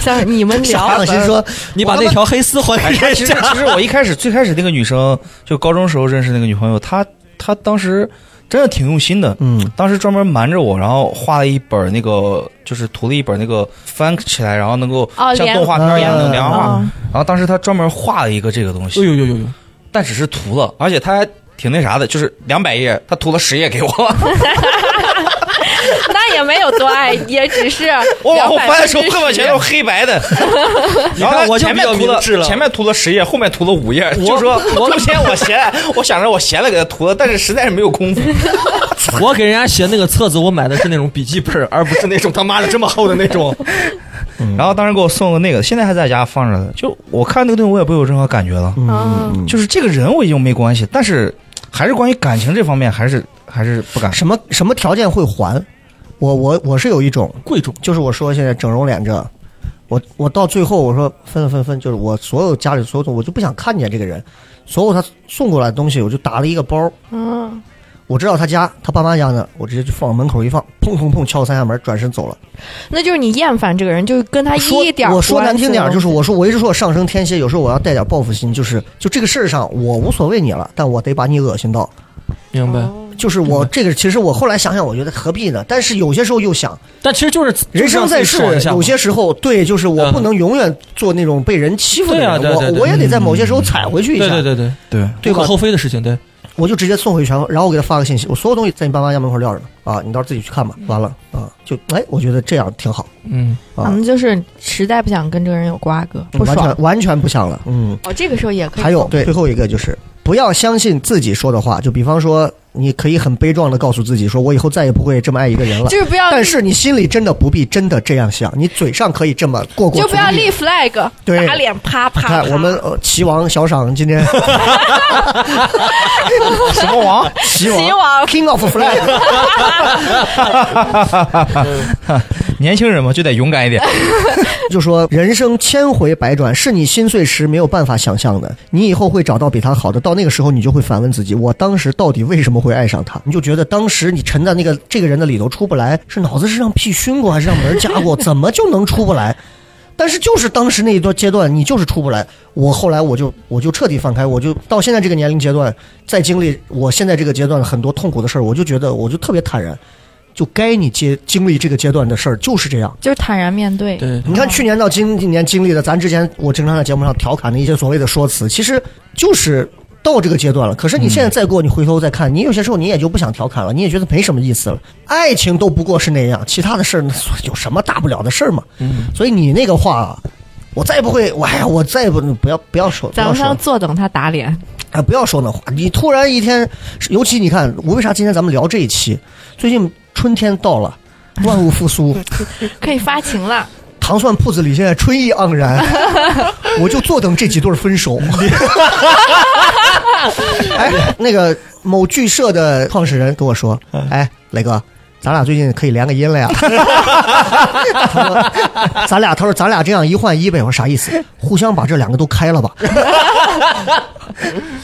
像你们 小聊 厂，心说，你把那条黑丝还给哎人其实家。其实我一开始最开始那个女生，就高中时候认识那个女朋友，她她当时真的挺用心的，嗯，当时专门瞒着我，然后画了一本那个，就是涂了一本那个翻起来，然后能够哦像连动画片一样能连环画。哦然后当时他专门画了一个这个东嗯哎西，呦呦呦呦！但只是涂了，而且他还挺那啥的，就是两百页，他涂了十页给我。那也没有多爱，也只是 我往后200翻的时候，课本全都是黑白的。然后看我他就前面涂比较了明智了前面涂了十页，后面涂了五页，就说中间我闲 来，我想着我闲了给他涂了，但是实在是没有功夫。我给人家写那个册子，我买的是那种笔记本， 哦而不是那种他妈的这么厚的那种。 然后当时给我送了那个，现在还在家放着呢。就我看那个东西，我也不会有任何感觉了。啊，就是这个人我已经没关系，但是还是关于感情这方面，还是还是不敢。什么什么条件会还？我我我是有一种，贵重，就是我说现在整容脸这，我我到最后我说分了分分，就是我所有家里所有东西我就不想看见这个人，所有他送过来的东西我就打了一个包，嗯，我知道他家他爸妈家呢，我直接就放门口一放，砰砰砰敲三下门，转身走了。那就是你厌烦这个人，就是跟他说一点我说难听点儿，就是是我说我一直说我上升天蝎，有时候我要带点报复心，就是就这个事儿上我无所谓你了，但我得把你恶心到。明白？就是我嗯这个，其实我后来想想，我觉得何必呢？但是有些时候又想，但其实就是人生在世就是让自己爽一，下嘛有些时候对，就是我不能永远做那种被人欺负的人，嗯对啊对对对我我也得在某些时候踩回去一下，对对对对，对，对无吧可？厚非的事情，对。我就直接送回全，然后我给他发个信息，我所有东西在你爸妈家门口撂着呢，啊，你到时候自己去看吧。完了啊，就哎，我觉得这样挺好嗯，咱啊们，就是实在不想跟这个人有瓜葛，不嗯完爽全。完全不想了，嗯。哦，这个时候也可以。还有对最后一个就是不要相信自己说的话，就比方说，你可以很悲壮的告诉自己说，我以后再也不会这么爱一个人了。就是不要，但是你心里真的不必真的这样想，你嘴上可以这么过过。就不要立。flag，对打脸啪啪啪。看，我们呃棋王小赏今天 什么王？棋棋王 King of Flag，年轻人嘛，就得勇敢一点。就说人生千回百转，是你心碎时没有办法想象的。你以后会找到比他好的，到那个时候你就会反问自己：我当时到底为什么会爱上他？你就觉得当时你沉在那个这个人的里头出不来，是脑子是让屁熏过还是让门夹过？怎么就能出不来？但是就是当时那一段阶段，你就是出不来。我后来我就我就彻底放开，我就到现在这个年龄阶段，再经历我现在这个阶段很多痛苦的事儿，我就觉得我就特别坦然，就该你接经历这个阶段的事儿就是这样。就是坦然面对。对对对你看去年到今今年经历的，咱之前我经常在节目上调侃的一些所谓的说辞，其实就是到这个阶段了。可是你现在再过，你回头再看，你有些时候你也就不想调侃了，你也觉得没什么意思了。爱情都不过是那样，其他的事儿那有什么大不了的事儿嘛？所以你那个话啊，我再也不会，我哎呀，我再也不不要不要说，不咱要们说上坐等他打脸， 啊，不要说那话。你突然一天，尤其你看，我为啥今天咱们聊这一期？最近春天到了，万物复苏。可以发情了。糖蒜铺子里现在春意盎然，我就坐等这几对儿分手。哎，那个某剧社的创始人跟我说：“哎，磊哥，咱俩最近可以连个音了呀。”他说：“咱俩，他说咱俩这样一换一呗。”我说啥意思？互相把这两个都开了吧。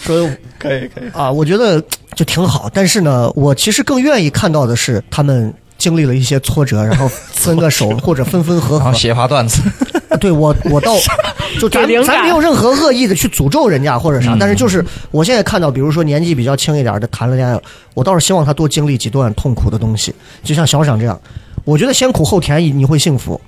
说可以可以。啊，我觉得就挺好。但是呢，我其实更愿意看到的是他们。经历了一些挫折，然后分个手或者分分合然合后，写一发段子， 对我，我倒 就咱给灵感咱没有任何恶意的去诅咒人家或者啥，但是就是我现在看到，比如说年纪比较轻一点的谈了恋爱，我倒是希望他多经历几段痛苦的东西，就像小赏这样，我觉得先苦后甜，你会幸福。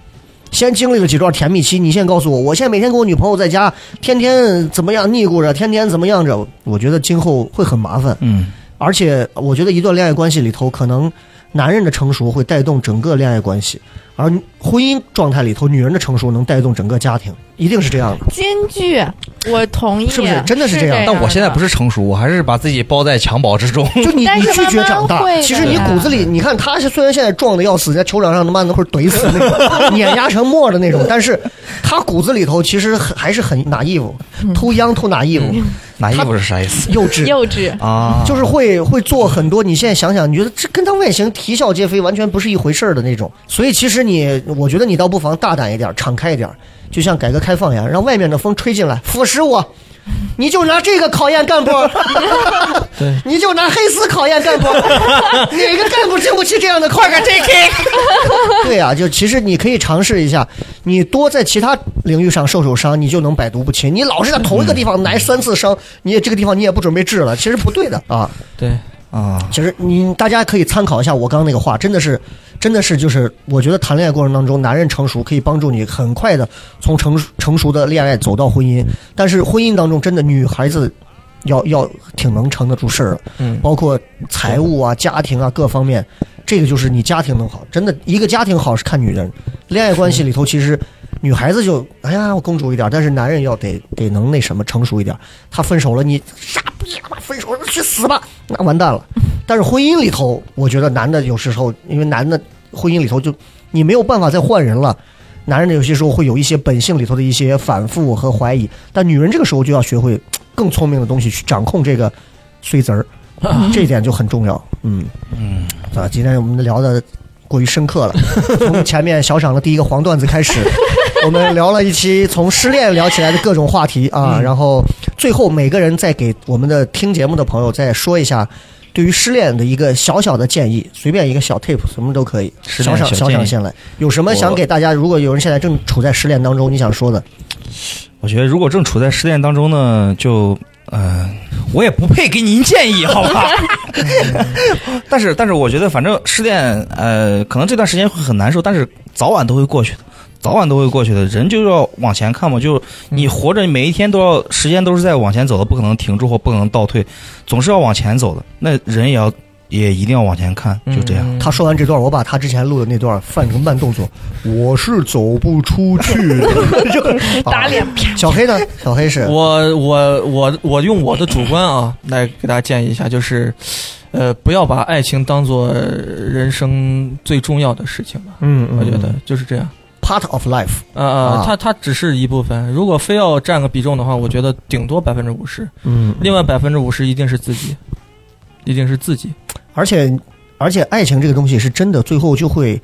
先经历了几段甜蜜期，你现在告诉我，我现在每天跟我女朋友在家，天天怎么样腻咕着，天天怎么样着，我觉得今后会很麻烦。嗯，而且我觉得一段恋爱关系里头，可能男人的成熟会带动整个恋爱关系，而 婚姻状态里头，女人的成熟能带动整个家庭，一定是这样的。金句，我同意，是不是真的是是这样样？但但我现在不是，是成熟，我还是把自己包在襁褓之中。就你但你是拒绝慢慢长大会，的其实你骨子里，你看他是虽然现在壮的要死，在球场上他妈能会怼死那种， 碾压成沫的那种，但是他骨子里头其实很还是很 naive，too 嗯 young too naive， 拿衣服是啥意思幼稚。幼稚。啊？就是会会做很多，你现在想想，你觉得这跟他外形啼笑皆非，完全不是一回事儿的那种。所以其实你，我觉得你倒不妨大胆一点，敞开一点，就像改革开放一样，让外面的风吹进来，腐蚀我。你就拿这个考验干部，你就拿黑丝考验干部，哪个干部经不起这样的考验？ JK， 对啊，就其实你可以尝试一下，你多在其他领域上受受伤，你就能百毒不侵。你老是在同一个地方挨三次伤，你也这个地方你也不准备治了，其实不对的啊。对，啊，其实你大家可以参考一下我刚刚那个话，真的是，真的是就是，我觉得谈恋爱过程当中，男人成熟可以帮助你很快的从成成熟的恋爱走到婚姻，但是婚姻当中真的女孩子要要挺能撑得住事儿啊的，嗯，包括财务啊、家庭啊各方面，这个就是你家庭能好，真的一个家庭好是看女人，恋爱关系里头其实女孩子就哎呀我公主一点，但是男人要得得能那什么成熟一点，他分手了你傻逼他妈分手了去死吧，那完蛋了。但是婚姻里头，我觉得男的有时候因为男的婚姻里头就你没有办法再换人了。男人的有些时候会有一些本性里头的一些反复和怀疑，但女人这个时候就要学会更聪明的东西去掌控这个 碎子儿，这一点就很重要。嗯嗯，啊，今天我们聊的过于深刻了， 从前面小赏的第一个黄段子 开始，我们聊了一期从失恋聊起来的各种话题嗯啊，然后最后每个人再给我们的听节目的朋友再说一下。对于失恋的一个小小的建议，随便一个小 tip，什么都可以。失小恋赏小小建赏议先来，有什么想我给大家？如果有人现在正处在失恋当中，你想说的？我觉得如果正处在失恋当中呢，就呃，我也不配给您建议，好 吧？但是，但是我觉得，反正失恋，呃，可能这段时间会很难受，但是早晚都会过去的，早晚都会过去的。人就要往前看嘛，就你活着，每一天都要，时间都是在往前走的，不可能停住或不可能倒退，总是要往前走的。那人也要，也一定要往前看，嗯就这嗯样。他说完这段，我把他之前录的那段换成慢动作，我是走不出去 的，就打脸。小黑呢？小黑是我我我我用我的主观啊来给大家建议一下，就是，呃，不要把爱情当做人生最重要的事情吧。嗯我觉得就是这样。 part of life，呃呃啊，它它只是一部分，如果非要占个比重的话，我觉得顶多百分之五十，嗯，另外百分之五十一定是自己，一定是自己。而且而且爱情这个东西是真的，最后就会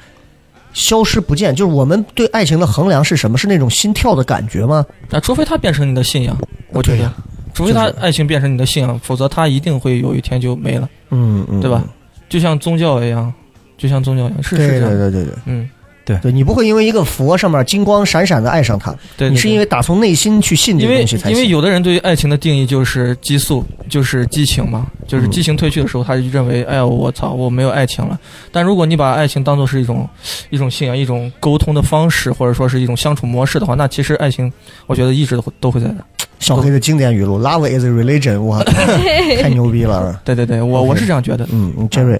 消失不见。就是我们对爱情的衡量是什么？是那种心跳的感觉吗？啊，除非它变成你的信仰，我觉对得呀，除非它就是爱情变成你的信仰，否则它一定会有一天就没了，嗯嗯对吧？？就像宗教一样，就像宗教一样，是对是这对样，对对对嗯，对，你不会因为一个佛上面金光闪闪的爱上他，对，你是因为。为打从内心去信这因个为东西才因为行有的人对于爱情的定义就是激素，就是激情嘛，嗯就是激情褪去的时候，他就认为，哎呀，我操，我没有爱情了。但如果你把爱情当做是一种一种信仰、一种沟通的方式，或者说是一种相处模式的话，那其实爱情，我觉得一直都会都会在的。小黑的经典语录，Love is a religion，哇， 太牛逼了。对对对，我嗯 OK 我是这样觉得的。嗯嗯，Jerry，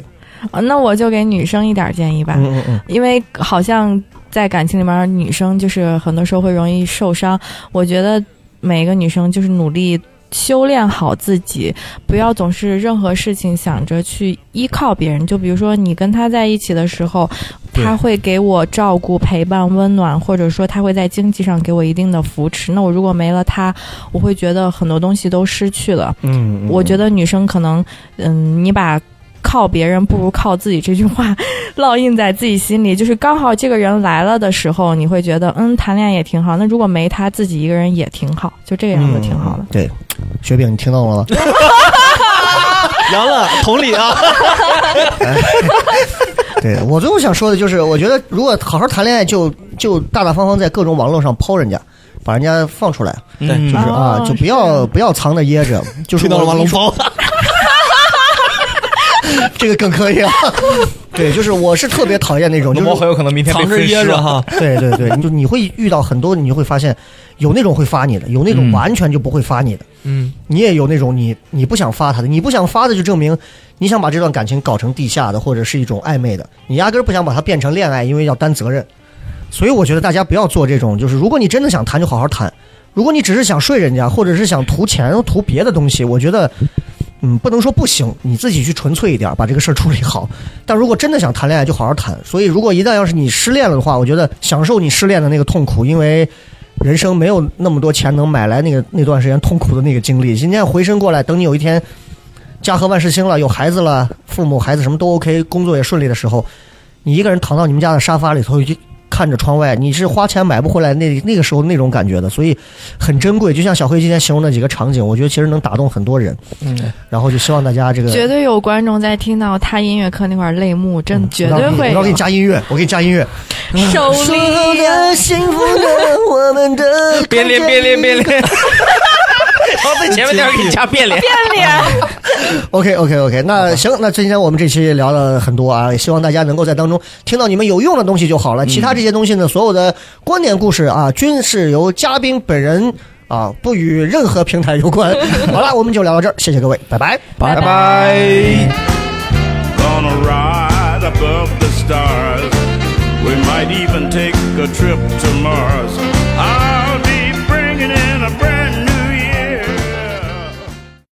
啊那我就给女生一点建议吧，嗯嗯嗯，因为好像在感情里面，女生就是很多时候会容易受伤。我觉得每个女生就是努力修炼好自己，不要总是任何事情想着去依靠别人。就比如说你跟他在一起的时候，对他会给我照顾、陪伴、温暖，或者说他会在经济上给我一定的扶持。那我如果没了他，我会觉得很多东西都失去了。嗯，我觉得女生可能，嗯，你把靠别人不如靠自己这句话烙印在自己心里，就是刚好这个人来了的时候，你会觉得，嗯，谈恋爱也挺好。那如果没他，自己一个人也挺好，就这个样子挺好的。嗯。对，雪饼，你听到了 吗？杨了，同理 啊，对我最后想说的就是，我觉得如果好好谈恋爱就，就大大方方在各种网络上抛人家，把人家放出来，对，嗯就是啊，哦就不要不要藏着掖 着，就是我跟你说包？这个更可 以啊。对，就是我是特别讨厌那种，龙就猫很是有可能明天被藏着分掖尸着了。啊哈， 对对对，你就你会遇到很多，你就会发现有那种会发你的，有那种嗯完全就不会发你的。嗯，你也有那种你你不想发他的，你不想发的就证明你想把这段感情搞成地下的或者是一种暧昧的，你压根儿不想把它变成恋爱，因为要担责任。所以我觉得大家不要做这种，就是如果你真的想谈就好好谈，如果你只是想睡人家，或者是想图钱、图别的东西，我觉得，嗯，不能说不行，你自己去纯粹一点，把这个事儿处理好。但如果真的想谈恋爱，就好好谈。所以，如果一旦要是你失恋了的话，我觉得享受你失恋的那个痛苦，因为人生没有那么多钱能买来那个那段时间痛苦的那个经历。今天回身过来，等你有一天家和万事兴了，有孩子了，父母孩子什么都 OK，工作也顺利的时候，你一个人躺到你们家的沙发里头，就看着窗外，你是花钱买不回来那那个时候那种感觉的，所以很珍贵。就像小黑今天形容那几个场景，我觉得其实能打动很多人。嗯，然后就希望大家这个，绝对有观众在听到他音乐课那块儿泪目，真的绝对嗯我会给你我给你加音乐，我给你加音乐。有手说里的幸福的我们的，别练，别练，别练。然后在前面那儿给你加变脸， OK OK OK，那行，那今天我们这期聊了很多啊，也希望大家能够在当中听到你们有用的东西就好了。其他这些东西呢，所有的观点故事啊，均是由嘉宾本人啊，不与任何平台有关。好了，我们就聊到这儿，谢谢各位，拜拜。 拜拜。 Gonna ride above the stars. We might even take a trip to Mars.